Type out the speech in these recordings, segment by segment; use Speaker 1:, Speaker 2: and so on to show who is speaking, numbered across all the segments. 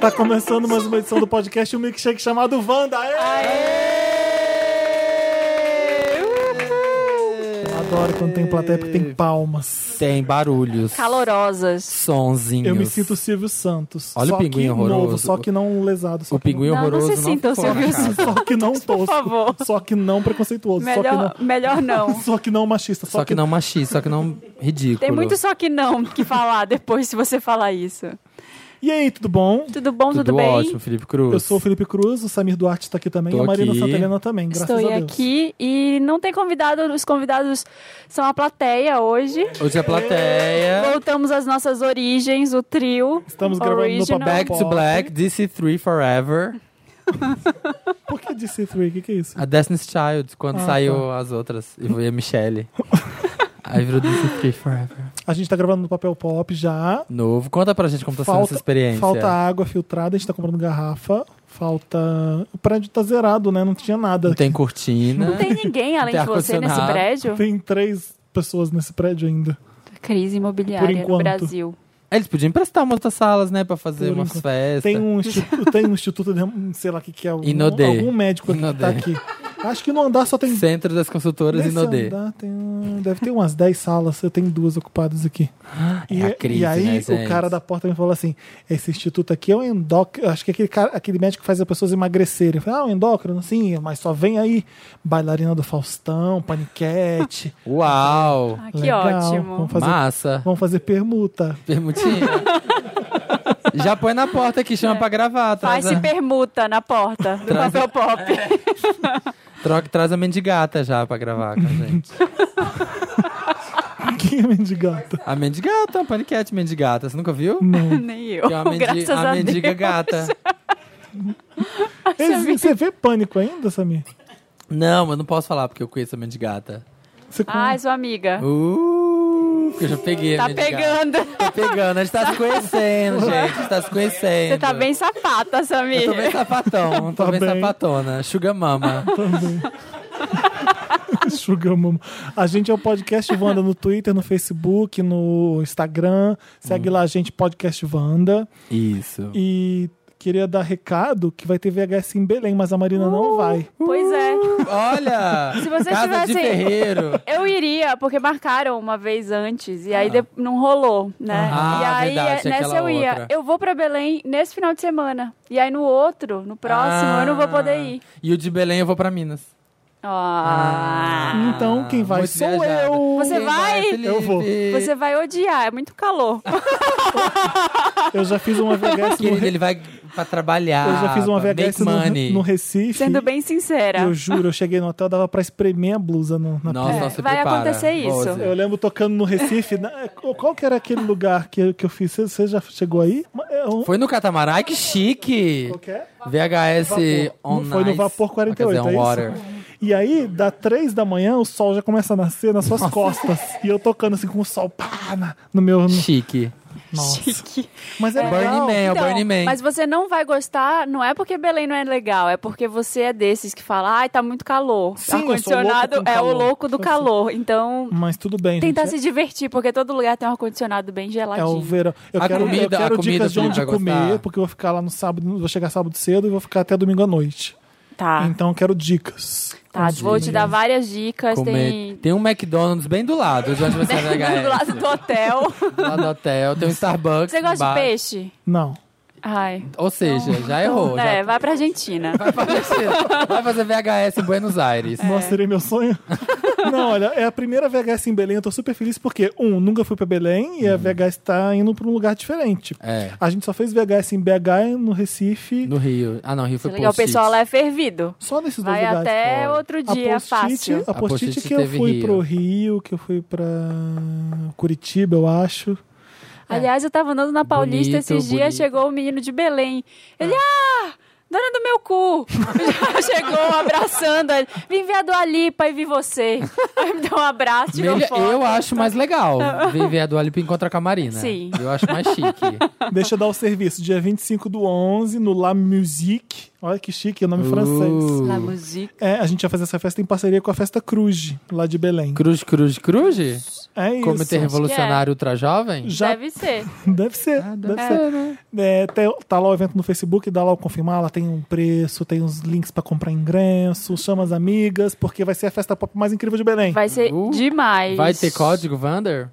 Speaker 1: Tá começando mais uma edição do podcast Um Milkshake chamado Wanda. Aê! Adoro quando tem plateia porque tem palmas.
Speaker 2: Tem barulhos.
Speaker 3: Calorosas.
Speaker 2: Sonzinhos.
Speaker 1: Eu me sinto Silvio Santos.
Speaker 2: Olha o
Speaker 1: Só
Speaker 2: pinguim
Speaker 1: que
Speaker 2: horroroso.
Speaker 1: Novo, só que não lesado. Só
Speaker 2: O pinguim
Speaker 3: Não, não
Speaker 2: horroroso.
Speaker 3: se sintam,
Speaker 2: fora,
Speaker 3: Silvio
Speaker 2: cara.
Speaker 1: Que... Só que não tosco.
Speaker 3: favor.
Speaker 1: Só que não preconceituoso. Só que
Speaker 3: Melhor,
Speaker 1: não...
Speaker 3: melhor não.
Speaker 1: Só que não machista.
Speaker 2: Só que não machista, só que não ridículo.
Speaker 3: Tem muito só que não que falar depois se você falar isso.
Speaker 1: E aí, tudo bom?
Speaker 3: Tudo bom,
Speaker 2: Tudo,
Speaker 3: tudo, bem?
Speaker 2: ótimo, Felipe Cruz.
Speaker 1: Eu sou o Felipe Cruz, o Samir Duarte tá aqui também.
Speaker 2: Tô
Speaker 1: e a Marina
Speaker 2: aqui.
Speaker 1: Santelena também, graças
Speaker 3: Estou
Speaker 1: a Deus.
Speaker 3: aqui e não tem convidado, os convidados são a plateia hoje.
Speaker 2: Hoje é plateia.
Speaker 3: Voltamos às nossas origens, o trio.
Speaker 1: Estamos gravando no
Speaker 3: original.
Speaker 1: papel.
Speaker 2: Back to
Speaker 1: Pop.
Speaker 2: Black, DC3 Forever.
Speaker 1: Por que disse Free? O que, que é isso?
Speaker 2: A Destiny's Child, quando
Speaker 1: Ah,
Speaker 2: saiu as outras. E foi a Michelle. Aí virou DC3 Forever.
Speaker 1: A gente tá gravando no papel pop já.
Speaker 2: Novo. Conta pra gente como tá sendo essa experiência.
Speaker 1: Falta água filtrada, a gente tá comprando garrafa. Falta. O prédio tá zerado, né? Não tinha nada.
Speaker 2: Não tem cortina.
Speaker 1: né?
Speaker 3: Não tem ninguém além
Speaker 2: Tem
Speaker 3: de você nesse
Speaker 2: ar-condicionado.
Speaker 3: prédio?
Speaker 1: Tem três pessoas nesse prédio ainda. Por
Speaker 3: Crise imobiliária no
Speaker 1: enquanto.
Speaker 3: Brasil.
Speaker 2: É, Eles podiam emprestar umas outras salas, né? Pra fazer
Speaker 1: Por
Speaker 2: umas
Speaker 1: enquanto.
Speaker 2: festas.
Speaker 1: Tem um, instituto, tem um instituto, de, um, sei lá o que, que é. Algum,
Speaker 2: Inodê.
Speaker 1: algum médico aqui que tá aqui. Acho que no andar só tem.
Speaker 2: Centro das Consultoras
Speaker 1: um nesse
Speaker 2: e Nodê.
Speaker 1: andar tem, um- deve ter umas 10 salas, eu tenho duas ocupadas aqui.
Speaker 2: É a crise,
Speaker 1: e aí
Speaker 2: né,
Speaker 1: o
Speaker 2: gente?
Speaker 1: cara da porta me falou assim: esse instituto aqui é um endócrino. Acho que aquele, cara, aquele médico que faz as pessoas emagrecerem. Eu falei, ah, um endócrino, sim, mas só vem aí bailarina do Faustão, paniquete.
Speaker 2: Uau!
Speaker 3: Ah, que
Speaker 1: Legal,
Speaker 3: ótimo.
Speaker 1: Vamos fazer,
Speaker 2: Massa!
Speaker 1: vamos fazer permuta.
Speaker 2: Permutinha. Já põe na porta aqui, chama pra gravar. Traz
Speaker 3: Faz-se
Speaker 2: a,
Speaker 3: permuta na porta do papel pop.
Speaker 2: troca, traz a mendigata já pra gravar com a gente.
Speaker 1: Quem é mendigata?
Speaker 2: A mendigata, um paniquete mendigata. Você nunca viu?
Speaker 3: Nem eu.
Speaker 2: Que é uma mendi-
Speaker 3: Graças
Speaker 2: a
Speaker 3: a
Speaker 2: mendiga
Speaker 3: Deus.
Speaker 2: gata.
Speaker 1: Eles- Você vê pânico ainda, Samir?
Speaker 2: Não, eu não posso falar porque eu conheço a mendigata.
Speaker 1: Você
Speaker 3: Ah, é
Speaker 1: conhece?
Speaker 3: sua amiga.
Speaker 2: Uh, eu já peguei a
Speaker 3: Tá
Speaker 2: mendigata.
Speaker 3: pegando.
Speaker 2: Tá pegando, a gente tá se conhecendo, gente. A gente tá se conhecendo.
Speaker 3: Você tá bem safata,
Speaker 2: Eu tô
Speaker 1: É.
Speaker 2: bem
Speaker 3: Samir.
Speaker 2: sapatão, tô
Speaker 1: Tá
Speaker 2: bem,
Speaker 1: bem.
Speaker 2: sapatona. Sugar mama.
Speaker 1: Sugar Mama. A gente é o Podcast Wanda no Twitter, no Facebook, no Instagram. Segue lá a gente, Podcast Wanda.
Speaker 2: Isso.
Speaker 1: E queria dar recado que vai ter VHS em Belém, mas a Marina
Speaker 2: Uh,
Speaker 1: não vai.
Speaker 3: Pois é.
Speaker 2: Olha!
Speaker 3: Se vocês
Speaker 2: casa de
Speaker 3: tivessem-
Speaker 2: ferreiro.
Speaker 3: Eu iria, porque marcaram uma vez antes e aí de- não rolou, né?
Speaker 2: Ah,
Speaker 3: e aí
Speaker 2: verdade,
Speaker 3: é- nessa
Speaker 2: aquela
Speaker 3: eu ia.
Speaker 2: outra.
Speaker 3: Eu vou pra Belém nesse final de semana. E aí no outro, no próximo, eu não vou poder ir.
Speaker 2: Ah, E o de Belém eu vou pra Minas.
Speaker 3: Ah.
Speaker 1: Então, quem vai
Speaker 2: muito
Speaker 1: sou
Speaker 2: viajada.
Speaker 1: eu.
Speaker 3: Você
Speaker 2: Quem
Speaker 3: vai?
Speaker 2: Felipe?
Speaker 1: Eu vou.
Speaker 3: Você vai odiar, é muito calor.
Speaker 1: Eu já fiz uma VHS no
Speaker 2: Querido,
Speaker 1: Re-
Speaker 2: ele vai pra trabalhar.
Speaker 1: Eu já fiz uma
Speaker 2: pra
Speaker 1: VHS
Speaker 2: make
Speaker 1: no,
Speaker 2: money.
Speaker 1: no Recife.
Speaker 3: Sendo bem sincera.
Speaker 1: Eu juro, eu cheguei no hotel, dava pra espremer a blusa no, na
Speaker 2: Nossa,
Speaker 3: É,
Speaker 2: nossa,
Speaker 3: vai
Speaker 2: prepara.
Speaker 3: acontecer
Speaker 2: Boa,
Speaker 3: isso.
Speaker 2: Zé.
Speaker 1: Eu lembro tocando no Recife. na- qual que era aquele lugar que, que eu fiz? Você- Você já chegou aí? É um-
Speaker 2: Foi no catamarã? Ai, que chique!
Speaker 1: Qual que é?
Speaker 2: VHS on
Speaker 1: Foi no
Speaker 2: ice.
Speaker 1: Vapor
Speaker 2: Ah,
Speaker 1: 48,
Speaker 2: quer dizer, on
Speaker 1: é isso?
Speaker 2: water.
Speaker 1: E aí, da três da manhã, o sol já começa a nascer nas suas costas. E eu tocando assim com o sol pá, na- no meu. no-
Speaker 2: Chique.
Speaker 1: Nossa.
Speaker 3: Chique.
Speaker 1: Mas é
Speaker 2: Burning
Speaker 1: legal.
Speaker 2: Man, é o
Speaker 3: Então,
Speaker 2: Burning Man.
Speaker 3: Mas você não vai gostar, não é porque Belém não é legal, é porque você é desses que fala, ai, tá muito calor.
Speaker 1: Sim, eu sou
Speaker 3: ar-condicionado
Speaker 1: louco com
Speaker 3: é o
Speaker 1: calor.
Speaker 3: louco do
Speaker 1: Sou Uhum.
Speaker 3: calor. Então,
Speaker 1: Mas tudo bem.
Speaker 3: tentar
Speaker 1: gente.
Speaker 3: se divertir, porque todo lugar tem um ar-condicionado bem
Speaker 1: É o
Speaker 3: geladinho.
Speaker 1: verão. Eu
Speaker 2: A
Speaker 1: quero,
Speaker 2: comida-
Speaker 1: eu quero
Speaker 2: a comida
Speaker 1: dicas de
Speaker 2: também
Speaker 1: onde
Speaker 2: vai
Speaker 1: comer,
Speaker 2: gostar.
Speaker 1: porque eu vou ficar lá no sábado, vou chegar sábado cedo e vou ficar até domingo à noite.
Speaker 3: Tá,
Speaker 1: Então eu quero dicas.
Speaker 3: tá. Vou te dar várias dicas.
Speaker 2: Comer. Tem...
Speaker 3: Tem.
Speaker 2: um McDonald's bem do lado de onde você é VHS.
Speaker 3: do lado do hotel.
Speaker 2: Do lado do hotel. Tem um Starbucks.
Speaker 3: Você gosta de
Speaker 2: embaixo.
Speaker 3: peixe?
Speaker 1: Não.
Speaker 3: Ai.
Speaker 2: Ou seja, já errou. já
Speaker 3: É, vai pra Argentina.
Speaker 2: Vai fazer, vai fazer VHS em Buenos
Speaker 3: É.
Speaker 2: Aires.
Speaker 1: Nossa, seria meu sonho? Não, olha, é a primeira VHS em Belém, eu tô super feliz porque, um, nunca fui pra Belém
Speaker 2: Uhum.
Speaker 1: e a VHS tá indo pra um lugar diferente.
Speaker 2: É.
Speaker 1: A gente só fez VHS em BH, no Recife,
Speaker 2: No Rio. Ah, não, Rio foi
Speaker 3: Legal, o
Speaker 2: Post-it.
Speaker 3: pessoal lá é fervido.
Speaker 1: só nesses
Speaker 3: Vai
Speaker 1: dois lugares.
Speaker 3: até
Speaker 2: fora.
Speaker 3: outro dia, fácil.
Speaker 1: A Postite
Speaker 2: Post-it
Speaker 1: que eu
Speaker 2: teve
Speaker 1: fui
Speaker 2: Rio.
Speaker 1: pro Rio, que eu fui pra Curitiba, eu acho.
Speaker 3: Aliás, eu tava andando na Paulista
Speaker 2: É. Bonito,
Speaker 3: esses dias,
Speaker 2: bonito.
Speaker 3: chegou o menino de Belém. Ele, ah, dona do meu cu! Já chegou abraçando ele. Vim ver a Dua Lipa e vi você. Aí me deu um abraço, tirou
Speaker 2: Melhor-
Speaker 3: foto.
Speaker 2: eu acho mais legal viver a Dua Lipa encontra com a Marina.
Speaker 3: Sim.
Speaker 2: Eu acho mais chique.
Speaker 1: Deixa eu dar o serviço. Dia 25 do 11, no La Musique. Olha que chique, o nome francês.
Speaker 3: La
Speaker 2: Uh,
Speaker 3: musique.
Speaker 1: É, a gente vai fazer essa festa em parceria com a Festa Cruz, lá de Belém.
Speaker 2: cruz, cruz, cruz?
Speaker 3: acho.
Speaker 1: É isso.
Speaker 2: Comitê Revolucionário Ultra Jovem?
Speaker 1: Já-
Speaker 3: Deve ser.
Speaker 1: Deve ser.
Speaker 2: Ah,
Speaker 1: deve
Speaker 2: deve
Speaker 1: ser.
Speaker 2: ser, né?
Speaker 1: É, tem- tá lá o evento no Facebook, dá lá o confirmar, lá tem um preço, tem os links pra comprar ingresso, chama as amigas, porque vai ser a festa pop mais incrível de Belém.
Speaker 3: Vai ser
Speaker 2: Uh,
Speaker 3: demais.
Speaker 2: Vai ter código, Vander?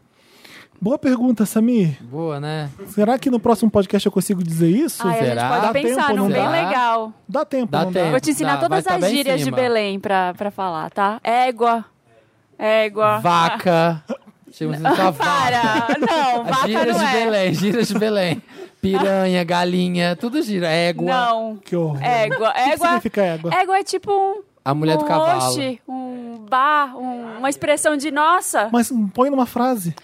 Speaker 1: Boa pergunta, Samir.
Speaker 2: Boa, né?
Speaker 1: Será que no próximo podcast eu consigo dizer isso?
Speaker 3: Ai,
Speaker 2: Será?
Speaker 3: a gente
Speaker 2: Dá
Speaker 3: pode pensar
Speaker 1: tempo,
Speaker 3: num
Speaker 1: não
Speaker 3: bem
Speaker 2: dá?
Speaker 3: legal.
Speaker 1: Dá tempo,
Speaker 2: Dá
Speaker 1: não
Speaker 2: tempo.
Speaker 3: Vou te ensinar
Speaker 2: dá, vai
Speaker 3: todas
Speaker 2: tá
Speaker 3: as
Speaker 2: bem em
Speaker 3: gírias de
Speaker 2: cima.
Speaker 3: Belém pra, pra falar, tá? Égua. Égua.
Speaker 2: Vaca. Chegamos a só vaca.
Speaker 3: Para! Não, vaca
Speaker 2: Giras
Speaker 3: não
Speaker 2: de
Speaker 3: é.
Speaker 2: Belém, giras de Belém. Piranha, galinha, tudo gira. É Égua.
Speaker 3: Não.
Speaker 1: Que horror. O
Speaker 3: Égua.
Speaker 1: que, que
Speaker 3: É, Égua,
Speaker 1: significa égua?
Speaker 3: égua é tipo um,
Speaker 2: A mulher
Speaker 3: um
Speaker 2: do cavalo.
Speaker 3: oxe, um bar, um- uma expressão de nossa.
Speaker 1: Mas põe numa frase.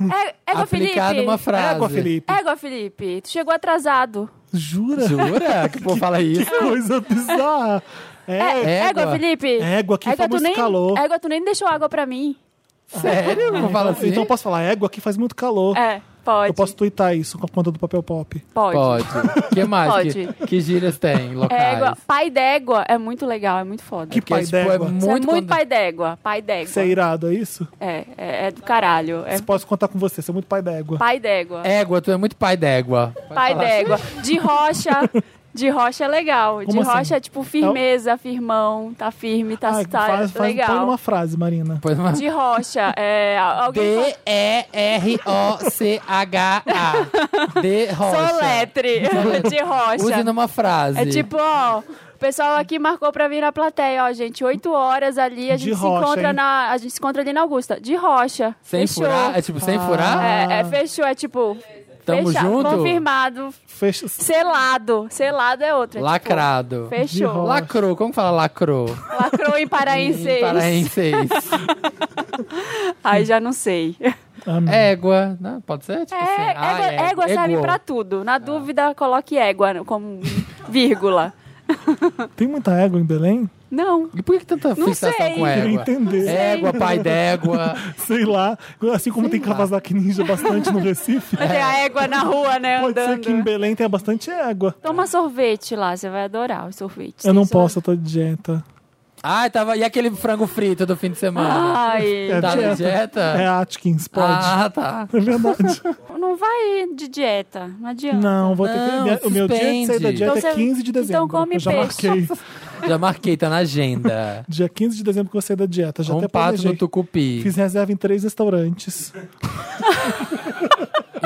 Speaker 3: É, égua, Felipe.
Speaker 2: Aplicado uma frase.
Speaker 1: Égua, Felipe.
Speaker 3: Égua, Felipe. Tu chegou atrasado.
Speaker 1: Jura?
Speaker 2: Jura? Que pô, fala isso?
Speaker 1: Coisa bizarra.
Speaker 3: É,
Speaker 1: É,
Speaker 2: Égua.
Speaker 3: égua, Felipe.
Speaker 1: égua, quem
Speaker 3: Égua,
Speaker 1: faz
Speaker 3: tu
Speaker 1: muito
Speaker 3: nem,
Speaker 1: calor.
Speaker 3: égua, tu nem deixou água pra mim.
Speaker 2: Sério? Não fala assim?
Speaker 1: Então eu posso falar égua que faz muito calor.
Speaker 3: É, pode.
Speaker 1: Eu posso twittar isso com a conta do papel pop.
Speaker 3: Pode.
Speaker 2: Pode. que mais?
Speaker 3: Pode.
Speaker 2: Que, que gírias tem locais?
Speaker 3: Égua. Pai d'égua é muito legal, é muito foda.
Speaker 1: Que
Speaker 2: Porque,
Speaker 1: pai
Speaker 2: tipo, é
Speaker 1: d'égua.
Speaker 3: Isso é
Speaker 2: muito...
Speaker 3: muito pai d'égua. Pai d'égua.
Speaker 1: Você é irado, é isso?
Speaker 3: É, é, é do caralho. É
Speaker 1: Eu Posso contar com você, você é muito pai d'égua.
Speaker 3: pai d'égua.
Speaker 2: Égua, tu é muito pai d'égua.
Speaker 3: pai d'égua. De rocha. De rocha é legal. de
Speaker 1: Como assim?
Speaker 3: rocha é tipo firmeza, firmão, tá firme, tá,
Speaker 1: Ah,
Speaker 3: tá
Speaker 1: faz, faz, põe
Speaker 3: legal.
Speaker 1: numa frase, Marina.
Speaker 2: Pois uma...
Speaker 3: De rocha, é. a- Alguém. fala-
Speaker 2: D-E-R-O-C-H-A. De rocha.
Speaker 3: Soletre. De
Speaker 2: Use
Speaker 3: rocha.
Speaker 2: numa frase.
Speaker 3: É tipo, ó. O pessoal aqui marcou pra vir na plateia, ó, gente. Oito horas ali, a
Speaker 1: De
Speaker 3: gente se
Speaker 1: rocha,
Speaker 3: encontra
Speaker 1: hein?
Speaker 3: na. A gente se encontra ali na Augusta. De rocha.
Speaker 2: Sem
Speaker 3: Fechou.
Speaker 2: furar? É tipo, sem
Speaker 1: Ah.
Speaker 2: furar?
Speaker 3: É, é, fechou, é tipo.
Speaker 2: Tamo
Speaker 3: fechado,
Speaker 2: junto?
Speaker 3: Confirmado.
Speaker 1: Fecha.
Speaker 3: Selado. Selado é outra. é tipo,
Speaker 2: Lacrado.
Speaker 1: De
Speaker 3: fechou.
Speaker 1: rocha.
Speaker 2: Lacrou. Como fala lacrou?
Speaker 3: Lacrou em paraense.
Speaker 2: Paraenseis.
Speaker 3: Ai, já não sei.
Speaker 1: Amém.
Speaker 2: Égua. Né? Pode ser? Tipo
Speaker 3: É,
Speaker 2: assim, ah,
Speaker 3: égua, égua serve pra tudo. Na
Speaker 1: Ah.
Speaker 3: dúvida, coloque égua como vírgula.
Speaker 1: Tem muita égua em Belém?
Speaker 3: Não.
Speaker 2: E por que tanta
Speaker 3: Não
Speaker 2: fixação
Speaker 3: sei.
Speaker 2: com
Speaker 1: Queria
Speaker 2: égua?
Speaker 1: entender.
Speaker 2: Égua, pai d'égua.
Speaker 1: Sei lá. Assim como tem
Speaker 2: lá.
Speaker 1: Kawasaki Ninja bastante no Recife,
Speaker 3: Tem a égua na rua, né?
Speaker 1: É. pode ser
Speaker 3: andando.
Speaker 1: que em Belém tenha bastante égua.
Speaker 3: Toma sorvete lá, você vai adorar os sorvetes.
Speaker 1: Eu
Speaker 3: Tem
Speaker 1: não
Speaker 3: sorvete.
Speaker 1: posso, eu tô de dieta.
Speaker 2: Ai, tava. E aquele frango frito do fim de semana?
Speaker 3: Ai,
Speaker 1: É
Speaker 2: tá na
Speaker 1: dieta. É
Speaker 2: dieta?
Speaker 1: Atkins, pode.
Speaker 2: Ah, tá.
Speaker 1: É verdade.
Speaker 3: não vai de dieta, não adianta.
Speaker 1: Não, vou ter que.
Speaker 2: Não,
Speaker 1: minha- o meu dia de sair da
Speaker 2: suspende.
Speaker 1: dieta
Speaker 3: Então
Speaker 1: é
Speaker 3: você-
Speaker 1: 15 de
Speaker 3: então
Speaker 1: dezembro.
Speaker 3: come
Speaker 1: eu já
Speaker 3: peixe.
Speaker 1: marquei.
Speaker 2: Já marquei, tá na agenda.
Speaker 1: Dia 15 de dezembro que eu vou sair da dieta. Já
Speaker 2: um
Speaker 1: até
Speaker 2: pato
Speaker 1: planejei.
Speaker 2: no tucupi.
Speaker 1: Fiz reserva em três restaurantes.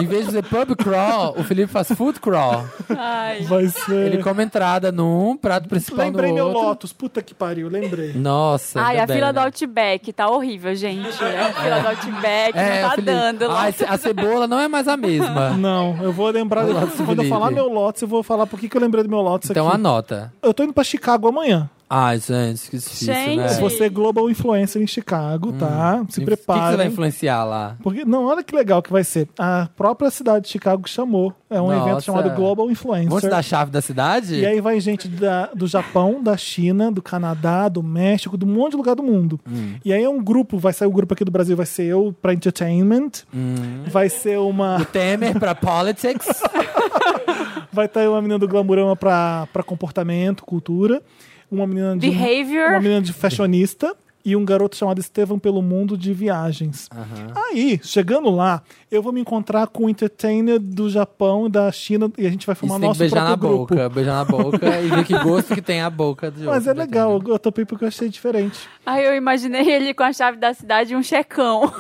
Speaker 2: Em vez de fazer pub crawl, o Felipe faz food crawl.
Speaker 3: Ai.
Speaker 1: Vai ser.
Speaker 2: Ele come entrada num, prato principal
Speaker 1: É. Lembrei
Speaker 2: no
Speaker 1: meu
Speaker 2: outro.
Speaker 1: Lotus. Puta que pariu, lembrei.
Speaker 2: Nossa,
Speaker 1: Tá
Speaker 3: Ai,
Speaker 2: ainda
Speaker 3: a
Speaker 2: bem,
Speaker 3: fila
Speaker 2: né?
Speaker 3: do Outback tá horrível, gente. A fila do Outback
Speaker 1: É,
Speaker 3: não tá
Speaker 2: Felipe.
Speaker 3: dando. lá.
Speaker 2: É, Ai, ce- a cebola não é mais a mesma.
Speaker 1: Não, eu vou lembrar.
Speaker 2: O Lotus
Speaker 1: quando eu
Speaker 2: Felipe.
Speaker 1: falar meu Lotus, eu vou falar por que que eu lembrei do meu Lotus
Speaker 2: então
Speaker 1: aqui.
Speaker 2: anota.
Speaker 1: Eu tô indo pra Chicago amanhã.
Speaker 2: Ai, gente, que difícil,
Speaker 3: Gente.
Speaker 2: né?
Speaker 1: Se você é global influencer em Chicago, tá? Se
Speaker 2: E o Hum. que que você vai
Speaker 1: prepare.
Speaker 2: influenciar lá?
Speaker 1: Porque, não, olha que legal que vai ser. A própria cidade de Chicago que chamou. É um evento
Speaker 2: Nossa.
Speaker 1: chamado Global
Speaker 2: Vamos te
Speaker 1: Influencer.
Speaker 2: dar a chave da cidade?
Speaker 1: E aí vai gente da- do Japão, da China, do Canadá, do México, de um monte de lugar do mundo.
Speaker 2: Hum.
Speaker 1: E aí é um grupo, vai sair o grupo aqui do Brasil, vai ser eu pra entertainment,
Speaker 2: Hum.
Speaker 1: vai ser uma.
Speaker 2: Temer pra politics.
Speaker 1: Vai estar uma menina do Glamurama pra, pra comportamento, cultura, uma menina de.
Speaker 3: Behavior.
Speaker 1: Uma menina de fashionista. E um garoto chamado Estevam pelo mundo de viagens. Aí, chegando lá, eu vou me encontrar com o entertainer do Japão e da China e a gente vai
Speaker 2: Isso
Speaker 1: formar
Speaker 2: tem que
Speaker 1: nosso
Speaker 2: beijar na
Speaker 1: próprio grupo.
Speaker 2: boca, beijar na boca e ver que gosto que tem a boca do
Speaker 1: Mas
Speaker 2: outro,
Speaker 1: é
Speaker 2: né?
Speaker 1: legal, eu topei porque eu achei diferente.
Speaker 3: Ai, eu imaginei ele com a chave da cidade e um checão.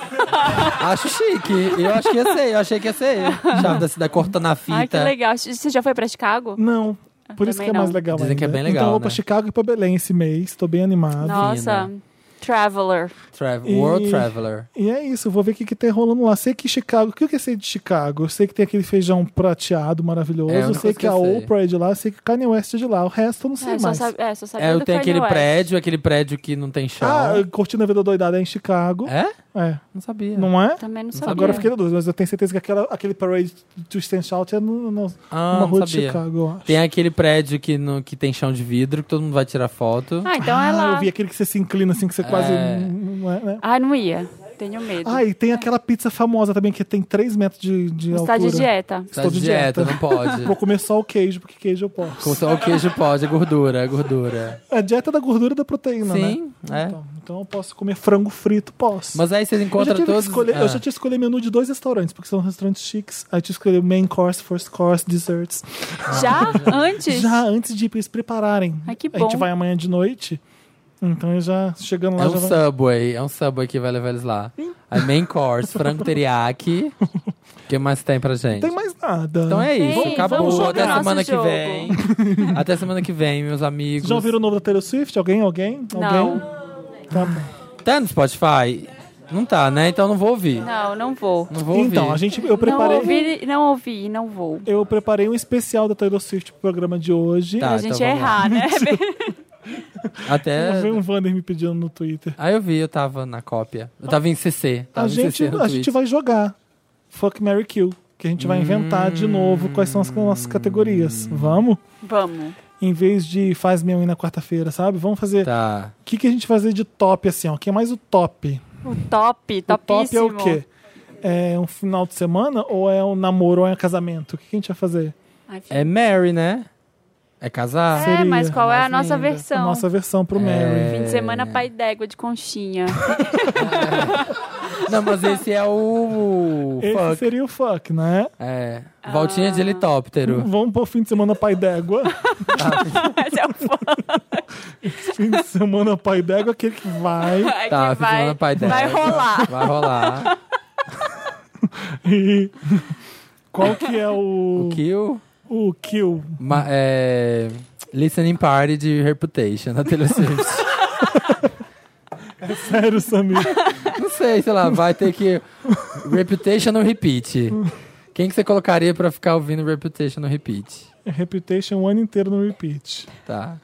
Speaker 2: Acho chique. Eu acho que ia ser, eu achei que ia ser. Chave da cidade cortando a fita.
Speaker 3: Ai, Ah, que legal. Você já foi pra Chicago?
Speaker 1: Não. Por isso que é
Speaker 3: também
Speaker 1: mais
Speaker 3: não.
Speaker 1: legal.
Speaker 2: Dizem que é
Speaker 1: ainda.
Speaker 2: bem legal,
Speaker 1: Então eu vou pra
Speaker 2: né?
Speaker 1: Chicago e pra Belém esse mês. Tô bem animado.
Speaker 3: Nossa, traveler.
Speaker 2: Travel-
Speaker 1: E-
Speaker 2: World Traveler.
Speaker 1: E é isso, eu vou ver o que, que tem rolando lá. Sei que Chicago. O que eu que sei de Chicago? Eu sei que tem aquele feijão prateado maravilhoso.
Speaker 2: É, a
Speaker 1: eu
Speaker 2: única
Speaker 1: sei
Speaker 2: coisa
Speaker 1: que,
Speaker 2: que
Speaker 1: a
Speaker 2: eu sei.
Speaker 1: Oprah é de lá, eu sei que o Kanye West é de lá. O resto eu não sei
Speaker 3: É, só,
Speaker 1: mais.
Speaker 3: sabe, é, só sabia
Speaker 2: É, eu
Speaker 3: do
Speaker 2: tenho
Speaker 3: Kanye
Speaker 2: aquele
Speaker 3: West.
Speaker 2: prédio, aquele prédio que não tem chão.
Speaker 1: Ah, curtindo a vida doidada é em Chicago.
Speaker 2: É?
Speaker 1: É.
Speaker 2: Não sabia.
Speaker 1: Não é?
Speaker 3: Também não sabia.
Speaker 2: sabia.
Speaker 1: Agora eu fiquei na dúvida, mas eu tenho certeza que aquela, aquele parade to stand out é no, no-
Speaker 2: Ah,
Speaker 1: numa
Speaker 2: não
Speaker 1: rua de
Speaker 2: sabia.
Speaker 1: Chicago, eu acho.
Speaker 2: Tem aquele prédio que, no, que tem chão de vidro, que todo mundo vai tirar foto.
Speaker 3: Ah, então é
Speaker 1: Ah,
Speaker 3: lá.
Speaker 1: eu vi aquele que você se inclina assim, que você quase.
Speaker 2: É.
Speaker 1: não é, né?
Speaker 3: Ah, não ia. Tenho medo.
Speaker 1: Ah, e tem aquela pizza famosa também que tem 3 metros de, de
Speaker 3: Está
Speaker 1: altura.
Speaker 3: de dieta.
Speaker 2: Tá de dieta, não pode.
Speaker 1: Vou comer só o queijo, porque queijo eu posso.
Speaker 2: Com só o queijo pode, é gordura, é gordura.
Speaker 1: A dieta da gordura e da proteína, né?
Speaker 2: Sim, é.
Speaker 1: Então, então eu posso comer frango frito, posso.
Speaker 2: Mas aí vocês
Speaker 1: eu já,
Speaker 2: encontram
Speaker 1: tive que
Speaker 2: todos...
Speaker 1: escolher,
Speaker 2: Ah.
Speaker 1: eu já tinha escolher menu de dois restaurantes, porque são restaurantes chiques. Aí eu tinha que escolher main course, first course, desserts.
Speaker 2: Ah.
Speaker 3: Já? Antes?
Speaker 1: Já antes de ir pra eles prepararem.
Speaker 3: Ai, que
Speaker 1: A gente
Speaker 3: bom.
Speaker 1: vai amanhã de noite. Então eu já chegando lá
Speaker 2: É
Speaker 1: já
Speaker 2: um
Speaker 1: vai-
Speaker 2: Subway, é um Subway que vai levar eles lá. A main course, frango teriyaki. O que mais tem pra gente?
Speaker 1: Não tem mais nada.
Speaker 2: Então é isso,
Speaker 3: Tem, vamos
Speaker 2: acabou.
Speaker 3: jogar
Speaker 2: Até
Speaker 3: nosso
Speaker 2: semana
Speaker 3: jogo.
Speaker 2: que vem. Até semana que vem, meus amigos.
Speaker 1: Vocês já ouviram o novo da Taylor Swift? Alguém? Alguém?
Speaker 3: Não.
Speaker 1: Alguém? Tá bom.
Speaker 2: Tá no Spotify? Não tá, né? Então não vou ouvir. Não,
Speaker 3: Não, não vou.
Speaker 2: vou ouvir.
Speaker 1: Então, a gente, eu preparei.
Speaker 3: Não ouvi, não ouvi, não vou.
Speaker 1: Eu preparei um especial da Taylor Swift pro programa de hoje.
Speaker 2: Tá. Ah,
Speaker 3: a gente
Speaker 2: então
Speaker 3: ia
Speaker 2: vamos lá.
Speaker 3: errar, né?
Speaker 2: Até.
Speaker 1: Veio um Vander me pedindo no Twitter.
Speaker 2: Aí eu vi, eu tava na cópia. Eu tava em CC. Tava
Speaker 1: a
Speaker 2: em
Speaker 1: gente,
Speaker 2: CC Tá no
Speaker 1: a gente
Speaker 2: Twitter.
Speaker 1: vai jogar Fuck Mary Kill, que a gente vai inventar
Speaker 2: Hum.
Speaker 1: de novo quais são as nossas categorias. Vamos?
Speaker 3: Vamos.
Speaker 1: Em vez de faz minha unha na quarta-feira, sabe? Vamos fazer. O
Speaker 2: Tá.
Speaker 1: que, que a gente fazer de top assim, ó? Que é mais o top?
Speaker 3: O top,
Speaker 1: O top é
Speaker 3: topíssimo.
Speaker 1: o quê? É um final de semana ou é um namoro ou é um casamento? O que, que a gente vai fazer?
Speaker 3: Ai, fi-
Speaker 2: É Mary, né? É casar?
Speaker 1: Sim.
Speaker 3: É, mas
Speaker 1: seria
Speaker 3: qual é a
Speaker 2: mais linda.
Speaker 3: nossa
Speaker 1: A
Speaker 3: versão?
Speaker 1: nossa versão
Speaker 2: É,
Speaker 1: pro Mary.
Speaker 3: Fim de semana, pai d'égua de conchinha.
Speaker 2: Não, mas esse é o.
Speaker 1: Esse
Speaker 2: Fuck.
Speaker 1: seria o fuck, né?
Speaker 2: É. Voltinha de helicóptero.
Speaker 1: Vamos pro fim de semana pai d'égua.
Speaker 3: Esse é o fã
Speaker 1: fim de semana pai d'égua, aquele que vai
Speaker 3: que
Speaker 2: Tá, fim de
Speaker 3: vai,
Speaker 2: semana pai d'égua.
Speaker 3: vai rolar.
Speaker 2: Vai rolar.
Speaker 1: e... Qual que é o...
Speaker 2: O Kill.
Speaker 1: O kill.
Speaker 2: Ma é... Listening Party de Reputation na Taylor Swift.
Speaker 1: Sério, Samir.
Speaker 2: Não sei, sei lá, vai ter que. Reputation no repeat. Quem que você colocaria pra ficar ouvindo Reputation no repeat?
Speaker 1: Reputation o ano inteiro no repeat.
Speaker 2: Tá.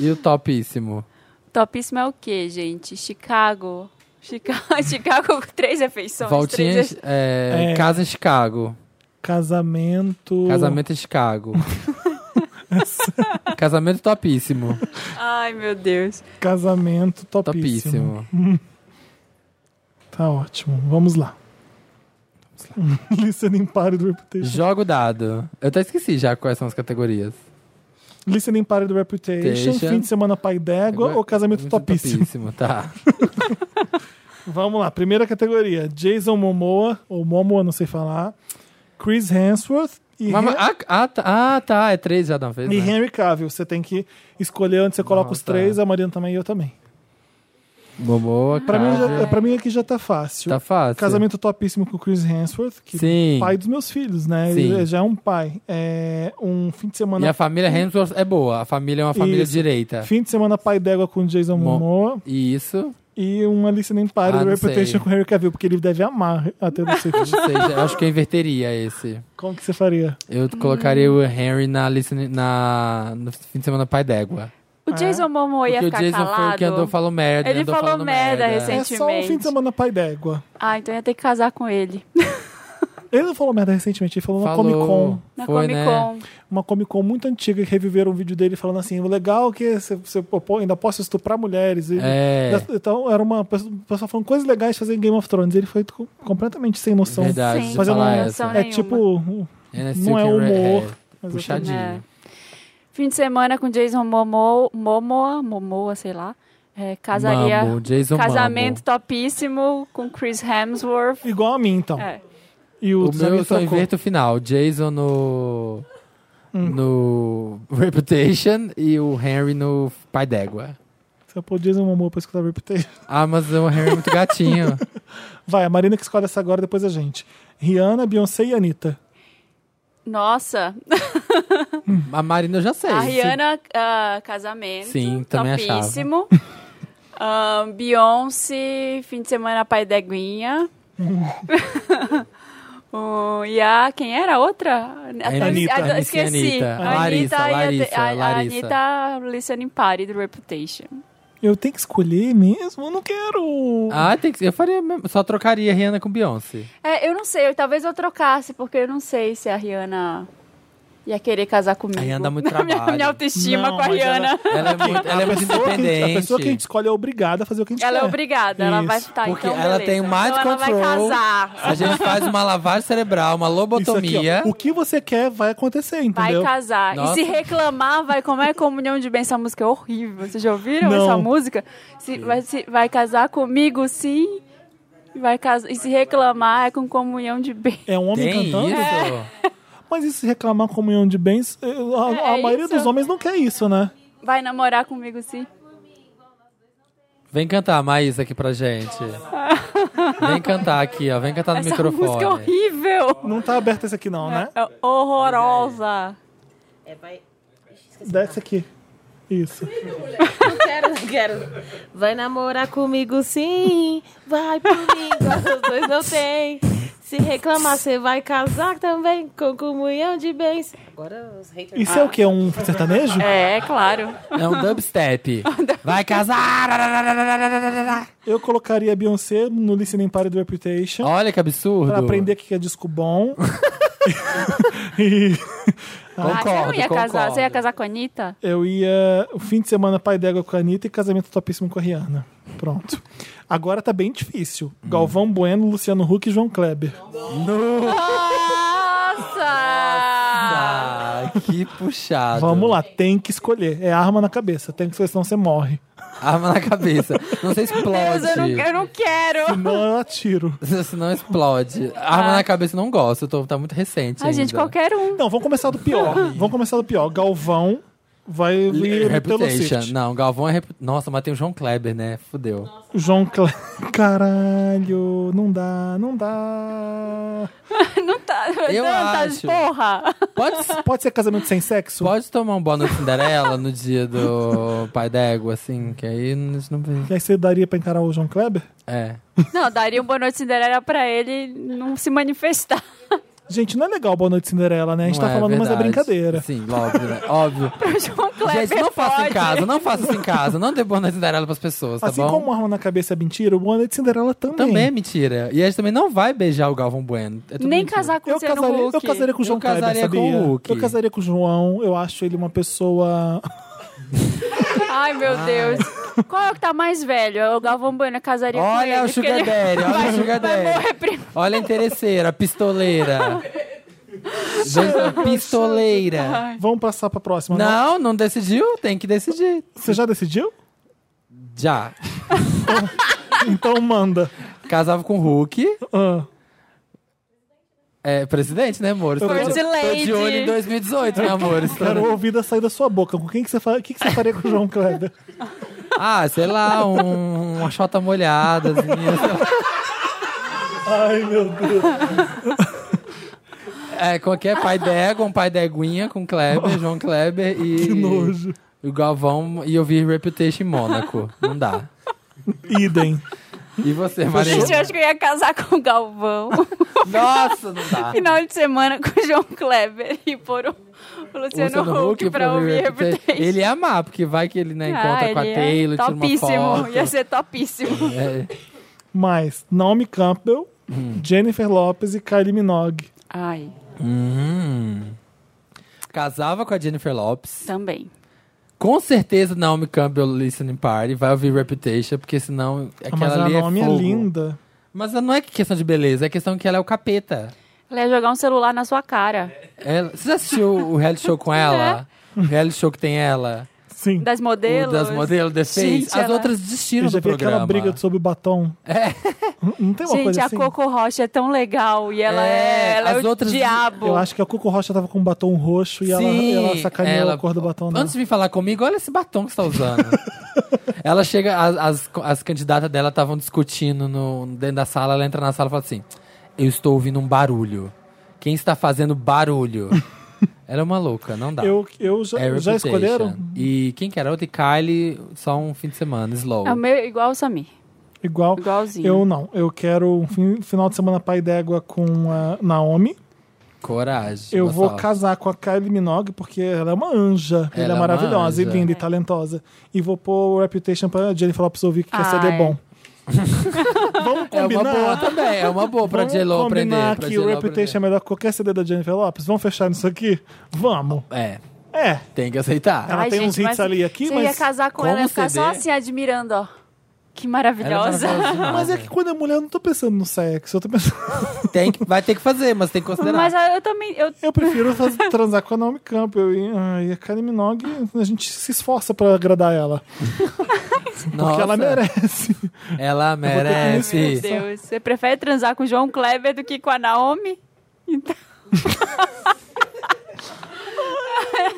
Speaker 2: e o topíssimo?
Speaker 3: Topíssimo é o quê, gente? Chicago. Chicago, Chicago com três refeições.
Speaker 2: Voltinha.
Speaker 3: três...
Speaker 2: É,
Speaker 1: É.
Speaker 2: Casa em Chicago.
Speaker 1: Casamento.
Speaker 2: Casamento em Chicago. Casamento topíssimo.
Speaker 3: Ai, meu Deus.
Speaker 1: Casamento topíssimo.
Speaker 2: Topíssimo.
Speaker 1: Tá ótimo. Vamos lá. Listening Party do Reputation.
Speaker 2: Joga o dado. Eu até esqueci já quais são as categorias.
Speaker 1: Listening Party do Reputation.
Speaker 2: Deixa.
Speaker 1: Fim de semana pai d'égua
Speaker 2: Agora-
Speaker 1: ou É casamento topíssimo?
Speaker 2: Tá.
Speaker 1: Vamos lá. Primeira categoria. Jason Momoa, ou Momoa, não sei falar. Chris Hemsworth e,
Speaker 2: Mas-
Speaker 1: Hen-
Speaker 2: mas- ah, ah, tá, ah, tá. É três já de uma vez.
Speaker 1: e
Speaker 2: né?
Speaker 1: Henry Cavill. Você tem que escolher onde você coloca os
Speaker 2: Nossa. é.
Speaker 1: três. A Mariana também e eu também.
Speaker 2: Boa,
Speaker 1: Pra, mim,
Speaker 2: Cláudia.
Speaker 1: já, pra mim aqui já tá fácil.
Speaker 2: Ah, é. Tá fácil.
Speaker 1: Casamento topíssimo com o Chris Hemsworth, que é
Speaker 2: Sim.
Speaker 1: pai dos meus filhos, né?
Speaker 2: Sim.
Speaker 1: Ele já é um pai. É um fim de
Speaker 2: E
Speaker 1: semana.
Speaker 2: a família Hemsworth é boa. A família é uma família
Speaker 1: Isso.
Speaker 2: direita.
Speaker 1: Fim de semana pai d'égua com o Jason
Speaker 2: Mo-
Speaker 1: Momoa
Speaker 2: Isso.
Speaker 1: e um uma listening
Speaker 2: Ah,
Speaker 1: party do
Speaker 2: não
Speaker 1: Reputation
Speaker 2: sei.
Speaker 1: com o Harry Cavill, porque ele deve amar a Taylor
Speaker 2: Não
Speaker 1: Swift.
Speaker 2: sei, já- acho que eu inverteria esse.
Speaker 1: Como que você faria?
Speaker 2: Eu
Speaker 3: Hum.
Speaker 2: colocaria o Henry na, listening- na, no fim de semana pai d'égua.
Speaker 3: O Jason Momoa ia
Speaker 2: É. Porque o
Speaker 3: ficar
Speaker 2: Jason foi
Speaker 3: calado.
Speaker 2: o que andou falando merda.
Speaker 3: Ele
Speaker 2: andou
Speaker 3: falou
Speaker 2: falando
Speaker 3: merda
Speaker 1: É só um
Speaker 3: Recentemente.
Speaker 1: fim de semana pai d'égua.
Speaker 3: Ah, então ia ter que casar com ele.
Speaker 1: Ele não falou merda recentemente, ele falou na Comic Con.
Speaker 3: Na
Speaker 2: Foi,
Speaker 3: Comic
Speaker 2: né?
Speaker 3: Con.
Speaker 1: Uma Comic Con muito antiga que reviveram um vídeo dele falando assim: o legal é que você, você pô, ainda posso estuprar mulheres. E-
Speaker 2: É,
Speaker 1: Então era uma pessoa pessoa falando coisas legais de fazer em Game of Thrones. Ele foi co- completamente sem noção.
Speaker 2: verdade.
Speaker 3: Sem
Speaker 2: de
Speaker 1: Mas eu
Speaker 2: falar
Speaker 1: não-
Speaker 2: essa.
Speaker 1: É
Speaker 3: nenhuma. Né.
Speaker 1: tipo. um-
Speaker 2: né,
Speaker 1: Não é humor. exatamente.
Speaker 2: Puxadinho.
Speaker 3: É. Fim de semana com Jason Momoa, Momoa, Momoa sei lá. É, casaria.
Speaker 2: Mamo, Jason
Speaker 3: casamento
Speaker 2: Mamo.
Speaker 3: topíssimo com Chris Hemsworth.
Speaker 1: Igual a mim, então.
Speaker 3: É.
Speaker 1: E
Speaker 2: O
Speaker 1: o,
Speaker 2: meu eu só
Speaker 1: trocou.
Speaker 2: inverto o final. Jason no.
Speaker 1: Hum.
Speaker 2: No Reputation e o Henry no Pai d'Égua.
Speaker 1: Você pôr Jason Momoa pra escutar Reputation.
Speaker 2: Ah, mas o Henry é muito gatinho.
Speaker 1: Vai, a Marina que escolhe essa agora, depois a gente. Rihanna, Beyoncé e Anitta.
Speaker 3: Nossa,
Speaker 2: A Marina eu já sei.
Speaker 3: a
Speaker 2: Se-
Speaker 3: Rihanna, ah, casamento.
Speaker 2: É Sim, também achava.
Speaker 3: topíssimo. Ah, Beyoncé, fim de semana, pai d'eguinha. Hum, e a, quem era a outra? Até-
Speaker 1: Anitta.
Speaker 3: a-
Speaker 2: Anitta,
Speaker 3: esqueci.
Speaker 2: Anitta. Larissa,
Speaker 3: Anitta e a-
Speaker 2: Larissa,
Speaker 3: a, a
Speaker 2: Larissa.
Speaker 3: Anitta listening party do Reputation.
Speaker 1: Eu tenho que escolher mesmo? Eu não quero.
Speaker 2: Ah, tem que... eu faria mesmo. Só trocaria a Rihanna com Beyoncé.
Speaker 3: É, eu não sei, eu- talvez eu trocasse, porque eu não sei se a Rihanna Ia querer casar comigo.
Speaker 2: Aí anda muito
Speaker 3: Na minha-
Speaker 2: trabalho.
Speaker 3: Minha autoestima
Speaker 1: Não,
Speaker 3: com a
Speaker 1: mas
Speaker 3: Rihanna. Ela,
Speaker 2: Ela é muito, ela é muito
Speaker 1: pessoa que a gente-
Speaker 2: independente.
Speaker 1: A pessoa que a gente escolhe é obrigada a fazer o que a gente
Speaker 3: é
Speaker 1: quer.
Speaker 3: obrigada, ela vai
Speaker 1: Isso.
Speaker 3: estar
Speaker 2: Porque
Speaker 3: então,
Speaker 2: ela
Speaker 3: beleza.
Speaker 2: tem o mind
Speaker 3: então
Speaker 2: control.
Speaker 3: Ela vai casar.
Speaker 2: A gente faz uma lavagem cerebral, uma
Speaker 1: Isso aqui, ó,
Speaker 2: lobotomia.
Speaker 1: o que você quer vai acontecer,
Speaker 3: Vai
Speaker 1: entendeu?
Speaker 3: casar.
Speaker 2: Nossa.
Speaker 3: E se reclamar, vai comer comunhão de bem. Essa música é horrível. Vocês já ouviram
Speaker 1: Não.
Speaker 3: essa música? Se, vai, se- vai casar comigo, sim. E Vai casar. E se reclamar, é com comunhão de bem.
Speaker 1: É um homem
Speaker 2: Tem
Speaker 1: cantando?
Speaker 2: isso?
Speaker 1: Mas e se reclamar comunhão de bens? eh, A, a
Speaker 3: É
Speaker 1: maioria
Speaker 3: isso.
Speaker 1: dos homens não quer isso, né?
Speaker 3: Vai namorar comigo, sim.
Speaker 2: Vem cantar, Maísa, aqui pra gente. Vem cantar aqui, ó. Vem cantar no
Speaker 3: Essa
Speaker 2: microfone.
Speaker 3: música é horrível.
Speaker 1: Não tá aberto esse aqui, não, né?
Speaker 3: É horrorosa.
Speaker 4: É, vai. Ixi,
Speaker 3: É.
Speaker 4: esqueci.
Speaker 1: Desce aqui. Isso.
Speaker 4: Não quero, não quero. Vai namorar comigo, sim. Vai comigo, os dois não tem. Se reclamar, você vai casar também com comunhão de bens. Agora os haters.
Speaker 1: Isso é o quê? Um sertanejo?
Speaker 3: É, é claro.
Speaker 2: É um dubstep. Vai casar!
Speaker 1: Eu colocaria a Beyoncé no Listening Party do Reputation
Speaker 2: Olha que
Speaker 1: pra
Speaker 2: absurdo.
Speaker 1: aprender o que é disco bom. e
Speaker 3: Ah,
Speaker 2: Concordo,
Speaker 3: você não ia
Speaker 2: concordo.
Speaker 3: casar. Você ia casar com a Anitta?
Speaker 1: eu ia o fim de semana pai d'égua com a Anitta e casamento topíssimo com a Rihanna. Pronto. Agora tá bem difícil.
Speaker 2: Hum.
Speaker 1: Galvão Bueno, Luciano Huck e João Kleber.
Speaker 3: Nossa!
Speaker 2: Ah, que puxado.
Speaker 1: Vamos lá, tem que escolher. É arma na cabeça, tem que escolher, senão você morre.
Speaker 2: Arma na cabeça. Não sei se
Speaker 3: Deus, eu não,
Speaker 2: explode.
Speaker 3: eu não quero.
Speaker 1: Não, eu atiro.
Speaker 2: Se não explode. Arma na cabeça eu não gosto. eu Tô, tá muito recente.
Speaker 3: Ah. Ai, gente,
Speaker 2: ainda.
Speaker 3: qualquer um.
Speaker 1: Não, vamos começar do pior. vamos começar do pior. Galvão vai vir pelo
Speaker 2: Reputation.
Speaker 1: City.
Speaker 2: Não, Galvão é. Repu... Nossa, mas tem o João Kleber, né? Fudeu.
Speaker 1: João Kleber. Caralho, não dá, não dá.
Speaker 3: Não tá.
Speaker 2: Eu
Speaker 3: não, tá
Speaker 2: acho.
Speaker 3: porra.
Speaker 2: Pode,
Speaker 1: Pode ser casamento sem sexo?
Speaker 2: pode tomar um boa noite Cinderela no dia do Pai d'Égua, assim, que aí a gente não vê.
Speaker 1: E aí você daria pra encarar o João Kleber?
Speaker 2: É.
Speaker 3: Não, daria um boa noite Cinderela pra ele não se manifestar.
Speaker 1: Gente, não é legal Boa Noite Cinderela, né? A gente
Speaker 2: não
Speaker 1: tá
Speaker 2: é
Speaker 1: falando, mas é
Speaker 2: verdade.
Speaker 1: brincadeira.
Speaker 2: Sim, óbvio, né? Óbvio.
Speaker 3: O João Kleber
Speaker 2: Gente, não faça em
Speaker 3: pode.
Speaker 2: casa, não faça isso em casa. Não dê boa noite Cinderela pras pessoas, tá
Speaker 1: assim
Speaker 2: bom?
Speaker 1: como arma na cabeça é mentira, o Boa Noite Cinderela também.
Speaker 2: Também é mentira. E a gente também não vai beijar o Galvão Bueno. É tudo
Speaker 3: Nem
Speaker 2: mentira.
Speaker 3: casar com o
Speaker 1: Eu
Speaker 3: Luciano
Speaker 1: casaria, eu
Speaker 3: Huck.
Speaker 1: casaria com o
Speaker 2: Eu
Speaker 1: João Kleber,
Speaker 2: casaria
Speaker 1: sabia?
Speaker 2: com o Hulk.
Speaker 1: Eu casaria com o João, eu acho ele uma pessoa...
Speaker 3: Ai, meu Deus. Qual é o que tá mais velho? É O Galvão Bueno eu casaria com ele.
Speaker 2: Olha o
Speaker 3: porque
Speaker 2: Sugar
Speaker 3: ele
Speaker 2: Daddy, olha
Speaker 3: vai,
Speaker 2: o Sugar
Speaker 3: vai
Speaker 2: Daddy.
Speaker 3: morrer primeiro.
Speaker 2: Olha a interesseira, a pistoleira. Gente, a pistoleira.
Speaker 1: Vamos passar pra próxima.
Speaker 2: Não, não decidiu, tem que decidir.
Speaker 1: Você já decidiu?
Speaker 2: Já.
Speaker 1: Então manda.
Speaker 2: Casava com o Hulk.
Speaker 1: Ah,
Speaker 2: É, presidente, né, amor? Tô,
Speaker 1: First
Speaker 2: de- tô
Speaker 3: lady.
Speaker 2: de olho em 2018, meu né, amor.
Speaker 1: quero ouvir da sair da sua boca. Com quem que você, fa... o que que você faria com o João Kleber?
Speaker 2: Ah, sei lá, um, uma chota molhada. assim, sei lá.
Speaker 1: Ai, meu Deus.
Speaker 2: É, qualquer pai d'égua, um pai d'eguinha com Kleber, João Kleber e...
Speaker 1: Que nojo.
Speaker 2: O Galvão e eu vi Reputation em Mônaco. Não dá.
Speaker 1: Idem.
Speaker 2: E você, Maria?
Speaker 3: Gente, eu acho que eu ia casar com o Galvão.
Speaker 2: Nossa, não dá.
Speaker 3: Final de semana com o João Kleber e pôr o, o Luciano, Huck, pra ouvir Reputation.
Speaker 2: Ele ia amar, porque vai que ele né, encontra
Speaker 3: Ah,
Speaker 2: com a
Speaker 3: ele é
Speaker 2: Taylor, tira uma
Speaker 3: Topíssimo.
Speaker 2: foto.
Speaker 3: Ia ser topíssimo.
Speaker 2: É,
Speaker 1: Mas Naomi Campbell, Jennifer Lopez e Kylie Minogue.
Speaker 3: Ai,
Speaker 2: hum. Casava com a Jennifer Lopes.
Speaker 3: também.
Speaker 2: Com certeza Naomi Campbell listening party. Vai ouvir Reputation, porque senão
Speaker 1: Ah,
Speaker 2: aquela
Speaker 1: Mas a
Speaker 2: ali é
Speaker 1: Naomi é
Speaker 2: fogo.
Speaker 1: linda.
Speaker 2: Mas não é questão de beleza, é questão que ela é o capeta.
Speaker 3: Ela ia jogar um celular na sua cara.
Speaker 1: É.
Speaker 2: Ela- você já assistiu o reality show
Speaker 3: É.
Speaker 2: com ela? O reality show que tem ela?
Speaker 1: Sim.
Speaker 3: Das
Speaker 2: O
Speaker 3: modelos.
Speaker 2: das modelos, The Face.
Speaker 3: Gente,
Speaker 2: As
Speaker 3: ela-
Speaker 2: outras
Speaker 1: Eu
Speaker 2: desistiram
Speaker 1: já
Speaker 2: do
Speaker 1: vi aquela
Speaker 2: programa.
Speaker 1: briga sobre o batom.
Speaker 2: É.
Speaker 1: Não tem uma
Speaker 3: Gente,
Speaker 1: coisa
Speaker 3: a
Speaker 1: assim?
Speaker 3: Coco Rocha é tão legal e ela é,
Speaker 2: É,
Speaker 3: ela é
Speaker 2: as
Speaker 3: o
Speaker 2: outras-
Speaker 3: diabo.
Speaker 1: Eu acho que a Coco Rocha tava com um batom roxo e ela,
Speaker 2: Sim,
Speaker 1: ela sacaneou a cor do batom dela.
Speaker 2: Antes de vir falar comigo, olha esse batom que você tá usando. ela chega, as, as, as candidatas dela estavam discutindo no, dentro da sala, ela entra na sala e fala assim: Eu estou ouvindo um barulho. Quem está fazendo barulho? ela é uma louca, não dá.
Speaker 1: Eu, eu já,
Speaker 2: É
Speaker 1: já
Speaker 2: Reputation.
Speaker 1: escolheram?
Speaker 2: E quem que era? Outra e Kylie, só um fim de semana, slow.
Speaker 3: É o meu, igual o Samir.
Speaker 1: Igual.
Speaker 3: Igualzinho.
Speaker 1: Eu não. Eu quero um fim- final de semana pai d'égua com a Naomi.
Speaker 2: Coragem.
Speaker 1: Eu vou
Speaker 2: Gonçalo.
Speaker 1: casar com a Kylie Minogue, porque ela é uma anja.
Speaker 2: Ela
Speaker 1: Ela,
Speaker 2: é
Speaker 1: é
Speaker 2: uma
Speaker 1: maravilhosa e
Speaker 2: anja.
Speaker 1: linda e talentosa. E vou pôr o Reputation pra Jennifer Lopes ouvir que quer
Speaker 3: Ah,
Speaker 1: CD
Speaker 3: é.
Speaker 1: bom. Vamos
Speaker 2: É uma boa
Speaker 1: combinar.
Speaker 2: também, é uma boa pra
Speaker 1: Vamos
Speaker 2: J-Lo
Speaker 1: combinar
Speaker 2: aprender. pra
Speaker 1: que
Speaker 2: J.Lo
Speaker 1: Reputation é melhor que qualquer CD da Jennifer Lopes. Vamos fechar nisso aqui? Vamos.
Speaker 2: aprender. É,
Speaker 1: É.
Speaker 2: tem que aceitar.
Speaker 1: Ela tem uns hits ali e aqui,
Speaker 3: você
Speaker 1: mas
Speaker 3: ia casar com
Speaker 2: como
Speaker 3: ela e ficar
Speaker 2: CD?
Speaker 3: só assim, admirando, ó. Que
Speaker 2: Ela é
Speaker 3: maravilhosa.
Speaker 2: maravilhosa demais,
Speaker 1: Mas é
Speaker 2: velho.
Speaker 1: que quando é mulher, eu não tô pensando no sexo. Eu, tô pensando...
Speaker 2: Tem que, vai ter que fazer, mas tem que considerar.
Speaker 3: Mas ah, eu também. Eu,
Speaker 1: eu prefiro faz- transar com a Naomi Campbell. E, ah, e a Kylie Minogue, a gente se esforça pra agradar ela. Porque
Speaker 2: Nossa,
Speaker 1: ela merece.
Speaker 2: Ela
Speaker 1: É,
Speaker 3: meu
Speaker 2: merece.
Speaker 3: Deus. Você prefere transar com o João Kleber do que com a Naomi? Então,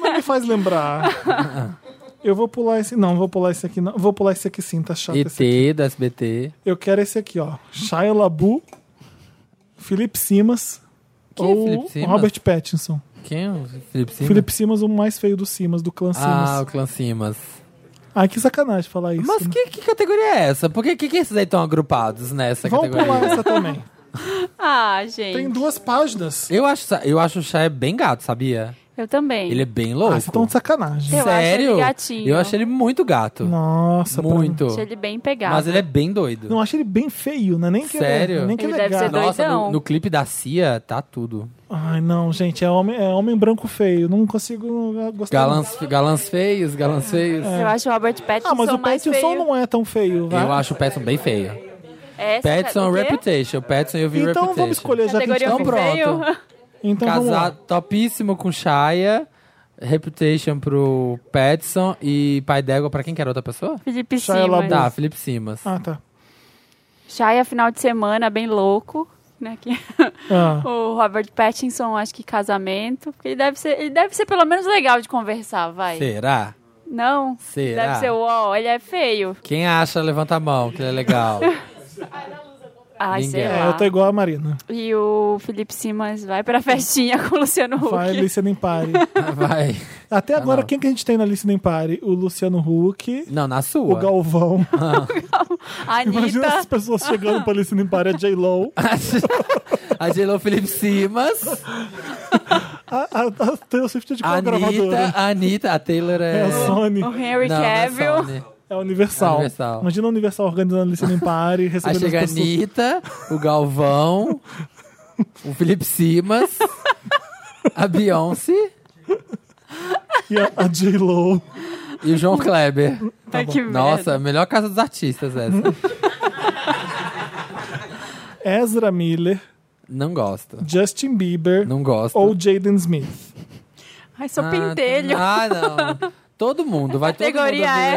Speaker 1: Mas me faz lembrar. Eu vou pular esse. Não, vou pular esse aqui. Não. Vou pular esse aqui sim, tá chato esse aqui.
Speaker 2: ET do SBT.
Speaker 1: Eu quero esse aqui, ó. Shia LaBeou, Felipe Simas ou
Speaker 2: Felipe Simas?
Speaker 1: Robert Pattinson.
Speaker 2: Quem? é o Felipe Simas?
Speaker 1: Felipe Simas, o mais feio do Simas, do clã
Speaker 2: Ah, o
Speaker 1: Simas.
Speaker 2: Clã Simas.
Speaker 1: Ai, que sacanagem falar isso.
Speaker 2: Mas
Speaker 1: né?
Speaker 2: que, que categoria é essa? Por que, que, que esses aí estão agrupados nessa
Speaker 1: Vamos
Speaker 2: categoria?
Speaker 1: pular essa também.
Speaker 3: ah, gente.
Speaker 1: Tem duas páginas.
Speaker 2: Eu acho, eu acho o Shai bem gato, sabia?
Speaker 3: Eu também.
Speaker 2: Ele é bem louco.
Speaker 1: Ah, vocês estão de sacanagem.
Speaker 3: Eu acho ele
Speaker 2: Sério?
Speaker 3: gatinho.
Speaker 2: Eu acho ele muito gato.
Speaker 1: Nossa, pra-
Speaker 2: muito.
Speaker 3: Achei ele bem pegado.
Speaker 2: Mas ele é bem doido.
Speaker 1: Não, acho ele bem feio, né? Nem que
Speaker 2: Sério?
Speaker 1: Ele, nem que
Speaker 3: Ele
Speaker 1: ele é
Speaker 3: deve ser
Speaker 1: gato.
Speaker 2: Nossa, no,
Speaker 3: doidão.
Speaker 2: no clipe da Cia tá tudo.
Speaker 1: Ai, não, gente, é homem, é homem branco feio. Não consigo ah, gostar.
Speaker 2: Galãs, galãs feios, galãs feios.
Speaker 3: Eu acho o Robert Pattinson
Speaker 1: Ah, mas o
Speaker 3: mais
Speaker 1: Pattinson
Speaker 3: feio.
Speaker 1: não é tão feio, vai.
Speaker 2: Eu acho o Petson bem feio.
Speaker 3: Essa,
Speaker 2: Petson
Speaker 3: é o quê?
Speaker 2: Reputation. Petson eu vi
Speaker 1: Então
Speaker 2: Reputation.
Speaker 1: vamos escolher, já que a gente
Speaker 3: Categoria
Speaker 2: Então
Speaker 1: tá...
Speaker 3: eu vi feio.
Speaker 2: pronto.
Speaker 1: Então vamos lá.
Speaker 2: Casado topíssimo com Shia. Reputation pro Petson e Pai d'Égua pra quem que era outra pessoa?
Speaker 3: Felipe
Speaker 1: Shia LaBeouf.
Speaker 3: Simas.
Speaker 2: Tá, Felipe Simas.
Speaker 1: Ah, tá.
Speaker 3: Shia, final de semana, bem louco. Né? que-
Speaker 1: Ah.
Speaker 3: o Robert Pattinson, acho que casamento. Porque ele deve ser, ele deve ser pelo menos legal de conversar, vai.
Speaker 2: Será?
Speaker 3: Não?
Speaker 2: Será?
Speaker 3: Deve ser o ele é feio.
Speaker 2: Quem acha, levanta a mão, que ele é legal.
Speaker 3: Ai,
Speaker 2: Ninguém.
Speaker 3: sei
Speaker 2: É,
Speaker 1: É,
Speaker 3: lá.
Speaker 1: eu tô igual a Marina.
Speaker 3: E o Felipe Simas vai pra festinha com o Luciano Huck.
Speaker 1: Vai, Luciano Impari.
Speaker 2: Vai.
Speaker 1: Até agora,
Speaker 2: não.
Speaker 1: quem que a gente tem na Luciano Impari? O Luciano Huck,
Speaker 2: Não, na
Speaker 1: o
Speaker 2: sua.
Speaker 1: Galvão.
Speaker 3: A
Speaker 1: Imagina
Speaker 3: Anitta.
Speaker 1: essas pessoas chegando pra Luciano Impari, a J-Lo,
Speaker 2: a Gelou Felipe Simas,
Speaker 1: a, a, a Taylor Swift é de
Speaker 2: a
Speaker 1: qual
Speaker 2: Anitta,
Speaker 1: gravadora?
Speaker 2: a Anitta, a Taylor
Speaker 1: né? É
Speaker 2: é...
Speaker 1: a Sony,
Speaker 3: O Henry
Speaker 2: Não, não é
Speaker 3: Cavill.
Speaker 2: Sony.
Speaker 1: é a Universal.
Speaker 2: É a Universal.
Speaker 1: Imagina a Universal organizando a Luciano Impari,
Speaker 2: Aí
Speaker 1: recebendo
Speaker 2: chega a
Speaker 1: as pessoas.
Speaker 2: Anitta, o Galvão, o Felipe Simas, a Beyoncé
Speaker 1: E a, a J-Lo.
Speaker 2: e o João Kleber.
Speaker 1: Tá
Speaker 3: Ai, Tá que
Speaker 2: Nossa,
Speaker 3: merda.
Speaker 2: a melhor casa dos artistas essa.
Speaker 1: Ezra Miller,
Speaker 2: Não gosto.
Speaker 1: Justin Bieber
Speaker 2: Não gosto.
Speaker 1: ou Jaden Smith.
Speaker 3: Ai, sou
Speaker 2: Ah,
Speaker 3: pentelho.
Speaker 2: Ah, não. Todo mundo, vai todo mundo.
Speaker 3: Categoria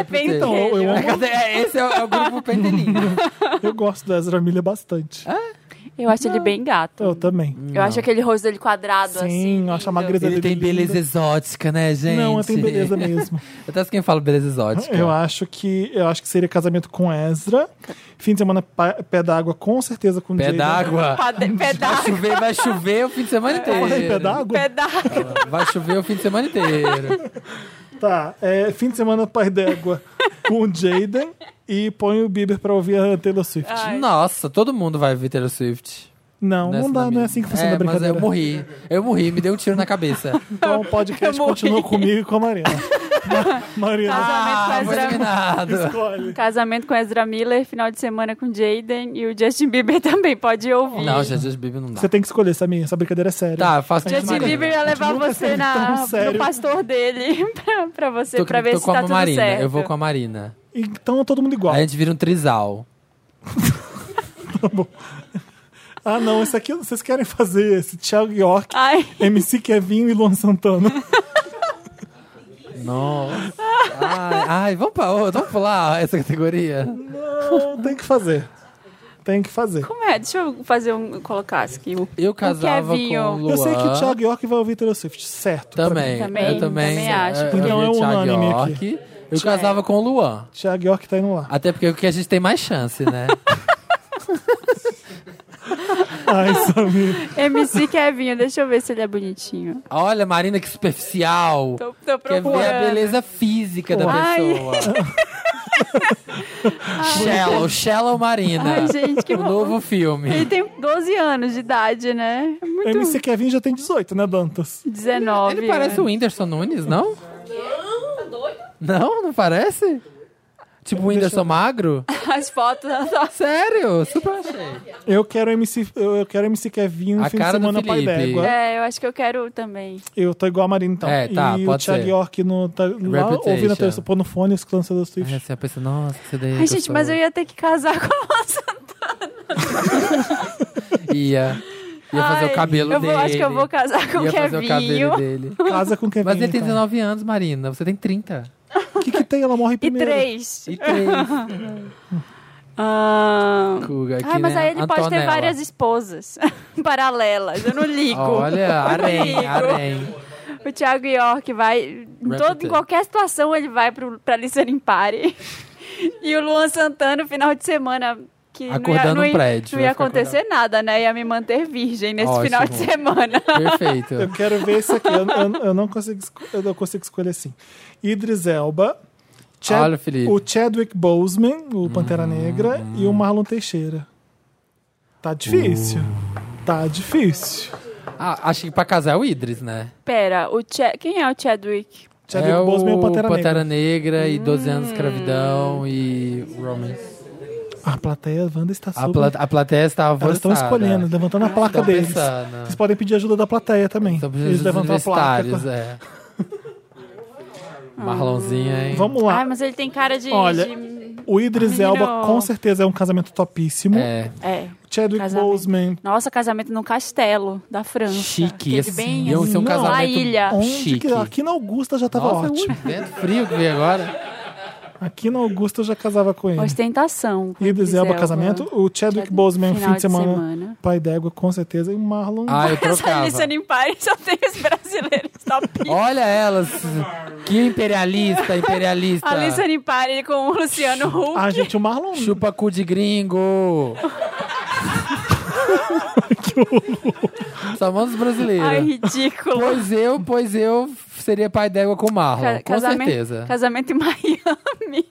Speaker 2: abrir
Speaker 3: é
Speaker 2: pro teu.
Speaker 1: Então,
Speaker 3: pentelho.
Speaker 1: eu
Speaker 2: É,
Speaker 1: amo
Speaker 2: cadê- é, Esse é, o- é o grupo pentelinho.
Speaker 1: Eu gosto do Ezra Miller bastante.
Speaker 2: Ah.
Speaker 3: Eu acho ele bem gato.
Speaker 1: Eu também.
Speaker 3: Eu acho aquele rosto dele quadrado, assim.
Speaker 1: Sim, eu acho a magreza
Speaker 2: Hum. Ele tem
Speaker 1: dele linda.
Speaker 2: beleza exótica, né, gente?
Speaker 1: Não, eu tenho beleza mesmo.
Speaker 2: Até quem fala beleza exótica.
Speaker 1: Eu acho que eu acho que seria casamento com Ezra. Fim de semana pa- pé d'água com certeza com
Speaker 2: Pé
Speaker 1: Jaden.
Speaker 2: d'água.
Speaker 3: Pade-
Speaker 2: Vai
Speaker 3: Pedaço.
Speaker 2: chover, vai chover o fim de semana
Speaker 1: Eu falei É, pé
Speaker 2: inteiro.
Speaker 1: d'água?
Speaker 3: Pedaço.
Speaker 2: Vai chover o fim de semana inteiro.
Speaker 1: Tá. é, fim de semana pé d'água com o Jaden e põe o Bieber pra ouvir a Taylor Swift.
Speaker 2: Ah.
Speaker 3: Ai.
Speaker 2: Nossa, todo mundo vai ver Taylor Swift.
Speaker 1: não,
Speaker 2: nessa
Speaker 1: não dá,
Speaker 2: da
Speaker 1: não
Speaker 2: minha.
Speaker 1: é assim que funciona
Speaker 2: É,
Speaker 1: a brincadeira.
Speaker 2: Mas eu morri. Eu morri, me deu um tiro na cabeça.
Speaker 1: Então o podcast
Speaker 3: Eu morri.
Speaker 1: continua comigo e com a Marina. Ma-
Speaker 3: Tá.
Speaker 1: Marina,
Speaker 2: ah,
Speaker 3: Casamento com
Speaker 2: foi
Speaker 3: Ezra-
Speaker 2: eliminado.
Speaker 1: escolhe.
Speaker 3: Casamento com Ezra Miller, final de semana com Jaden e o Justin Bieber também pode ouvir.
Speaker 2: Não, gente, Justin Bieber não dá.
Speaker 1: Você tem que escolher, Samir. Essa brincadeira é séria.
Speaker 2: Tá, eu faço com a
Speaker 3: Justin
Speaker 2: Marina.
Speaker 3: Bieber ia levar
Speaker 1: nunca
Speaker 3: você
Speaker 1: esteve tão
Speaker 3: na,
Speaker 1: sério.
Speaker 3: no pastor dele pra, pra você,
Speaker 2: Tô,
Speaker 3: pra ver
Speaker 2: tô
Speaker 3: se
Speaker 2: com
Speaker 3: tá
Speaker 2: a
Speaker 3: tudo
Speaker 2: Marina.
Speaker 3: certo.
Speaker 2: Eu vou com a Marina.
Speaker 1: Então é todo mundo igual.
Speaker 2: Aí a gente vira um trisal.
Speaker 1: Ah, não, esse aqui vocês querem fazer esse Thiago York,
Speaker 3: Ai,
Speaker 1: MC Kevinho e Luan Santana.
Speaker 2: Nossa. Ai, ai, vamos pra outra, vamos pular essa categoria.
Speaker 1: Não, tem que fazer. Tem que fazer.
Speaker 3: como é? Deixa eu fazer um. colocar aqui. o-
Speaker 2: Eu casava com
Speaker 3: Kevinho.
Speaker 2: o Luan.
Speaker 1: Eu sei que o Thiago York vai ouvir Taylor Swift, certo? pra mim.
Speaker 2: Também,
Speaker 3: Também,
Speaker 2: eu também,
Speaker 3: também acho.
Speaker 2: Eu, eu
Speaker 1: Então é
Speaker 2: vi Thiago
Speaker 1: unânime
Speaker 2: York.
Speaker 1: aqui.
Speaker 2: Eu casava com o Luan.
Speaker 1: Thiago York tá indo lá.
Speaker 2: Até porque o que a gente tem mais chance, né?
Speaker 1: Ai, Samir.
Speaker 3: MC Kevinho, deixa eu ver se ele é bonitinho.
Speaker 2: Olha, Marina, que superficial.
Speaker 3: Tô, tô
Speaker 2: Quer ver a
Speaker 3: procurando.
Speaker 2: beleza física da
Speaker 3: Ai.
Speaker 2: pessoa. Shallow, Shallow Marina.
Speaker 3: Ai, gente, que
Speaker 2: o
Speaker 3: bom.
Speaker 2: novo filme.
Speaker 3: Ele tem 12 anos de idade, né? É Muito
Speaker 1: MC Kevinho já tem 18, né, Dantas?
Speaker 3: 19.
Speaker 2: Ele parece um o
Speaker 3: anos.
Speaker 2: Whindersson Nunes, não? Não? Não parece? Tipo o Whindersson Magro?
Speaker 3: As fotos.
Speaker 2: Sério? Super achei.
Speaker 1: Eu quero MC, eu, eu quero MC Kevin no
Speaker 2: A
Speaker 1: fim de
Speaker 2: cara do
Speaker 1: semana pai
Speaker 2: Felipe.
Speaker 1: d'égua.
Speaker 3: É, eu acho que eu quero também.
Speaker 1: Eu tô igual a Marina, então.
Speaker 2: É, tá,
Speaker 1: e o
Speaker 2: pode
Speaker 1: Thiago
Speaker 2: ser.
Speaker 1: York no, tá, lá
Speaker 2: Reputation.
Speaker 1: ouvindo a terça, pôr no fone os clãs dos
Speaker 2: Aí
Speaker 1: Twitch.
Speaker 2: você pensa, é nossa, que daí. é
Speaker 3: Ai, gente, mas eu ia ter que casar com a nossa.
Speaker 2: Ia. Ia fazer
Speaker 3: Ai,
Speaker 2: o cabelo
Speaker 3: eu vou-
Speaker 2: dele.
Speaker 3: Acho que eu vou casar com o
Speaker 2: Ia fazer o cabelo
Speaker 3: Kevinho.
Speaker 2: dele.
Speaker 1: Casa com Kevin.
Speaker 2: É. Mas ele tem
Speaker 1: então.
Speaker 2: 19 anos, Marina. Você tem 30.
Speaker 1: O que, que tem? Ela morre
Speaker 3: E
Speaker 1: primeiro.
Speaker 3: três.
Speaker 2: E 3.
Speaker 3: Ah,
Speaker 2: Cuga, aqui,
Speaker 3: ai, mas
Speaker 2: né?
Speaker 3: aí ele pode ter
Speaker 2: Antonella.
Speaker 3: várias esposas paralelas. Eu não ligo.
Speaker 2: Olha, arém, arém.
Speaker 3: O Thiago York vai. Em, todo, em qualquer situação, ele vai pro, pra lista limpare. E o Luan Santana, no final de semana. Que não ia-
Speaker 2: Acordando
Speaker 3: não
Speaker 2: um
Speaker 3: ia,
Speaker 2: prédio,
Speaker 3: Não ia
Speaker 2: vai ficar
Speaker 3: acontecer nada, né? Ia me manter virgem nesse
Speaker 2: Ótimo.
Speaker 3: final de semana.
Speaker 2: Perfeito.
Speaker 1: Eu quero ver isso aqui. Eu, eu- eu não, consigo, esco- eu não consigo escolher assim. Idris Elba. Chad-
Speaker 2: Olha, Felipe. Hum.
Speaker 1: o Chadwick Boseman, o Pantera Negra, e o Marlon Teixeira. Tá difícil.
Speaker 2: Uh.
Speaker 1: Tá difícil.
Speaker 2: Ah, acho que pra casar é o Idris, né?
Speaker 3: Pera, o Chad- quem é o Chadwick?
Speaker 1: Chadwick
Speaker 2: é
Speaker 1: Boseman e o Pantera, Negra.
Speaker 2: Negra e 12 anos
Speaker 3: Hum.
Speaker 2: de escravidão e Romance.
Speaker 1: A plateia Wanda está
Speaker 2: A,
Speaker 1: sobre.
Speaker 2: pla- a plateia está avançada.
Speaker 1: Elas estão escolhendo, né? levantando a placa
Speaker 2: Estão
Speaker 1: deles.
Speaker 2: pensando.
Speaker 1: Vocês podem pedir ajuda da plateia também.
Speaker 2: Estão
Speaker 1: Eles
Speaker 2: precisando de
Speaker 1: levantam a placa.
Speaker 2: universitários, é. Marlonzinho, hein?
Speaker 1: Vamos lá.
Speaker 3: Ai, mas ele tem cara de.
Speaker 1: Olha,
Speaker 3: de-
Speaker 1: O Idris
Speaker 3: Menino.
Speaker 1: Elba com certeza é um casamento topíssimo.
Speaker 2: É.
Speaker 3: É.
Speaker 1: Chadwick
Speaker 3: Casamento.
Speaker 1: Boseman.
Speaker 3: Nossa, casamento num castelo da França.
Speaker 2: Chique.
Speaker 3: Aquele
Speaker 2: Esse
Speaker 3: bem
Speaker 2: iam ser um
Speaker 1: Não.
Speaker 3: Na
Speaker 2: casamento um
Speaker 3: ilha.
Speaker 1: Onde
Speaker 2: chique.
Speaker 1: que- aqui na Augusta já tava
Speaker 2: Nossa,
Speaker 1: ótimo.
Speaker 2: ui, vento frio que veio agora.
Speaker 1: Aqui na Augusta eu já casava com ele.
Speaker 3: Ostentação. com
Speaker 1: Idris Elba, casamento. O Chadwick
Speaker 3: tá Chadwick,
Speaker 1: Boseman,
Speaker 3: final
Speaker 1: fim de
Speaker 3: de
Speaker 1: semana.
Speaker 3: semana.
Speaker 1: Pai d'égua, com certeza. E o Marlon.
Speaker 2: Ah, eu
Speaker 3: Essa lista é
Speaker 2: trocava.
Speaker 3: em pare só tem os brasileiros top.
Speaker 2: Olha elas. Que imperialista, imperialista.
Speaker 3: A lista em pare com o Luciano Huck.
Speaker 1: Ah, gente, o Marlon.
Speaker 2: Chupa cu de gringo. Só manda os brasileiros.
Speaker 3: Ai, ridículo.
Speaker 2: Pois eu, pois eu seria pai d'égua com o Marlon,
Speaker 3: Ca-
Speaker 2: é, com
Speaker 3: casamento,
Speaker 2: certeza.
Speaker 3: Casamento em Miami.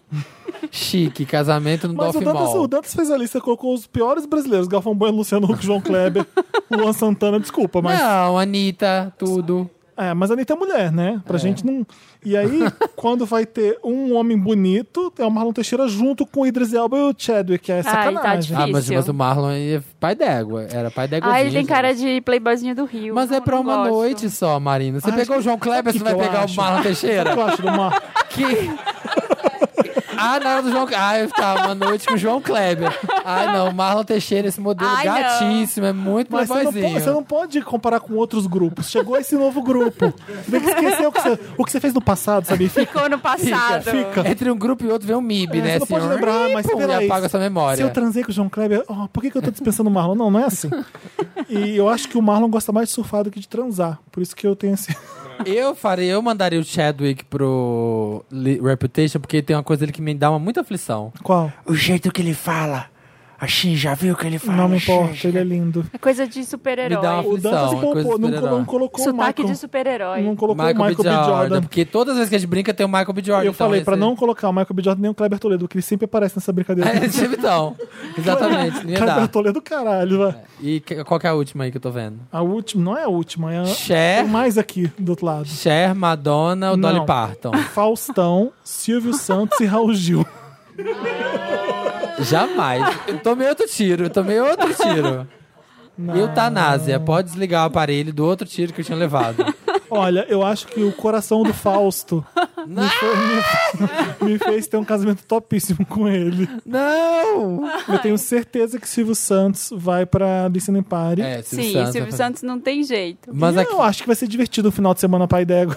Speaker 2: Chique, casamento no
Speaker 1: Mas o é
Speaker 2: Dolphin
Speaker 1: Dantas, o
Speaker 2: Mall.
Speaker 1: Dantas fez a lista, colocou os piores brasileiros: Galfão Bueno, Luciano Huck, João Kleber, Luan Santana, desculpa, mas.
Speaker 2: Não, Anitta, tudo.
Speaker 1: É, mas a Anitta é mulher, né? Pra gente não. E aí, quando vai ter um homem bonito, é o Marlon Teixeira junto com o Idris Elba e o Chadwick, que é
Speaker 3: tá
Speaker 1: sacanagem.
Speaker 3: difícil.
Speaker 2: Ah, mas, mas o Marlon é pai d'égua. Era pai d'égua.
Speaker 3: Ah, ele tem cara de playboyzinho do Rio.
Speaker 2: Mas
Speaker 3: Não-
Speaker 2: é pra
Speaker 3: não
Speaker 2: uma
Speaker 3: gosto.
Speaker 2: noite só, Marina. Você
Speaker 1: Ah,
Speaker 2: pegou
Speaker 1: acho
Speaker 2: o João Kleber,
Speaker 1: que
Speaker 2: você vai
Speaker 1: que eu
Speaker 2: pegar
Speaker 1: acho?
Speaker 2: o Marlon
Speaker 1: Sabe o
Speaker 2: Teixeira.
Speaker 1: que eu acho do Marlon?
Speaker 2: Que... Ah, não, era do João Ah, eu tava uma noite com o João Kleber. Ah, não, o Marlon Teixeira, esse modelo
Speaker 3: Ai, não.
Speaker 2: gatíssimo, é muito
Speaker 1: Mas você não,
Speaker 2: playboyzinho.
Speaker 1: pode, você não pode comparar com outros grupos. Chegou esse novo grupo. Você tem que esquecer o que você, o que você fez no passado, sabe? Fica,
Speaker 3: Ficou no passado.
Speaker 1: fica.
Speaker 2: Entre um grupo e outro vem um MIB,
Speaker 1: É,
Speaker 2: né?
Speaker 1: você não pode
Speaker 2: assim,
Speaker 1: lembrar, mas
Speaker 2: pum,
Speaker 1: peraí,
Speaker 2: e apaga essa
Speaker 1: Se
Speaker 2: memória.
Speaker 1: eu transei com o João Kleber, ó, por que, que eu tô dispensando o Marlon? Não, não é assim. E eu acho que o Marlon gosta mais de surfar do que de transar. Por isso que eu tenho esse.
Speaker 2: Eu faria, eu mandaria o Chadwick pro Li- Reputation, porque tem uma coisa ali que me dá uma muita aflição.
Speaker 1: Qual?
Speaker 5: O jeito que ele fala. Assim, já viu o que ele fala?
Speaker 1: Não me
Speaker 5: Assim,
Speaker 1: importa, ele é lindo.
Speaker 3: É coisa de
Speaker 2: Me dá
Speaker 3: super-herói.
Speaker 2: uma- é
Speaker 1: O Dantas
Speaker 2: Aflição, é coisa
Speaker 1: poupou,
Speaker 2: de
Speaker 1: não, colo-
Speaker 2: super-herói.
Speaker 1: não colocou o
Speaker 3: Sotaque
Speaker 1: Michael,
Speaker 3: de super-herói.
Speaker 2: Hum,
Speaker 1: não colocou o Michael B. Jordan.
Speaker 2: Porque todas as vezes que a gente brinca tem o Michael B. Jordan.
Speaker 1: Eu
Speaker 2: então
Speaker 1: falei
Speaker 2: esse-
Speaker 1: pra não colocar o Michael B. Jordan nem o Kleber Toledo, que ele sempre aparece nessa brincadeira.
Speaker 2: É, tipo, então. Exatamente, não ia
Speaker 1: Kleber
Speaker 2: dar.
Speaker 1: Toledo, caralho. vai.
Speaker 2: E que- qual que é a última aí que eu tô vendo?
Speaker 1: A última, não é a última, é a...
Speaker 2: Cher,
Speaker 1: tem mais aqui do outro lado.
Speaker 2: Cher, Madonna, o
Speaker 1: Não.
Speaker 2: Dolly Parton.
Speaker 1: Faustão, Silvio Santos e Raul Gil.
Speaker 2: Jamais. Eu tomei outro tiro, eu tomei outro tiro. E Eutanásia, pode desligar o aparelho do outro tiro que eu tinha levado.
Speaker 1: Olha, eu acho que o coração do Fausto me, fe- me- me fez ter um casamento topíssimo com ele.
Speaker 2: Não!
Speaker 1: Eu tenho certeza que Silvio Santos vai pra Listening Party.
Speaker 2: É, Silvio
Speaker 3: Sim,
Speaker 2: Santos.
Speaker 3: Silvio Santos não tem jeito.
Speaker 2: Mas
Speaker 1: E
Speaker 2: aqui,
Speaker 1: Eu acho que vai ser divertido o final de semana Pai Dego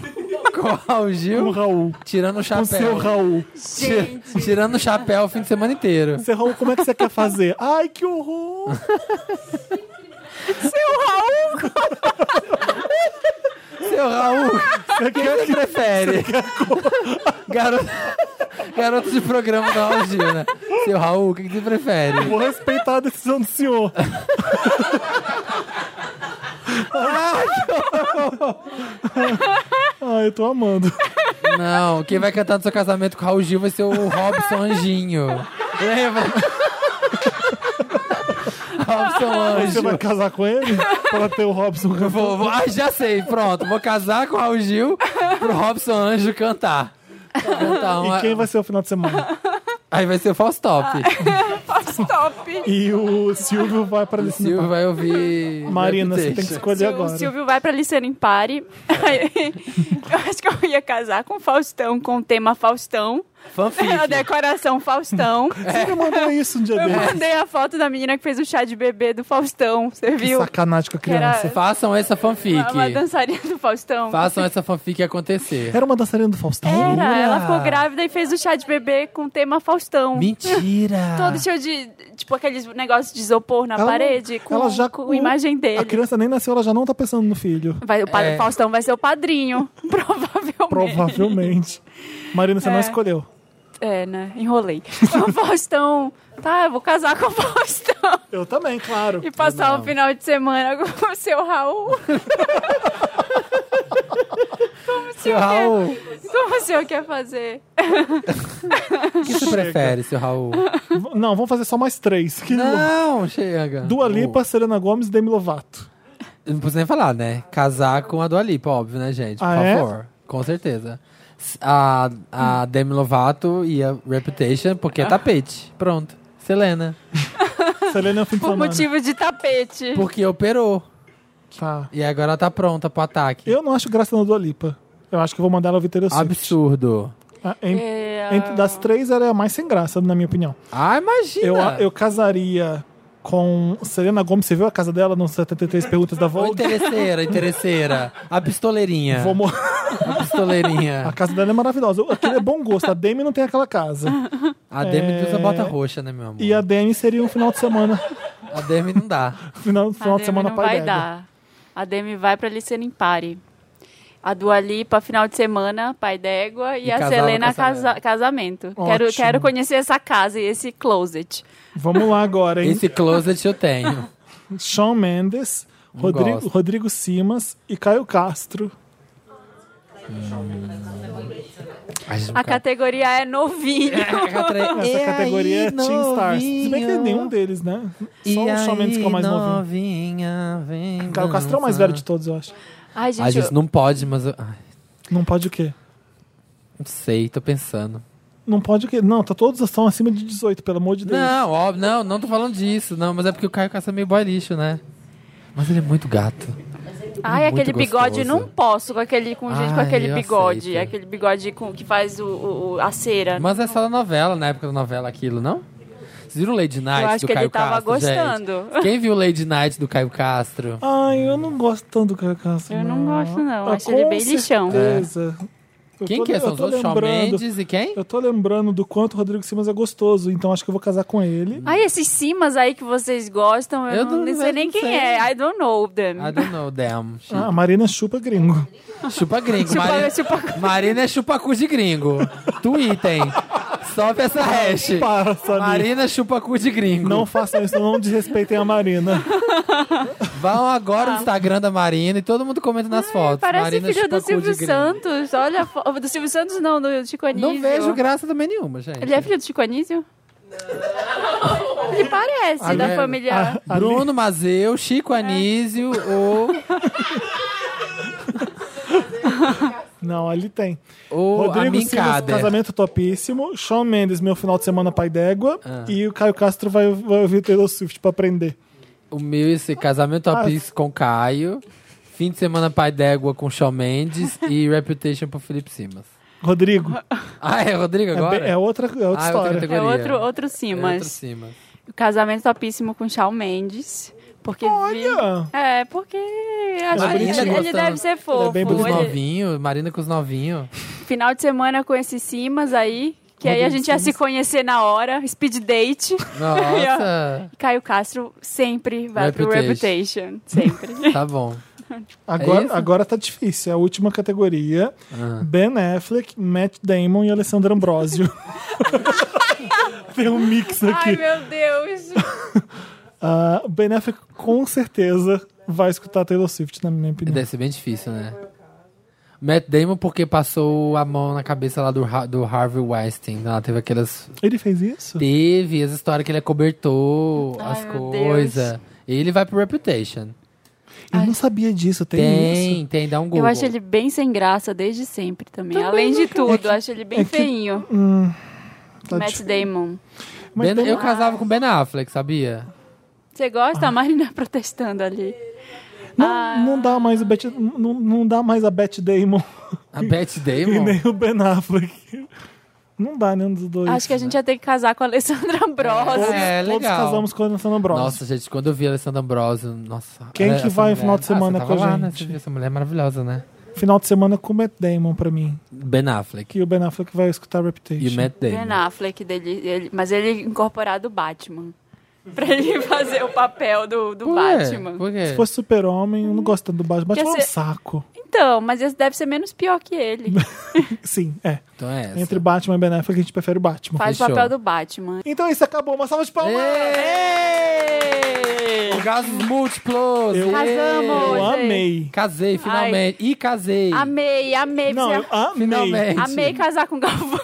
Speaker 2: qual,
Speaker 1: com o
Speaker 2: Gil?
Speaker 1: Raul.
Speaker 2: Tirando o
Speaker 1: Com o seu
Speaker 2: chapéu.
Speaker 1: Raul.
Speaker 2: Ti- Tirando o chapéu o fim de semana inteiro.
Speaker 1: Seu Raul, como é que você quer fazer? Ai, que horror!
Speaker 2: Seu Raul, o que você prefere? Garoto, garoto de programa da Raul Gil, né? Seu Raul, o que que você prefere?
Speaker 1: Vou respeitar a decisão do senhor. Ai, eu tô amando.
Speaker 2: Não, quem vai cantar no seu casamento com o Raul Gil vai ser o Robson Anjinho. Lembra? Robson
Speaker 1: Você
Speaker 2: Anjo.
Speaker 1: vai casar com ele? Pra ter o Robson
Speaker 2: Eu Vou, vou- ah, já sei, pronto. Vou casar com o Raul Gil pro Robson Anjo cantar. Então,
Speaker 1: E quem
Speaker 2: é-
Speaker 1: vai ser o final de semana?
Speaker 2: Aí vai ser o Faustop.
Speaker 4: Stop.
Speaker 1: E o Silvio vai para
Speaker 2: O Silvio vai ouvir.
Speaker 1: Marina, você tem que
Speaker 2: Reputation.
Speaker 1: escolher
Speaker 3: O
Speaker 1: agora.
Speaker 3: Silvio vai pra Licena em Pare. eu acho que eu ia casar com o Faustão, com o tema Faustão. A
Speaker 2: Fanfic.
Speaker 3: decoração Faustão.
Speaker 1: Você me mandou isso um dia
Speaker 3: Eu
Speaker 1: desse.
Speaker 3: mandei a foto da menina que fez o chá de bebê do Faustão. Você
Speaker 1: Que
Speaker 3: viu?
Speaker 1: sacanagem com a
Speaker 3: Era-
Speaker 1: criança.
Speaker 2: Façam essa fanfic.
Speaker 3: Uma, uma dançarina do Faustão.
Speaker 2: Façam essa fanfic acontecer.
Speaker 1: Era uma dançarina do Faustão?
Speaker 3: Era, ela ficou
Speaker 2: Jura?
Speaker 3: grávida e fez o chá de bebê com o tema Faustão.
Speaker 2: Mentira!
Speaker 3: Todo cheio de, tipo, aqueles negócios de isopor na
Speaker 1: Ela não-
Speaker 3: parede, com,
Speaker 1: ela já-
Speaker 3: com a imagem dele.
Speaker 1: A criança nem nasceu, ela já não tá pensando no filho.
Speaker 3: Vai, o padre
Speaker 2: É.
Speaker 3: Faustão vai ser o padrinho, provavelmente.
Speaker 1: Provavelmente. Marina, você não escolheu.
Speaker 3: É, né? Enrolei. o Faustão. Tá, eu vou casar com o Faustão
Speaker 1: Eu também, claro.
Speaker 3: e passar o final de semana com o seu Raul.
Speaker 2: seu Raul,
Speaker 3: Como o senhor quer fazer?
Speaker 2: o que você prefere, seu Raul?
Speaker 1: V- Não, vamos fazer só mais três. Que
Speaker 2: Não, chega.
Speaker 1: Dua Lipa, Serena Gomes e Demi Lovato.
Speaker 2: Eu não preciso nem falar, né? Casar com a Dua Lipa, óbvio, né, gente? Por
Speaker 1: Ah, é?
Speaker 2: favor. Com certeza. S- A, a Demi Lovato e a Reputation, porque é tapete. Pronto. Selena.
Speaker 1: Selena é o fim de
Speaker 3: Por
Speaker 1: semana.
Speaker 3: motivo de tapete.
Speaker 2: Porque operou.
Speaker 1: Tá.
Speaker 2: E agora ela tá pronta pro ataque.
Speaker 1: Eu não acho graça na Dua Lipa. Eu acho que eu vou mandar ela ouvir Taylor Swift.
Speaker 2: Absurdo.
Speaker 1: Ah, em-
Speaker 3: É,
Speaker 1: entre- das três, ela é a mais sem graça, na minha opinião.
Speaker 2: Ah, imagina!
Speaker 3: né?
Speaker 1: Eu, eu casaria com Selena Gomes. Você viu a casa dela nos 73 Perguntas da
Speaker 2: Ô,
Speaker 1: Vogue?
Speaker 2: interesseira, interesseira. A pistoleirinha.
Speaker 1: Vou mor-
Speaker 2: A
Speaker 1: A
Speaker 2: pistoleirinha.
Speaker 1: casa dela é maravilhosa. Aquilo é bom gosto. A Demi não tem aquela casa.
Speaker 2: A Demi
Speaker 1: É.
Speaker 2: usa bota roxa, né, meu amor?
Speaker 1: E a Demi seria um final de semana.
Speaker 2: A Demi não dá.
Speaker 1: Final,
Speaker 3: a
Speaker 1: final de
Speaker 3: Demi
Speaker 1: semana
Speaker 3: não
Speaker 1: pai
Speaker 3: vai
Speaker 1: d'égua.
Speaker 3: dar. A Demi vai pra Licena em Pare. A Dua Lipa, final de semana, pai d'égua. E,
Speaker 2: E
Speaker 3: a
Speaker 2: casar no
Speaker 3: Selena,
Speaker 2: casamento.
Speaker 3: casa- casamento. Quero,
Speaker 1: Ótimo.
Speaker 3: quero conhecer essa casa e esse closet.
Speaker 1: Vamos lá agora, hein?
Speaker 2: Esse closet eu tenho.
Speaker 1: Shawn Mendes, Rodrigo,
Speaker 2: gosto.
Speaker 1: Rodrigo Simas e Caio Castro.
Speaker 2: Ai, gente,
Speaker 3: A
Speaker 2: cara.
Speaker 3: categoria é novinho.
Speaker 1: Essa categoria é Teen Stars. Se bem que nenhum deles, né? Só o Shawn Mendes que é o mais novinho.
Speaker 2: novinha, vem
Speaker 1: Caio Castro é o mais
Speaker 2: tá.
Speaker 1: velho de todos, eu acho.
Speaker 3: Ai,
Speaker 2: A
Speaker 3: gente,
Speaker 2: gente não pode, mas... eu- ai,
Speaker 1: Não pode o quê?
Speaker 2: não sei, tô pensando.
Speaker 1: Não pode o quê? Não, tá todos estão acima de 18, pelo amor de Deus.
Speaker 2: Não, óbvio, não, não tô falando disso. Não, mas é porque o Caio Castro é meio boy lixo, né? Mas ele é muito gato.
Speaker 3: Ai,
Speaker 2: Muito
Speaker 3: aquele bigode
Speaker 2: gostoso.
Speaker 3: não posso com aquele com gente com
Speaker 2: Ai,
Speaker 3: aquele
Speaker 2: eu
Speaker 3: bigode,
Speaker 2: aceito.
Speaker 3: aquele bigode com que faz o, o- o- a cera.
Speaker 2: Mas é só na novela, na época da novela, aquilo, não? Vocês viram Lady Night
Speaker 3: eu acho
Speaker 2: do
Speaker 3: que
Speaker 2: Caio
Speaker 3: ele tava
Speaker 2: Castro, gente?
Speaker 3: gostando.
Speaker 2: Quem viu Lady Night do Caio Castro?
Speaker 1: Ai, eu não gosto tanto do Caio Castro.
Speaker 3: Eu não gosto não,
Speaker 1: Ah,
Speaker 3: acho ele
Speaker 1: com
Speaker 3: bem lixão.
Speaker 1: certeza. Eu
Speaker 2: Quem
Speaker 1: tô-
Speaker 2: que é?
Speaker 1: eu
Speaker 2: São os
Speaker 1: tô
Speaker 2: outros? Shawn
Speaker 1: lembrando-
Speaker 2: Mendes e quem?
Speaker 1: Eu tô lembrando do quanto o Rodrigo Simas é gostoso, então acho que eu vou casar com ele.
Speaker 3: Ai, esses cimas aí que vocês gostam, eu,
Speaker 2: Eu
Speaker 3: não,
Speaker 2: não-
Speaker 3: nem sei
Speaker 2: eu
Speaker 3: nem
Speaker 2: não
Speaker 3: quem
Speaker 2: sei.
Speaker 3: é. I don't know them.
Speaker 2: I don't know them.
Speaker 1: Ah, a Marina chupa gringo.
Speaker 2: Chupa gringo.
Speaker 3: Chupa-
Speaker 2: Marina,
Speaker 3: chupa-
Speaker 2: Marina é chupacu de gringo. Twitter. Sobe essa hash.
Speaker 1: Para, Samir.
Speaker 2: Marina chupacu de gringo.
Speaker 1: Não façam isso, não desrespeitem a Marina.
Speaker 2: Vão agora no Instagram da Marina e todo mundo comenta nas fotos.
Speaker 3: É, Parece
Speaker 2: Marina
Speaker 3: filho do
Speaker 2: chupacu
Speaker 3: Silvio
Speaker 2: de gringo.
Speaker 3: Santos. Olha, a fo- do Silvio Santos não, do Chico Anísio.
Speaker 2: Não vejo graça também nenhuma, gente.
Speaker 3: Ele é filho do Chico Anísio? ele parece,
Speaker 2: Ali-
Speaker 3: da família. é
Speaker 2: Tá. Bruno Mazeu, Chico Anísio
Speaker 1: Não, ali tem.
Speaker 2: ou, ou a
Speaker 1: Rodrigo Simas,
Speaker 2: Mincader.
Speaker 1: casamento topíssimo. Shawn Mendes, meu final de semana pai d'égua.
Speaker 2: Ah.
Speaker 1: E o Caio Castro vai, vai ouvir Taylor Swift pra aprender.
Speaker 2: O meu esse casamento
Speaker 1: Ah.
Speaker 2: a Pix com Caio. Fim de semana pai d'égua com Shawn Mendes e Reputation pro Felipe Simas.
Speaker 1: Rodrigo,
Speaker 2: Ah, é Rodrigo
Speaker 1: é,
Speaker 2: agora?
Speaker 1: bem- é outra, é outra
Speaker 2: Ah, é outra
Speaker 1: história.
Speaker 2: categoria.
Speaker 3: É outro, outro
Speaker 2: É
Speaker 3: Simas.
Speaker 2: outro Simas.
Speaker 3: Casamento topíssimo com Shawn Mendes. Porque
Speaker 1: Olha!
Speaker 3: vi- É, porque
Speaker 1: é
Speaker 3: acho que ele,
Speaker 2: bonito,
Speaker 3: ele- ele
Speaker 2: gostando.
Speaker 3: deve ser
Speaker 1: Ele
Speaker 3: fofo.
Speaker 1: é bem
Speaker 2: Com os
Speaker 1: bonito.
Speaker 3: Ele-
Speaker 2: novinhos, Marina com os novinhos.
Speaker 3: final de semana com esses Simas aí. Que aí a gente ia se conhecer na hora, speed date.
Speaker 2: Nossa,
Speaker 3: E Caio Castro sempre vai pro
Speaker 2: Reputation.
Speaker 3: Reputation. Sempre.
Speaker 2: tá bom.
Speaker 1: Agora,
Speaker 2: isso? Ah.
Speaker 1: agora tá difícil. É a última categoria. Ben Affleck, Matt Damon e Alessandro Ambrosio. Tem um mix
Speaker 3: Ai,
Speaker 1: aqui.
Speaker 3: meu Deus.
Speaker 1: Ah, ben Affleck com certeza vai escutar Taylor Swift, na minha opinião.
Speaker 2: Deve ser bem difícil, né? Matt Damon porque passou a mão na cabeça lá do, Har- do Harvey Weinstein. Ela teve aquelas...
Speaker 1: Ele fez isso?
Speaker 2: Teve as histórias que ele acobertou
Speaker 3: Ai,
Speaker 2: as
Speaker 3: meu
Speaker 2: coisas. Ele vai pro Reputation.
Speaker 1: Eu não sabia disso, tem,
Speaker 2: Tem,
Speaker 1: isso.
Speaker 2: tem, dá um Google.
Speaker 3: Eu acho ele bem sem graça desde sempre também. Além de tudo, eu acho ele bem
Speaker 1: é que-
Speaker 3: feinho.
Speaker 1: Tá
Speaker 3: Matt
Speaker 1: dif-
Speaker 3: Damon.
Speaker 1: Mas
Speaker 2: Ben-
Speaker 1: tem-
Speaker 2: Eu casava com Ben Affleck, sabia?
Speaker 3: Você
Speaker 1: Ah.
Speaker 3: gosta? A Marina é protestando ali.
Speaker 1: não,
Speaker 3: Ah.
Speaker 1: não dá mais o Bet, não, não dá mais a Beth Damon
Speaker 2: A Beth
Speaker 1: e
Speaker 2: Damon.
Speaker 1: nem o Ben Affleck. Não dá nenhum dos dois.
Speaker 3: Acho que a gente ia ter que casar com a Alessandra Ambrosio.
Speaker 1: todos,
Speaker 2: É,
Speaker 1: todos
Speaker 2: legal.
Speaker 1: casamos com a Alessandra Ambrosio.
Speaker 2: Nossa, gente, quando eu vi a Alessandra Ambrosio, nossa.
Speaker 1: Quem
Speaker 2: ela-
Speaker 1: que
Speaker 2: essa
Speaker 1: vai no
Speaker 2: mulher-
Speaker 1: final de semana
Speaker 2: ah, você tava
Speaker 1: com a
Speaker 2: lá, né?
Speaker 1: gente?
Speaker 2: Você viu Essa mulher é maravilhosa, né?
Speaker 1: Final de semana com o Matt Damon pra mim.
Speaker 2: Ben Affleck.
Speaker 1: Que o Ben Affleck vai escutar Reputation.
Speaker 2: E o Matt Damon.
Speaker 3: Ben Affleck dele, ele- mas ele incorporado o Batman. Pra ele fazer o papel do, do
Speaker 2: Por quê?
Speaker 3: Batman.
Speaker 2: Por quê?
Speaker 1: Se fosse super-homem, eu não gosto tanto do Batman. Batman é um
Speaker 3: Hum. ser-
Speaker 1: saco.
Speaker 3: Então, mas esse deve ser menos pior que ele.
Speaker 1: Sim, é.
Speaker 2: Então é essa.
Speaker 1: Entre Batman e Ben Affleck, a gente prefere o Batman.
Speaker 3: Faz o
Speaker 2: Fechou.
Speaker 3: papel do Batman.
Speaker 1: Então isso acabou. Uma salva de palmas!
Speaker 2: Orgasmos múltiplos!
Speaker 1: Eu-
Speaker 3: Casamos!
Speaker 1: Eu
Speaker 3: Pois é.
Speaker 1: amei.
Speaker 2: Casei, finalmente. E casei.
Speaker 3: Amei, amei.
Speaker 1: Não, eu
Speaker 3: você-
Speaker 1: amei.
Speaker 2: Finalmente.
Speaker 3: Amei casar com o Galvão.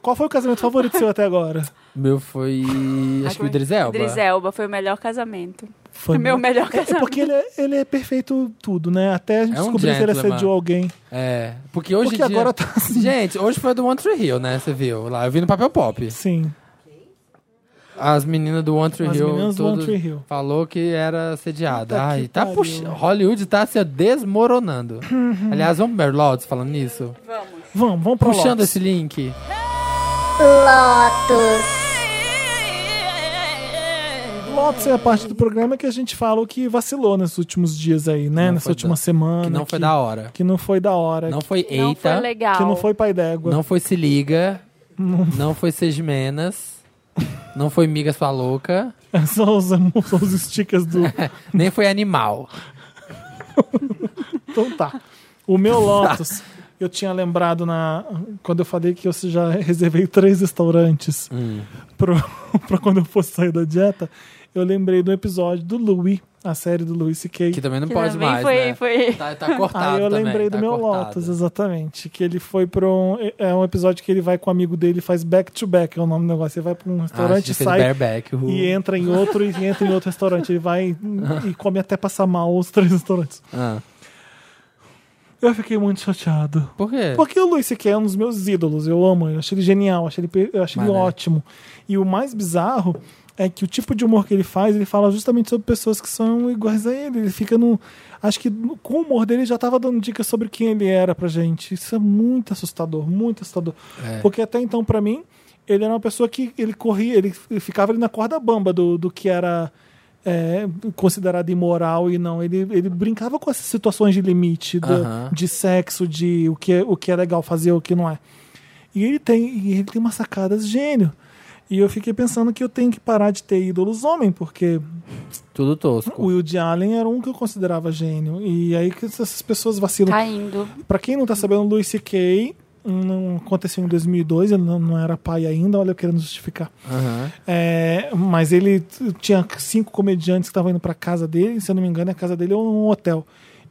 Speaker 1: Qual foi o casamento favorito seu até agora?
Speaker 2: Meu foi. Acho que o Idris Elba.
Speaker 3: Idris Elba foi o melhor casamento.
Speaker 1: Foi
Speaker 3: Meu melhor
Speaker 1: É
Speaker 3: casamento.
Speaker 1: porque ele é, ele é perfeito tudo, né? Até a gente
Speaker 2: É um
Speaker 1: descobrir se ele
Speaker 2: gentleman.
Speaker 1: assediou alguém.
Speaker 2: É. Porque hoje
Speaker 1: Porque
Speaker 2: em dia.
Speaker 1: agora tá assim.
Speaker 2: Gente, hoje foi do One Tree Hill, né? Você viu? Lá, eu vi no papel pop.
Speaker 1: Sim.
Speaker 2: As meninas do One Tree
Speaker 1: As
Speaker 2: Hill.
Speaker 1: meninas do One
Speaker 2: tudo-
Speaker 1: Tree Hill.
Speaker 2: Falou que era sediada.
Speaker 1: Puta que
Speaker 2: Ai, tá
Speaker 1: pariu.
Speaker 2: puxando. Hollywood tá se desmoronando. Aliás, vamos ver Lodz falando nisso?
Speaker 1: Vamos, vamos pro
Speaker 2: Puxando
Speaker 1: Lotus.
Speaker 2: esse link.
Speaker 1: Lotus é a parte do programa que a gente fala o que vacilou nesses últimos dias aí, né?
Speaker 2: Não
Speaker 1: Nessa
Speaker 2: foi
Speaker 1: última
Speaker 2: da-
Speaker 1: semana.
Speaker 2: Que não foi da hora.
Speaker 1: Que não foi da hora.
Speaker 2: Não foi
Speaker 3: Não
Speaker 2: Eita.
Speaker 3: foi legal.
Speaker 1: que não foi pai d'égua.
Speaker 2: Não foi Se Liga. Não foi Sejmenas. Não foi Miga Sua Louca.
Speaker 1: São os, são os stickers do.
Speaker 2: Nem foi Animal.
Speaker 1: Então tá. O meu Lotus, eu tinha lembrado na. Quando eu falei que eu já reservei três restaurantes
Speaker 2: Hum,
Speaker 1: pro, pra quando eu fosse sair da dieta, eu lembrei do episódio do Louis, a série do Louis C.K.
Speaker 2: Que também não
Speaker 3: Que
Speaker 2: pode
Speaker 3: também
Speaker 2: mais,
Speaker 3: foi,
Speaker 2: né?
Speaker 3: foi-
Speaker 2: Tá, tá cortado
Speaker 1: Aí Ah, eu
Speaker 2: também,
Speaker 1: lembrei
Speaker 2: tá
Speaker 1: do meu
Speaker 2: cortado.
Speaker 1: Lotus, exatamente. Que ele foi pra um. É um episódio que ele vai com um amigo dele e faz back to back, é o nome do negócio. Ele vai pra um
Speaker 2: Ah, a
Speaker 1: restaurante
Speaker 2: gente
Speaker 1: e
Speaker 2: fez
Speaker 1: sai.
Speaker 2: bareback, uhul.
Speaker 1: E entra em outro e entra em outro restaurante. Ele vai e come até passar mal os três restaurantes.
Speaker 2: Ah,
Speaker 1: Eu fiquei muito chateado.
Speaker 2: Por quê?
Speaker 1: Porque o Luis C.K. é um dos meus ídolos, eu amo, eu acho ele genial, acho ele, pe- eu acho ele
Speaker 2: Mané.
Speaker 1: ótimo. E o mais bizarro é que o tipo de humor que ele faz, ele fala justamente sobre pessoas que são iguais a ele. Ele fica no. Acho que no- com o humor dele ele já tava dando dicas sobre quem ele era pra gente. Isso é muito assustador, muito assustador.
Speaker 2: É.
Speaker 1: Porque até então, pra mim, ele era uma pessoa que ele corria, ele f- ficava ali na corda bamba do, do que era. é, considerado imoral e não, ele, ele brincava com essas situações de limite da-
Speaker 2: Aham.
Speaker 1: de sexo, de o que, é- o que é legal fazer, o que não é. E ele tem, e ele tem umas sacadas de gênio. E eu fiquei pensando que eu tenho que parar de ter ídolos homem, porque
Speaker 2: Tudo
Speaker 1: o
Speaker 2: tosco.
Speaker 1: Woody Allen era um que eu considerava gênio. E aí que essas pessoas vacilam.
Speaker 3: Tá indo.
Speaker 1: Pra quem não tá sabendo, o Louis C.K. não aconteceu em 2002, ele não, não era pai ainda, olha eu querendo justificar.
Speaker 2: Aham.
Speaker 1: É, mas ele t- tinha cinco comediantes que estavam indo pra casa dele, se eu não me engano, a casa dele é um hotel.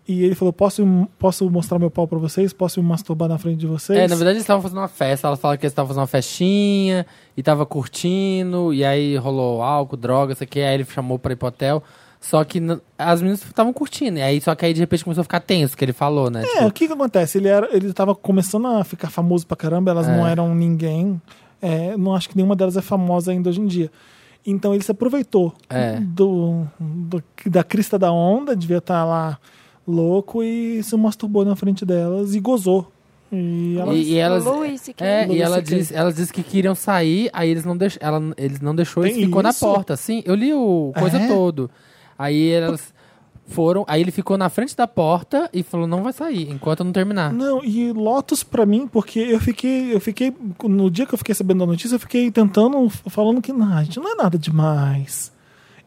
Speaker 1: E ele falou: posso, posso mostrar meu pau pra vocês? Posso me masturbar na frente de vocês?
Speaker 2: É, na verdade eles estavam fazendo uma festa. Ela fala que eles estavam fazendo uma festinha e tava curtindo. E aí rolou álcool, droga, isso aqui. Aí ele chamou pra ir pro hotel. Só que n- as meninas estavam curtindo. E aí, só que aí de repente começou a ficar tenso, que ele falou, né?
Speaker 1: É, o
Speaker 2: Tipo,
Speaker 1: que que acontece? Ele, era, ele tava começando a ficar famoso pra caramba, elas não eram ninguém. É, não acho que nenhuma delas é famosa ainda hoje em dia. Então ele se aproveitou
Speaker 2: É.
Speaker 1: do, do- da crista da onda, devia estar lá louco e se masturbou na frente delas e gozou. E ela
Speaker 2: e, e elas.
Speaker 3: Louis C.K.
Speaker 2: É,
Speaker 1: Louis
Speaker 2: e ela
Speaker 1: C.K.
Speaker 2: disse, ela disse que queriam sair, aí eles não, deix, ela, eles não deixou, eles
Speaker 1: Tem
Speaker 2: ficou na
Speaker 1: isso?
Speaker 2: porta, assim. Eu li o coisa
Speaker 1: É?
Speaker 2: todo. Aí elas foram, aí ele ficou na frente da porta e falou, não vai sair, enquanto eu não terminar.
Speaker 1: Não, e Lotus pra mim, porque eu fiquei, eu fiquei no dia que eu fiquei sabendo da notícia, eu fiquei tentando falando que não, gente, não é nada demais.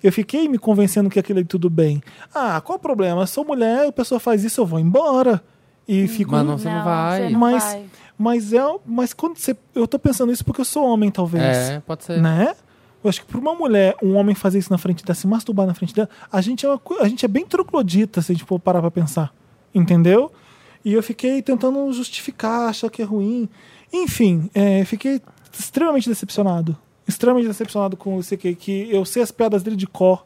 Speaker 1: Eu fiquei me convencendo que aquilo é tudo bem. Ah, qual o problema? Eu sou mulher, a pessoa faz isso, eu vou embora e fico
Speaker 2: Hum, Mas não, você não, vai.
Speaker 3: você não
Speaker 1: mas
Speaker 3: vai.
Speaker 1: mas é, mas quando você eu tô pensando isso porque eu sou homem talvez,
Speaker 2: É, pode ser.
Speaker 1: né? Eu acho que pra uma mulher, um homem fazer isso na frente dela, se masturbar na frente dela, a gente é, uma co- a gente é bem troglodita se a gente for parar pra pensar. Entendeu? E eu fiquei tentando justificar, achar que é ruim. Enfim, é, fiquei extremamente decepcionado. Extremamente decepcionado com o CK, que eu sei as piadas dele de cor.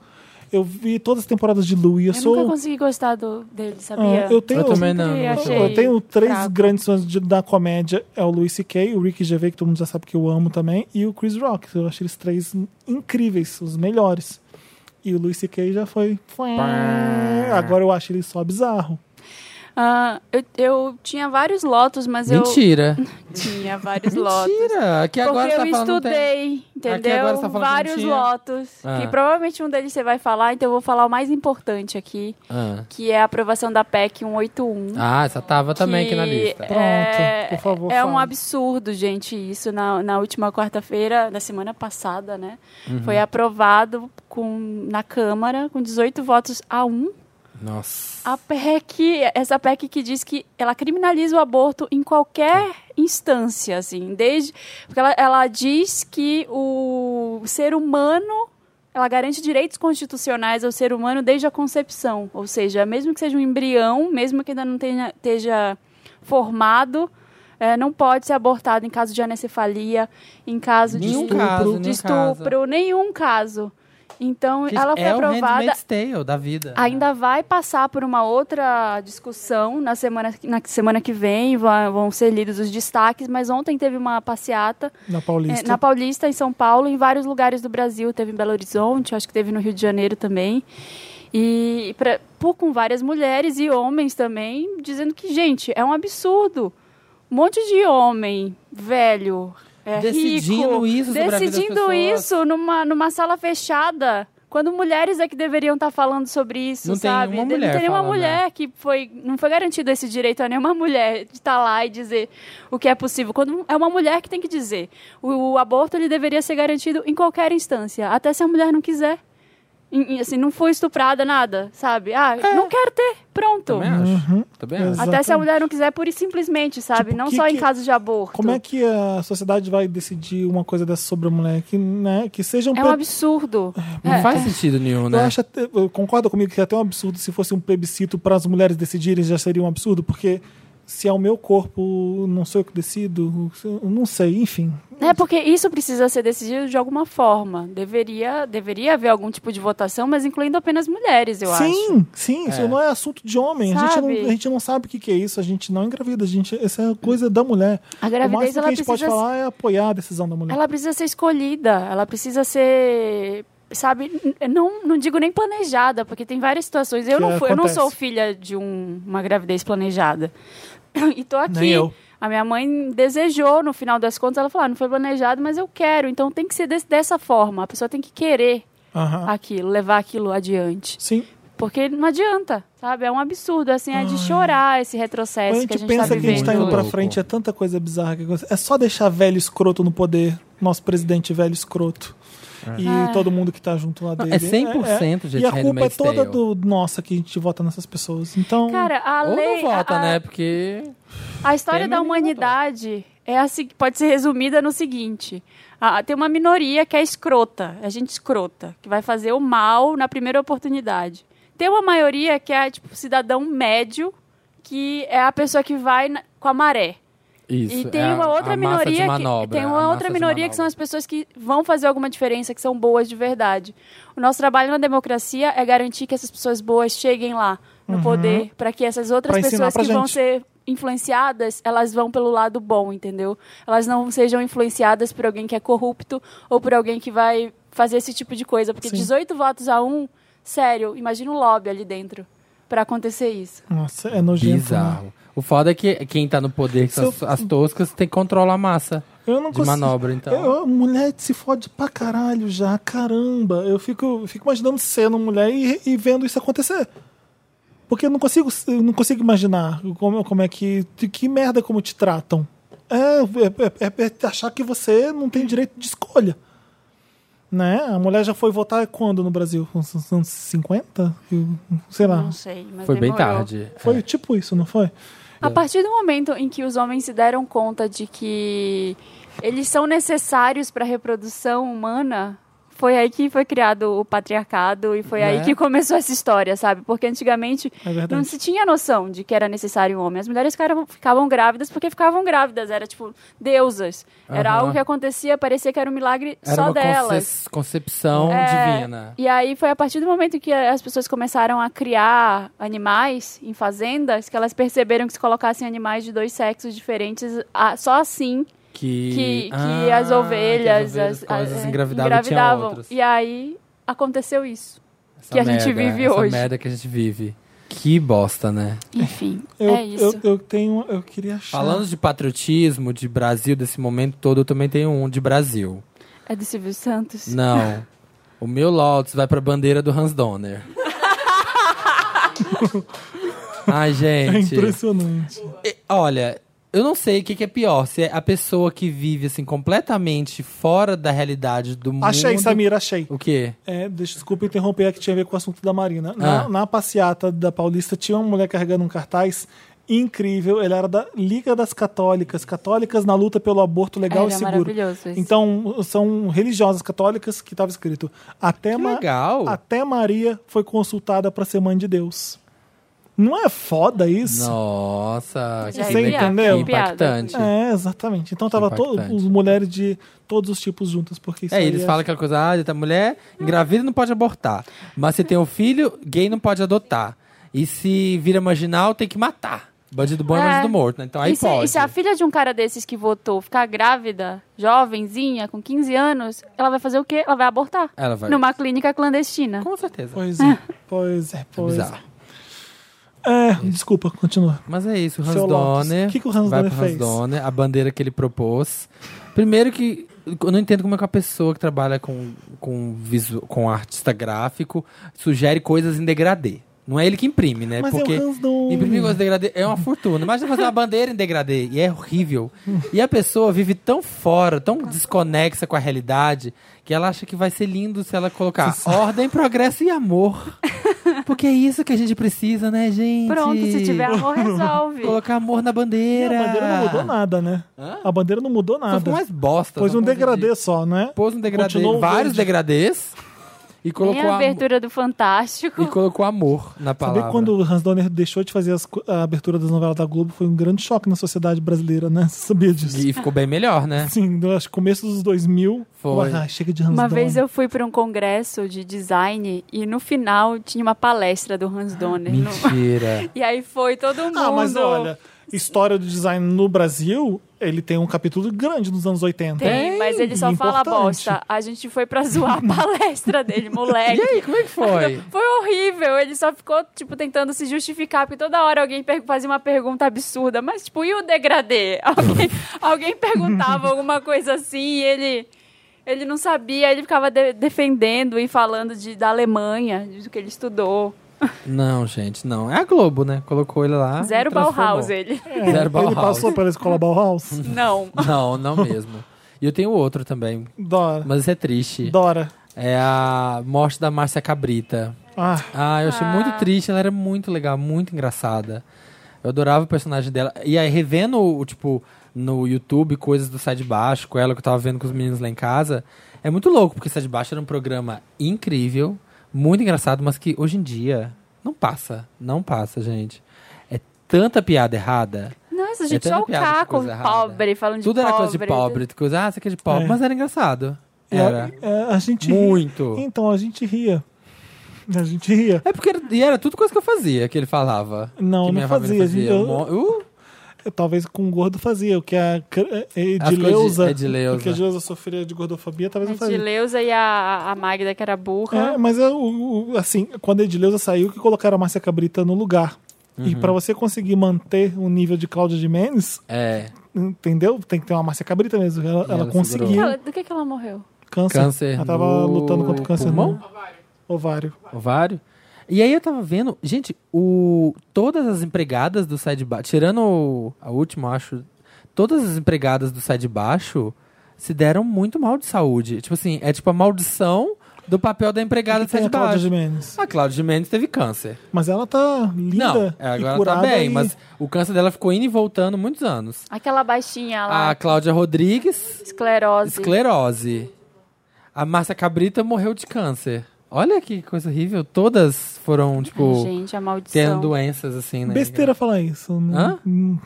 Speaker 1: Eu vi todas as temporadas de Louie. Eu,
Speaker 3: Eu
Speaker 1: sou. um,
Speaker 3: nunca consegui gostar do, dele, sabia?
Speaker 1: Ah, eu tenho,
Speaker 2: Eu também não.
Speaker 3: sempre
Speaker 2: não
Speaker 3: achei.
Speaker 2: sou.
Speaker 1: eu tenho três
Speaker 3: fraco.
Speaker 1: grandes fãs de- da comédia: é o Louis C.K., o Ricky Gervais, que todo mundo já sabe que eu amo também, e o Chris Rock. Eu acho eles três incríveis, os melhores. E o Louis C.K. já foi. Agora eu acho ele só bizarro.
Speaker 3: Ah, eu, eu tinha vários lotos, mas
Speaker 2: Mentira.
Speaker 3: eu tinha vários lotos.
Speaker 2: Mentira. Aqui agora
Speaker 3: Porque
Speaker 2: tá
Speaker 3: eu
Speaker 2: falando não tem-
Speaker 3: estudei, entendeu?
Speaker 2: agora você tá falando que não
Speaker 3: vários
Speaker 2: tinha.
Speaker 3: lotos.
Speaker 2: Ah.
Speaker 3: Que provavelmente um deles você vai falar, então eu vou falar o mais importante aqui,
Speaker 2: Ah.
Speaker 3: que é a aprovação da PEC 181.
Speaker 2: Ah, essa tava também aqui na
Speaker 3: que
Speaker 2: lista.
Speaker 1: Pronto,
Speaker 3: é,
Speaker 1: por favor,
Speaker 3: É um
Speaker 1: fala.
Speaker 3: absurdo, gente, isso. Na, na última quarta-feira, na semana passada, né?
Speaker 2: Uhum.
Speaker 3: Foi aprovado com, na Câmara com 18 votos a 1.
Speaker 2: Nossa.
Speaker 3: A PEC, essa PEC que diz que ela criminaliza o aborto em qualquer instância, assim, desde. Porque ela, ela diz que o ser humano. Ela garante direitos constitucionais ao ser humano desde a concepção. Ou seja, mesmo que seja um embrião, mesmo que ainda não tenha, esteja formado, eh, não pode ser abortado em caso de anencefalia, em caso de
Speaker 2: Nenhum
Speaker 3: estupro,
Speaker 2: caso,
Speaker 3: de
Speaker 2: nenhum
Speaker 3: estupro, nenhum caso. Então,
Speaker 2: Gente,
Speaker 3: ela foi
Speaker 2: é o
Speaker 3: aprovada
Speaker 2: Handmaid's Tale da vida.
Speaker 3: Ainda vai passar por uma outra discussão na semana, na semana que vem, va- vão ser lidos os destaques, mas ontem teve uma passeata
Speaker 1: Na
Speaker 3: eh,
Speaker 1: Paulista.
Speaker 3: na Paulista, em São Paulo, em vários lugares do Brasil, teve em Belo Horizonte, acho que teve no Rio de Janeiro também, e pra, por, com várias mulheres e homens também, dizendo que, gente, é um absurdo, um monte de homem velho, é,
Speaker 2: Decidindo
Speaker 3: rico,
Speaker 2: isso sobre a vida das
Speaker 3: decidindo
Speaker 2: pessoas.
Speaker 3: isso numa, numa sala fechada, quando mulheres é que deveriam estar falando sobre isso,
Speaker 2: Não tem
Speaker 3: sabe?
Speaker 2: nenhuma
Speaker 3: De-
Speaker 2: mulher
Speaker 3: não tem nenhuma
Speaker 2: falando, né?
Speaker 3: mulher que foi. Não foi garantido esse direito a nenhuma mulher de estar lá e dizer o que é possível. Quando é uma mulher que tem que dizer. O, o aborto ele deveria ser garantido em qualquer instância, até se a mulher não quiser. Em- em- assim, não foi estuprada, nada, sabe? Ah, não quero ter, pronto.
Speaker 2: É. Também acho.
Speaker 1: Uhum.
Speaker 2: Também acho.
Speaker 1: Exato.
Speaker 3: Até se a mulher não quiser, pura e simplesmente, sabe?
Speaker 1: Tipo,
Speaker 3: não
Speaker 1: que-
Speaker 3: só em
Speaker 1: que-
Speaker 3: casos de aborto.
Speaker 1: Como é que a sociedade vai decidir uma coisa dessa sobre a mulher? Que, né, que seja um
Speaker 3: É um
Speaker 1: pe-
Speaker 3: absurdo.
Speaker 2: É,
Speaker 3: É.
Speaker 2: Não faz sentido nenhum, né?
Speaker 1: Eu acho até- eu- concorda comigo que é até um absurdo se fosse um plebiscito para as mulheres decidirem já seria um absurdo, porque se é o meu corpo, não sou eu que decido, eu não sei, enfim.
Speaker 3: É, porque isso precisa ser decidido de alguma forma. Deveria, deveria haver algum tipo de votação, mas incluindo apenas mulheres, eu acho.
Speaker 1: sim, sim, isso não é assunto de homem. A gente,
Speaker 3: Sabe?
Speaker 1: não, a gente não sabe o que, que é isso, a gente não engravida, a gente, essa é coisa da mulher.
Speaker 3: A gravidez,
Speaker 1: o máximo
Speaker 3: ela
Speaker 1: que a gente pode
Speaker 3: precisa-
Speaker 1: falar é apoiar a decisão da mulher.
Speaker 3: Ela precisa ser escolhida, ela precisa ser, sabe, n- não, não digo nem planejada, porque tem várias situações. Eu,
Speaker 1: Que
Speaker 3: não, fui, eu não
Speaker 1: acontece.
Speaker 3: sou filha de um- uma gravidez planejada. E tô aqui.
Speaker 1: Nem eu.
Speaker 3: A minha mãe desejou, no final das contas, ela falou: ah, não foi planejado, mas eu quero. Então tem que ser des- dessa forma. A pessoa tem que querer
Speaker 1: Aham.
Speaker 3: aquilo, levar aquilo adiante.
Speaker 1: Sim.
Speaker 3: Porque não adianta, sabe? É um absurdo, assim, é de chorar esse
Speaker 1: Quando
Speaker 3: retrocesso
Speaker 1: a gente,
Speaker 3: que a gente
Speaker 1: pensa
Speaker 3: tá
Speaker 1: que a gente
Speaker 3: vivendo.
Speaker 1: tá indo pra
Speaker 2: Louco.
Speaker 1: frente, é tanta coisa bizarra que acontece. É só deixar velho escroto no poder, nosso presidente velho escroto. E
Speaker 3: Ah.
Speaker 1: todo mundo que tá junto lá dele.
Speaker 2: é 100%, gente,
Speaker 1: E a culpa é
Speaker 2: Handmaid's
Speaker 1: toda
Speaker 2: Tale.
Speaker 1: do nossa que a gente vota nessas pessoas. Então,
Speaker 3: Cara, a
Speaker 2: Ou não
Speaker 3: lei.
Speaker 2: vota,
Speaker 3: a,
Speaker 2: né? Porque.
Speaker 3: a história
Speaker 2: Temer
Speaker 3: da
Speaker 2: nem
Speaker 3: humanidade é assim, pode ser resumida no seguinte: Ah, tem uma minoria que é escrota, é gente escrota, que vai fazer o mal na primeira oportunidade. Tem uma maioria que é, tipo, cidadão médio, que é a pessoa que vai na- com a maré.
Speaker 2: Isso.
Speaker 3: E tem
Speaker 2: é a-
Speaker 3: uma outra
Speaker 2: a massa de
Speaker 3: minoria
Speaker 2: manobra,
Speaker 3: que tem
Speaker 2: a
Speaker 3: uma
Speaker 2: massa
Speaker 3: outra
Speaker 2: de
Speaker 3: minoria que são as
Speaker 2: manobra.
Speaker 3: pessoas que vão fazer alguma diferença, que são boas de verdade. O nosso trabalho na democracia é garantir que essas pessoas boas cheguem lá no
Speaker 2: Uhum.
Speaker 3: poder, para que essas outras
Speaker 1: Pra ensinar
Speaker 3: pessoas
Speaker 1: pra
Speaker 3: que vão
Speaker 1: gente.
Speaker 3: ser influenciadas, elas vão pelo lado bom, entendeu? Elas não sejam influenciadas por alguém que é corrupto ou por alguém que vai fazer esse tipo de coisa, porque
Speaker 1: Sim.
Speaker 3: 18 votos a um, sério, imagina o lobby ali dentro para acontecer isso.
Speaker 1: nossa, é nojento. né?
Speaker 2: Bizarro. O foda é que quem tá no poder, que são as,
Speaker 1: Se eu-
Speaker 2: as toscas, tem que controlar a massa
Speaker 1: Eu não
Speaker 2: de manobra, então.
Speaker 1: Eu- mulher se fode pra caralho já, caramba. Eu fico, eu fico imaginando sendo mulher e, e vendo isso acontecer. Porque eu não consigo, eu não consigo imaginar como, como é que. de Que merda como te tratam. É, é- é- é achar que você não tem direito de escolha. Né? A mulher já foi votar quando no Brasil? Uns uns 50? Eu- Sei lá.
Speaker 3: Não sei, mas
Speaker 2: Foi bem
Speaker 3: demorou.
Speaker 2: tarde.
Speaker 1: Foi tipo isso, não foi?
Speaker 2: É.
Speaker 3: A partir do momento em que os homens se deram conta de que eles são necessários para a reprodução humana, foi aí que foi criado o patriarcado e foi aí
Speaker 2: Né?
Speaker 3: que começou essa história, sabe? Porque antigamente
Speaker 1: É verdade.
Speaker 3: não se tinha noção de que era necessário um homem. As mulheres ficaram- ficavam grávidas porque ficavam grávidas, era tipo deusas. Era
Speaker 2: Aham.
Speaker 3: algo que acontecia, parecia que era um milagre
Speaker 2: É. Era
Speaker 3: só
Speaker 2: uma
Speaker 3: delas.
Speaker 2: conce- concepção
Speaker 3: É,
Speaker 2: divina.
Speaker 3: E aí foi a partir do momento que as pessoas começaram a criar animais em fazendas que elas perceberam que se colocassem animais de dois sexos diferentes, ah, só assim
Speaker 2: Que,
Speaker 3: que, que
Speaker 2: Ah,
Speaker 3: as ovelhas,
Speaker 2: que as, ovelhas
Speaker 3: as, as-
Speaker 2: coisas
Speaker 3: é,
Speaker 2: engravidavam, e tinham outras.
Speaker 3: E aí aconteceu isso.
Speaker 2: Essa
Speaker 3: que a gente vive
Speaker 2: essa
Speaker 3: hoje.
Speaker 2: merda que a gente vive. Que bosta, né?
Speaker 3: Enfim,
Speaker 1: Eu,
Speaker 3: é isso.
Speaker 1: Eu, eu tenho. Eu queria achar.
Speaker 2: Falando de patriotismo, de Brasil, desse momento todo, eu também tenho um de Brasil.
Speaker 3: É do Silvio Santos.
Speaker 2: Não. o meu Lotus vai pra bandeira do Hans Donner. Ai,
Speaker 1: É
Speaker 2: gente.
Speaker 1: impressionante.
Speaker 2: E, Olha, eu não sei o que, que é pior. Se é a pessoa que vive, assim, completamente fora da realidade do mundo.
Speaker 1: Achei, Samira, achei.
Speaker 2: O quê?
Speaker 1: É, deixa- desculpa interromper, é que tinha a ver com o assunto da Marina. Na,
Speaker 2: Ah.
Speaker 1: na passeata da Paulista tinha uma mulher carregando um cartaz incrível. Ela era da Liga das Católicas, católicas na luta pelo aborto legal
Speaker 3: Era
Speaker 1: e seguro.
Speaker 3: maravilhoso isso.
Speaker 1: Então, são religiosas católicas que estava escrito. Até,
Speaker 2: Que
Speaker 3: é
Speaker 1: ma-
Speaker 2: É legal.
Speaker 1: até Maria foi consultada para ser mãe de Deus. Não é foda isso?
Speaker 2: Nossa,
Speaker 3: Já
Speaker 2: que
Speaker 1: Você
Speaker 2: legal,
Speaker 1: entendeu?
Speaker 2: que impactante. É,
Speaker 1: É, exatamente. Então tava todas
Speaker 2: Impactante.
Speaker 1: as mulheres de todos os tipos juntas, porque isso aí
Speaker 2: eles
Speaker 1: é-
Speaker 2: falam aquela coisa, ah, a mulher engravida não pode abortar. Mas se tem um filho, gay não pode adotar. E se vira marginal, tem que matar. Bandido bom é,
Speaker 3: É.
Speaker 2: bandido morto, né? Então aí
Speaker 3: e, se,
Speaker 2: pode.
Speaker 3: e se a filha de um cara desses que votou ficar grávida, jovenzinha, com 15 anos, ela vai fazer o quê? Ela vai abortar.
Speaker 2: Ela vai.
Speaker 3: Numa clínica clandestina.
Speaker 2: Com certeza.
Speaker 1: Pois é, pois é,
Speaker 2: É
Speaker 1: pois é.
Speaker 2: bizarro.
Speaker 1: É, desculpa, continua.
Speaker 2: Mas é isso, o Hans
Speaker 1: Seu Lotus.
Speaker 2: Donner.
Speaker 1: O que que o Hans
Speaker 2: vai
Speaker 1: Donner
Speaker 2: pro Hans
Speaker 1: fez?
Speaker 2: Donner, a bandeira que ele propôs. Primeiro que eu não entendo como é que a pessoa que trabalha com, com, visu, com artista gráfico sugere coisas em degradê. Não é ele que imprime, né?
Speaker 1: Mas
Speaker 2: Porque
Speaker 1: é o Hans Donner.
Speaker 2: imprimir coisa em degradê é uma fortuna. Imagina fazer uma bandeira em degradê e é horrível. E a pessoa vive tão fora, tão desconexa com a realidade, que ela acha que vai ser lindo se ela colocar ordem, progresso e amor. Porque é isso que a gente precisa, né, gente?
Speaker 3: Pronto, se tiver amor, resolve.
Speaker 2: Colocar amor na bandeira.
Speaker 1: A bandeira não mudou nada, né? A bandeira não mudou
Speaker 2: Só ficou
Speaker 1: nada.
Speaker 2: mais bosta.
Speaker 1: Pôs
Speaker 2: só
Speaker 1: um
Speaker 2: pôs
Speaker 1: degradê só, né?
Speaker 2: Pôs um degradê,
Speaker 1: Continuou o
Speaker 2: vários
Speaker 1: verde.
Speaker 2: degradês. E
Speaker 3: Tem
Speaker 2: colocou,
Speaker 3: a
Speaker 2: am-
Speaker 3: abertura do Fantástico.
Speaker 2: e colocou amor na palavra.
Speaker 1: Saber quando o Hans Donner deixou de fazer as co- a abertura das novelas da Globo foi um grande choque na sociedade brasileira, né? Você sabia disso?
Speaker 2: E ficou bem melhor, né?
Speaker 1: Sim, eu acho que começo dos 2000.
Speaker 2: Foi.
Speaker 1: Ah, chega de Hans
Speaker 3: Uma
Speaker 1: Donner.
Speaker 3: vez eu fui para um congresso de design e no final tinha uma palestra do Hans Donner. no-
Speaker 2: Mentira.
Speaker 3: E aí foi todo mundo.
Speaker 1: Ah, mas olha, história do design no Brasil, ele tem um capítulo grande nos anos 80.
Speaker 3: Tem, mas ele só
Speaker 1: Importante.
Speaker 3: fala bosta. A gente foi pra zoar a palestra dele, moleque.
Speaker 2: E aí, como é que foi?
Speaker 3: Foi horrível. Ele só ficou, tipo, tentando se justificar, porque toda hora alguém per- fazia uma pergunta absurda. Mas, tipo, e o degradê? Alguém, alguém perguntava alguma coisa assim e ele. Ele não sabia, ele ficava de- defendendo e falando de, da Alemanha, do que ele estudou.
Speaker 2: Não, gente, não. É a Globo, né? Colocou ele lá.
Speaker 3: Zero
Speaker 2: e transformou.
Speaker 3: Bauhaus ele.
Speaker 1: É,
Speaker 2: Zero
Speaker 1: ele
Speaker 2: Bauhaus.
Speaker 1: passou pela escola Bauhaus.
Speaker 3: Não.
Speaker 2: Não, não mesmo. E eu tenho outro também,
Speaker 1: Dora.
Speaker 2: mas esse é triste.
Speaker 1: Dora.
Speaker 2: É a morte da Márcia Cabrita.
Speaker 1: Ah,
Speaker 2: Ah, eu achei muito triste. Ela era muito legal, muito engraçada. Eu adorava o personagem dela. E aí, revendo, o tipo, no YouTube, coisas do Sai de Baixo, com ela que eu tava vendo com os meninos lá em casa, é muito louco, porque Sai de Baixo era um programa incrível, muito engraçado, mas que hoje em dia não passa. Não passa, gente. É tanta piada errada.
Speaker 3: Nossa,
Speaker 2: Eu
Speaker 3: gente,
Speaker 2: tenho
Speaker 3: só o
Speaker 2: piada de
Speaker 3: Caco,
Speaker 2: coisa errada.
Speaker 3: pobre, falando de
Speaker 2: Tudo
Speaker 3: pobre.
Speaker 2: era coisa de pobre, coisa, ah, isso aqui é de pobre,
Speaker 1: É.
Speaker 2: mas era engraçado.
Speaker 1: é,
Speaker 2: Era.
Speaker 1: é, a gente ri-
Speaker 2: Muito.
Speaker 1: Então, a gente ria. A gente ria.
Speaker 2: É porque era, e era tudo coisa que eu fazia, que ele falava.
Speaker 1: Não,
Speaker 2: que
Speaker 1: não fazia, gente, eu-
Speaker 2: Um mon- Uh,
Speaker 1: Talvez com gordo fazia, o que a cr- é,
Speaker 2: coisas
Speaker 1: Edileuza...
Speaker 2: de- Edileuza.
Speaker 1: O que a Edileuza sofria de gordofobia, talvez não
Speaker 3: A
Speaker 1: fazia.
Speaker 3: Edileuza e a, a Magda, que era burra.
Speaker 1: É, mas é o, o- assim, quando a Edileuza saiu, que colocaram a Márcia Cabrita no lugar.
Speaker 2: Uhum.
Speaker 1: E pra você conseguir manter o nível de Cláudia de Menes,
Speaker 2: é,
Speaker 1: entendeu? Tem que ter uma Márcia Cabrita mesmo. Ela, ela
Speaker 2: ela
Speaker 1: conseguiu.
Speaker 3: Que
Speaker 2: segurou.
Speaker 3: ela- do que, que ela morreu?
Speaker 1: Câncer.
Speaker 2: Câncer
Speaker 1: Ela tava
Speaker 2: no
Speaker 1: lutando contra o câncer
Speaker 2: pulmão?
Speaker 1: no ovário.
Speaker 2: ovário. E aí eu tava vendo, gente, o, todas as empregadas do Sai de Baixo, tirando o- a última, acho, todas as empregadas do Sai de Baixo se deram muito mal de saúde. Tipo assim, é tipo a maldição do papel da empregada
Speaker 1: E
Speaker 2: do Sai
Speaker 1: tem
Speaker 2: Tá de
Speaker 1: a É, Cláudia
Speaker 2: Baixo.
Speaker 1: de Menes.
Speaker 2: A Cláudia Jimenez teve câncer.
Speaker 1: Mas ela tá linda
Speaker 2: Não, é,
Speaker 1: e
Speaker 2: agora tá
Speaker 1: curada.
Speaker 2: bem,
Speaker 1: e-
Speaker 2: mas o câncer dela ficou indo e voltando muitos anos. Ah,
Speaker 3: Aquela baixinha lá,
Speaker 2: A Cláudia Rodrigues
Speaker 3: esclerose.
Speaker 2: Esclerose. A Márcia Cabrita morreu de câncer. Olha que coisa horrível. Todas foram, tipo,
Speaker 3: Gente, a maldição.
Speaker 2: tendo doenças, assim, né?
Speaker 1: Besteira falar isso. Não-
Speaker 2: Hã?
Speaker 1: não-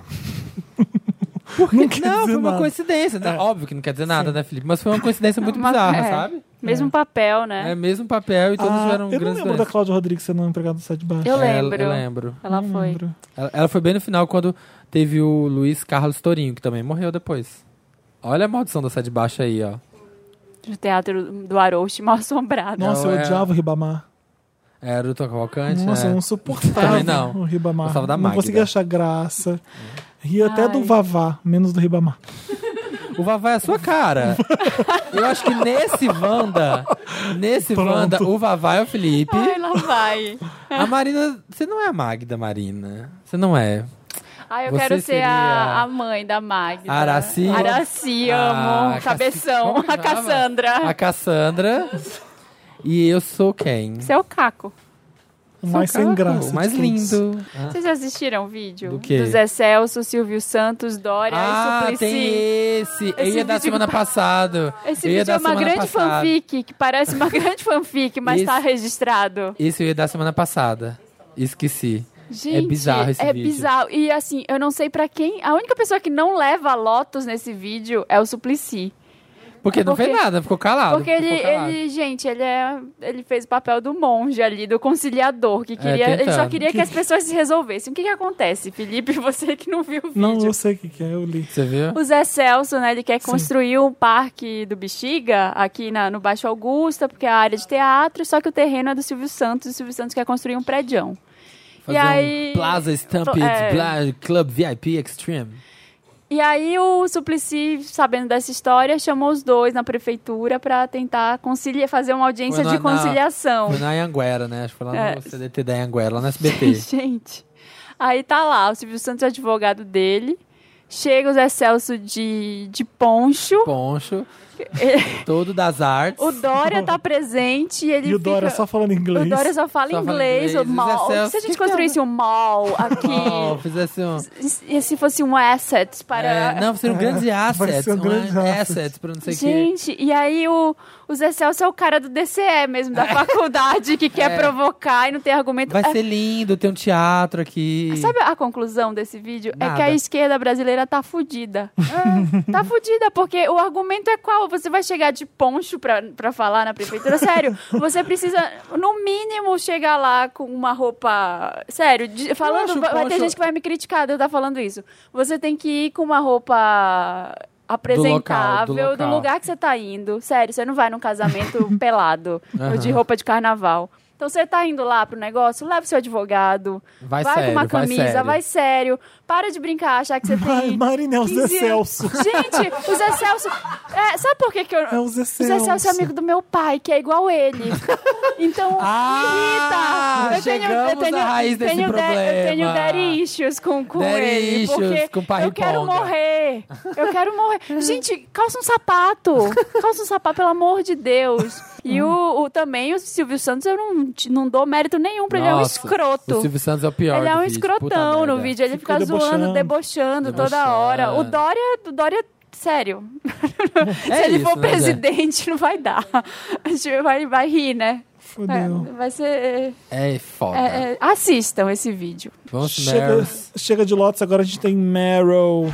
Speaker 1: Não quer
Speaker 2: não,
Speaker 1: dizer
Speaker 2: foi uma
Speaker 1: nada. É.
Speaker 2: coincidência. né? Óbvio que não quer dizer nada, né, Felipe? Mas foi uma coincidência muito
Speaker 3: Uma-
Speaker 2: bizarra,
Speaker 3: é.
Speaker 2: sabe?
Speaker 3: Mesmo papel, né?
Speaker 2: É mesmo papel e todos
Speaker 1: Ah,
Speaker 2: tiveram
Speaker 1: eu não
Speaker 2: grandes
Speaker 1: lembro da
Speaker 2: doenças.
Speaker 1: Cláudia Rodrigues sendo uma empregada do site baixo.
Speaker 3: Eu
Speaker 2: É,
Speaker 3: lembro.
Speaker 2: eu lembro.
Speaker 3: Ela
Speaker 1: Não
Speaker 3: foi.
Speaker 1: lembro.
Speaker 2: Ela, ela foi bem no final quando teve o Luiz Carlos Torinho, que também morreu depois. Olha a maldição da sede baixa aí, ó.
Speaker 3: Do teatro do Arouste mal assombrado.
Speaker 1: Nossa,
Speaker 2: Não,
Speaker 1: eu
Speaker 2: é-
Speaker 1: odiava o Ribamar.
Speaker 2: Era o Tom É, Cavalcante,
Speaker 1: Nossa,
Speaker 2: né?
Speaker 1: eu não suportava
Speaker 2: Também não.
Speaker 1: o Ribamar.
Speaker 2: Gostava da
Speaker 1: não
Speaker 2: Magda.
Speaker 1: conseguia achar graça. Ria até do
Speaker 3: Ai.
Speaker 1: Vavá, menos do Ribamar.
Speaker 2: O Vavá é a sua cara. eu acho que nesse Wanda, nesse
Speaker 1: Pronto.
Speaker 2: Wanda, o Vavá é o Felipe.
Speaker 3: Ai, lá vai.
Speaker 2: A Marina, você não é a Magda, Marina. Você não é.
Speaker 3: Ai, eu
Speaker 2: Você
Speaker 3: quero ser
Speaker 2: seria-
Speaker 3: a, a mãe da Magda.
Speaker 2: Araci?
Speaker 3: Araci,
Speaker 2: Ah,
Speaker 3: amo.
Speaker 2: Cassi-
Speaker 3: Cabeção.
Speaker 2: Como que
Speaker 3: A
Speaker 2: chama?
Speaker 3: Cassandra.
Speaker 2: A Cassandra. E eu sou quem?
Speaker 3: Você é o Caco.
Speaker 1: O mais
Speaker 2: Sou o
Speaker 1: sem
Speaker 2: Caco,
Speaker 1: graça.
Speaker 2: o mais
Speaker 1: de todos.
Speaker 2: lindo. Ah.
Speaker 3: Vocês assistiram o vídeo?
Speaker 2: Do quê?
Speaker 3: Zé Celso, Silvio Santos, Dória
Speaker 2: Ah,
Speaker 3: e Suplicy.
Speaker 2: tem esse. Eu
Speaker 3: Esse
Speaker 2: ia da
Speaker 3: vídeo-
Speaker 2: semana passada.
Speaker 3: Esse
Speaker 2: Eu ia
Speaker 3: vídeo é
Speaker 2: dar
Speaker 3: uma
Speaker 2: semana
Speaker 3: grande
Speaker 2: passada.
Speaker 3: fanfic, que parece uma grande fanfic, mas
Speaker 2: Esse-
Speaker 3: tá registrado.
Speaker 2: Esse eu ia dar semana passada. Esqueci.
Speaker 3: Gente,
Speaker 2: bizarro esse
Speaker 3: é
Speaker 2: vídeo.
Speaker 3: bizarro. E assim, eu não sei pra quem. A única pessoa que não leva Lotus nesse vídeo é o Suplicy.
Speaker 2: Porque não fez
Speaker 3: É Porque-
Speaker 2: nada, ficou calado.
Speaker 3: Porque
Speaker 2: ficou
Speaker 3: ele,
Speaker 2: calado.
Speaker 3: ele, gente, ele é. Ele fez o papel do monge ali, do conciliador, que queria. ele só
Speaker 2: É, tentando.
Speaker 3: queria que as pessoas se resolvessem. O que, que acontece, Felipe? Você que não viu o vídeo.
Speaker 1: Não, eu sei o que, que é, eu li.
Speaker 2: Você viu?
Speaker 3: O Zé Celso, né, ele quer construir um parque do Bexiga aqui na- no Baixo Augusta, porque é a área de teatro, só que o terreno é do Silvio Santos, e o Silvio Santos quer construir um prédio.
Speaker 2: Fazer
Speaker 3: e aí-
Speaker 2: um Plaza Stampede
Speaker 3: É.
Speaker 2: Bla- Club VIP Extreme.
Speaker 3: E aí o Suplicy, sabendo dessa história, chamou os dois na prefeitura para tentar conciliar, fazer uma audiência
Speaker 2: Foi na-
Speaker 3: de
Speaker 2: na-
Speaker 3: conciliação.
Speaker 2: Foi na Anhanguera, né? Acho que foi lá no
Speaker 3: É.
Speaker 2: CDT da Anhanguera, lá no SBT.
Speaker 3: Gente. Aí tá lá, o Silvio Santos é advogado dele. Chega o Zé Celso de, de poncho.
Speaker 2: Poncho. Todo das artes.
Speaker 3: É. O Dória tá presente e ele
Speaker 1: E o Dória
Speaker 3: fica...
Speaker 1: só falando inglês.
Speaker 3: O Dória só fala
Speaker 2: Só fala
Speaker 3: inglês,
Speaker 2: inglês.
Speaker 3: o mall.
Speaker 2: Zé Celso,
Speaker 3: se a
Speaker 2: que
Speaker 3: gente
Speaker 2: que é
Speaker 3: construísse um mall
Speaker 2: Oh,
Speaker 3: aqui,
Speaker 2: fizesse um.
Speaker 3: e se fosse um asset para...
Speaker 2: É, não, seria um grande asset.
Speaker 1: ser um grande asset.
Speaker 2: asset pra não sei o quê.
Speaker 3: Gente, e aí o, o Zé Celso é o cara do DCE mesmo, da faculdade, que quer
Speaker 2: É.
Speaker 3: provocar e não tem argumento.
Speaker 2: Vai
Speaker 3: É,
Speaker 2: ser lindo, tem um teatro aqui.
Speaker 3: Sabe a conclusão desse vídeo? É que a
Speaker 2: Nada.
Speaker 3: esquerda brasileira tá fudida. É, tá fudida, porque o argumento é qual? Você vai chegar de poncho pra, pra falar na prefeitura? Sério, você precisa, no mínimo, chegar lá com uma roupa. Sério, de- falando.
Speaker 2: acho o
Speaker 3: vai, vai ter
Speaker 2: poncho-
Speaker 3: gente que vai me criticar de eu estar falando isso. Você tem que ir com uma roupa. Apresentável do,
Speaker 2: local.
Speaker 3: lugar que você tá indo. Sério, você não vai num casamento pelado,
Speaker 2: Aham.
Speaker 3: de roupa de carnaval. Então você tá indo lá pro negócio, leva o seu advogado,
Speaker 2: Vai,
Speaker 3: Vai
Speaker 2: sério,
Speaker 3: com uma
Speaker 2: vai
Speaker 3: camisa, vai sério.
Speaker 2: sério.
Speaker 3: Para de brincar, achar que você
Speaker 1: Ai,
Speaker 3: tem.
Speaker 1: Marina é o Zé
Speaker 3: 15 anos.
Speaker 1: Celso.
Speaker 3: Gente, o Zé Celso. É, sabe por que, que eu.
Speaker 1: É o Zé
Speaker 3: O Zé Celso
Speaker 1: Celso.
Speaker 3: é amigo do meu pai, que é igual ele. Então,
Speaker 2: Ah,
Speaker 3: me irrita.
Speaker 2: chegamos à raiz desse
Speaker 3: tenho de-
Speaker 2: problema.
Speaker 3: Eu tenho daddy issues com, com
Speaker 2: Daddy
Speaker 3: ele.
Speaker 2: issues
Speaker 3: porque
Speaker 2: com pai
Speaker 3: eu quero
Speaker 2: riponga.
Speaker 3: morrer. Eu quero morrer. Gente, calça um sapato. Calça um sapato, pelo amor de Deus. E
Speaker 2: Hum.
Speaker 3: o, o- também, o Silvio Santos, eu não, te- não dou mérito nenhum pra ele. É um
Speaker 2: Nossa,
Speaker 3: escroto.
Speaker 2: O Silvio Santos é o pior.
Speaker 3: Ele é
Speaker 2: do
Speaker 3: um
Speaker 2: vídeo, puta
Speaker 3: escrotão no
Speaker 2: merda.
Speaker 3: vídeo, ele fica,
Speaker 1: Fica debochando.
Speaker 3: zoando, debochando toda hora. O
Speaker 2: Debochando.
Speaker 3: Dória, o Dória, sério.
Speaker 2: É
Speaker 3: Se ele
Speaker 2: isso,
Speaker 3: for
Speaker 2: né, Zé?
Speaker 3: presidente, não vai dar. A gente vai, vai rir, né?
Speaker 1: Fudeu.
Speaker 3: É, vai ser.
Speaker 2: É foda.
Speaker 3: é, é, assistam esse vídeo.
Speaker 2: Vamos,
Speaker 1: Chega,
Speaker 2: Meryl.
Speaker 1: chega de Lotus, agora a gente tem Meryl.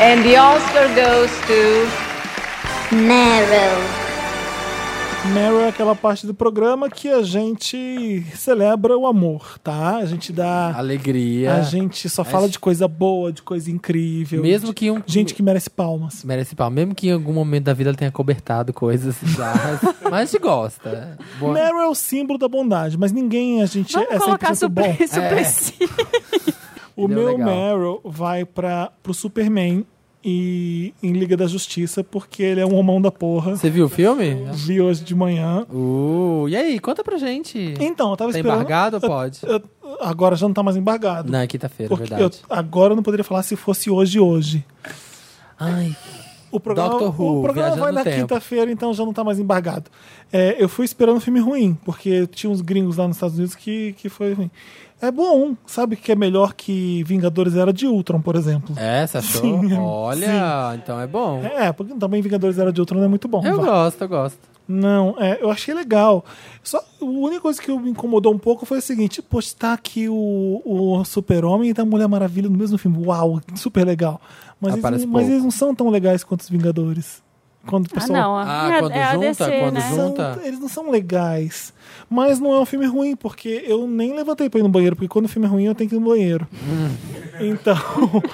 Speaker 6: And the Oscar goes to
Speaker 7: Meryl.
Speaker 1: Meryl é aquela parte do programa que a gente celebra o amor, tá? A gente
Speaker 2: Ah,
Speaker 1: dá.
Speaker 2: Alegria.
Speaker 1: A gente só fala de coisa boa, de coisa incrível.
Speaker 2: Mesmo
Speaker 1: de-
Speaker 2: que um.
Speaker 1: Gente que merece palmas.
Speaker 2: Merece pau. Mesmo que em algum momento da vida ela tenha cobertado coisas bizarras. mas se gosta. Boa.
Speaker 1: Meryl é o símbolo da bondade, mas ninguém a gente
Speaker 3: Vamos
Speaker 1: é 100%
Speaker 3: colocar
Speaker 1: bom.
Speaker 3: super,
Speaker 2: É.
Speaker 3: Suplicy.
Speaker 2: Ele é
Speaker 1: O
Speaker 2: o
Speaker 1: meu
Speaker 2: legal.
Speaker 1: Meryl vai para pro Superman e em Liga da Justiça, porque ele é um homão da porra.
Speaker 2: Você viu o filme?
Speaker 1: Vi hoje de manhã.
Speaker 2: Uh, e aí, conta pra gente.
Speaker 1: Então, eu tava
Speaker 2: Tá
Speaker 1: esperando.
Speaker 2: embargado ou
Speaker 1: Eu-
Speaker 2: pode?
Speaker 1: eu- agora já não tá mais embargado.
Speaker 2: Não, é quinta-feira, é
Speaker 1: Porque
Speaker 2: verdade.
Speaker 1: eu- agora eu não poderia falar se fosse hoje hoje.
Speaker 2: Ai,
Speaker 1: O programa,
Speaker 2: Doctor Who,
Speaker 1: o programa
Speaker 2: Viajando
Speaker 1: vai
Speaker 2: no
Speaker 1: na
Speaker 2: Tempo.
Speaker 1: quinta-feira, então já não tá mais embargado. É, eu fui esperando um filme ruim, porque tinha uns gringos lá nos Estados Unidos que, que foi ruim. É bom, sabe que é melhor que Vingadores Era de Ultron, por exemplo.
Speaker 2: É, você achou?
Speaker 1: Sim,
Speaker 2: Olha, então é bom.
Speaker 1: É, porque também Vingadores Era de Ultron não é muito bom.
Speaker 2: eu
Speaker 1: vai.
Speaker 2: gosto, eu gosto.
Speaker 1: Não, é, eu achei legal. Só a única coisa que me incomodou um pouco foi o seguinte: postar tá aqui o, o Super-Homem e da Mulher Maravilha no mesmo filme. Uau, super legal. Mas, eles,
Speaker 2: Aparece
Speaker 1: mas
Speaker 2: pouco.
Speaker 1: eles não são tão legais quanto os Vingadores. Quando o
Speaker 3: Ah,
Speaker 1: pessoal-
Speaker 3: não.
Speaker 2: Ah,
Speaker 3: é,
Speaker 2: quando
Speaker 3: é a
Speaker 2: junta,
Speaker 3: DC,
Speaker 2: quando
Speaker 3: né?
Speaker 2: junta.
Speaker 1: são- eles não são legais. Mas não é um filme ruim, porque eu nem levantei pra ir no banheiro, porque quando o filme é ruim eu tenho que ir no banheiro.
Speaker 2: Hum.
Speaker 1: Então,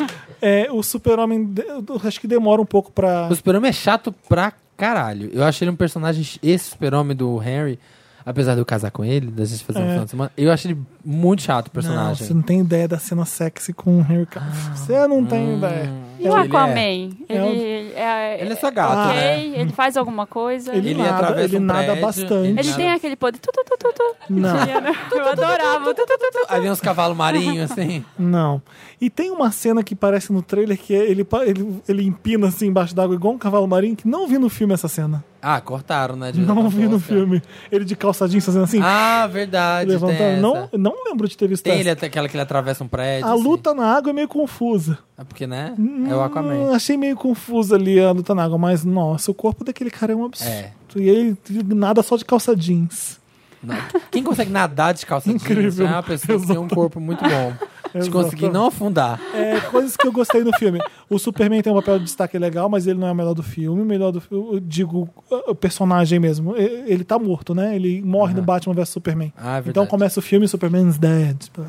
Speaker 1: é, o Super-Homem, de- eu acho que demora um pouco pra.
Speaker 2: O super-homem é chato pra caralho. Eu achei ele um personagem, ch- esse super-homem do Henry, apesar de eu casar com ele, da gente fazer um
Speaker 1: É.
Speaker 2: final de semana, eu achei ele muito chato o
Speaker 1: Não,
Speaker 2: personagem.
Speaker 1: você não tem ideia da cena sexy com o Henry Cavill.
Speaker 2: Ah.
Speaker 1: Você não
Speaker 2: Hum.
Speaker 1: tem ideia.
Speaker 3: E o
Speaker 2: Ele é-
Speaker 3: Aquaman?
Speaker 1: é o-
Speaker 3: Ele é,
Speaker 2: Ele é só gato,
Speaker 3: ok,
Speaker 2: né?
Speaker 3: ele faz alguma coisa.
Speaker 1: Ah, Ele,
Speaker 2: Ele
Speaker 1: nada,
Speaker 2: atravessa
Speaker 1: ele
Speaker 2: um
Speaker 1: nada
Speaker 2: prédio,
Speaker 1: bastante.
Speaker 3: Ele
Speaker 2: Nada.
Speaker 3: tem aquele poder. Tu, tu, tu, tu, tu.
Speaker 1: Não.
Speaker 3: Tinha, né? Eu adorava. Tu, tu, tu, tu.
Speaker 2: Aí vem uns cavalos marinhos, assim.
Speaker 1: Não. E tem uma cena que parece no trailer que ele, pa- ele, ele empina assim embaixo d'água igual um cavalo marinho, que não vi no filme essa cena.
Speaker 2: Ah, cortaram, né? de-
Speaker 1: Não
Speaker 2: da
Speaker 1: vi no
Speaker 2: tosca.
Speaker 1: filme. Ele de calçadinho fazendo assim,
Speaker 2: Ah, verdade. tem
Speaker 1: levantando.
Speaker 2: essa.
Speaker 1: Não, não lembro de ter visto
Speaker 2: Tem
Speaker 1: essa.
Speaker 2: ele, até aquela que ele atravessa um prédio.
Speaker 1: A
Speaker 2: assim.
Speaker 1: luta na água é meio confusa.
Speaker 2: É porque, né? É o Aquaman.
Speaker 1: Hum, achei meio confusa ali a luta na água, mas nossa, o corpo daquele cara é um absurdo.
Speaker 2: É.
Speaker 1: E ele tipo, nada só de calça jeans.
Speaker 2: Não. Quem consegue nadar de calça jeans
Speaker 1: Incrível.
Speaker 2: é uma pessoa que tem um corpo muito bom. De conseguir
Speaker 1: Exatamente.
Speaker 2: não afundar.
Speaker 1: É, coisas que eu gostei no filme. O Superman tem um papel de destaque legal, mas ele não é o melhor do filme. O melhor do filme, eu digo, o personagem mesmo. E- Ele tá morto, né? Ele morre no Batman vs Superman.
Speaker 2: Ah, é verdade. Hum.
Speaker 1: então começa o filme Superman's Dead. Tipo,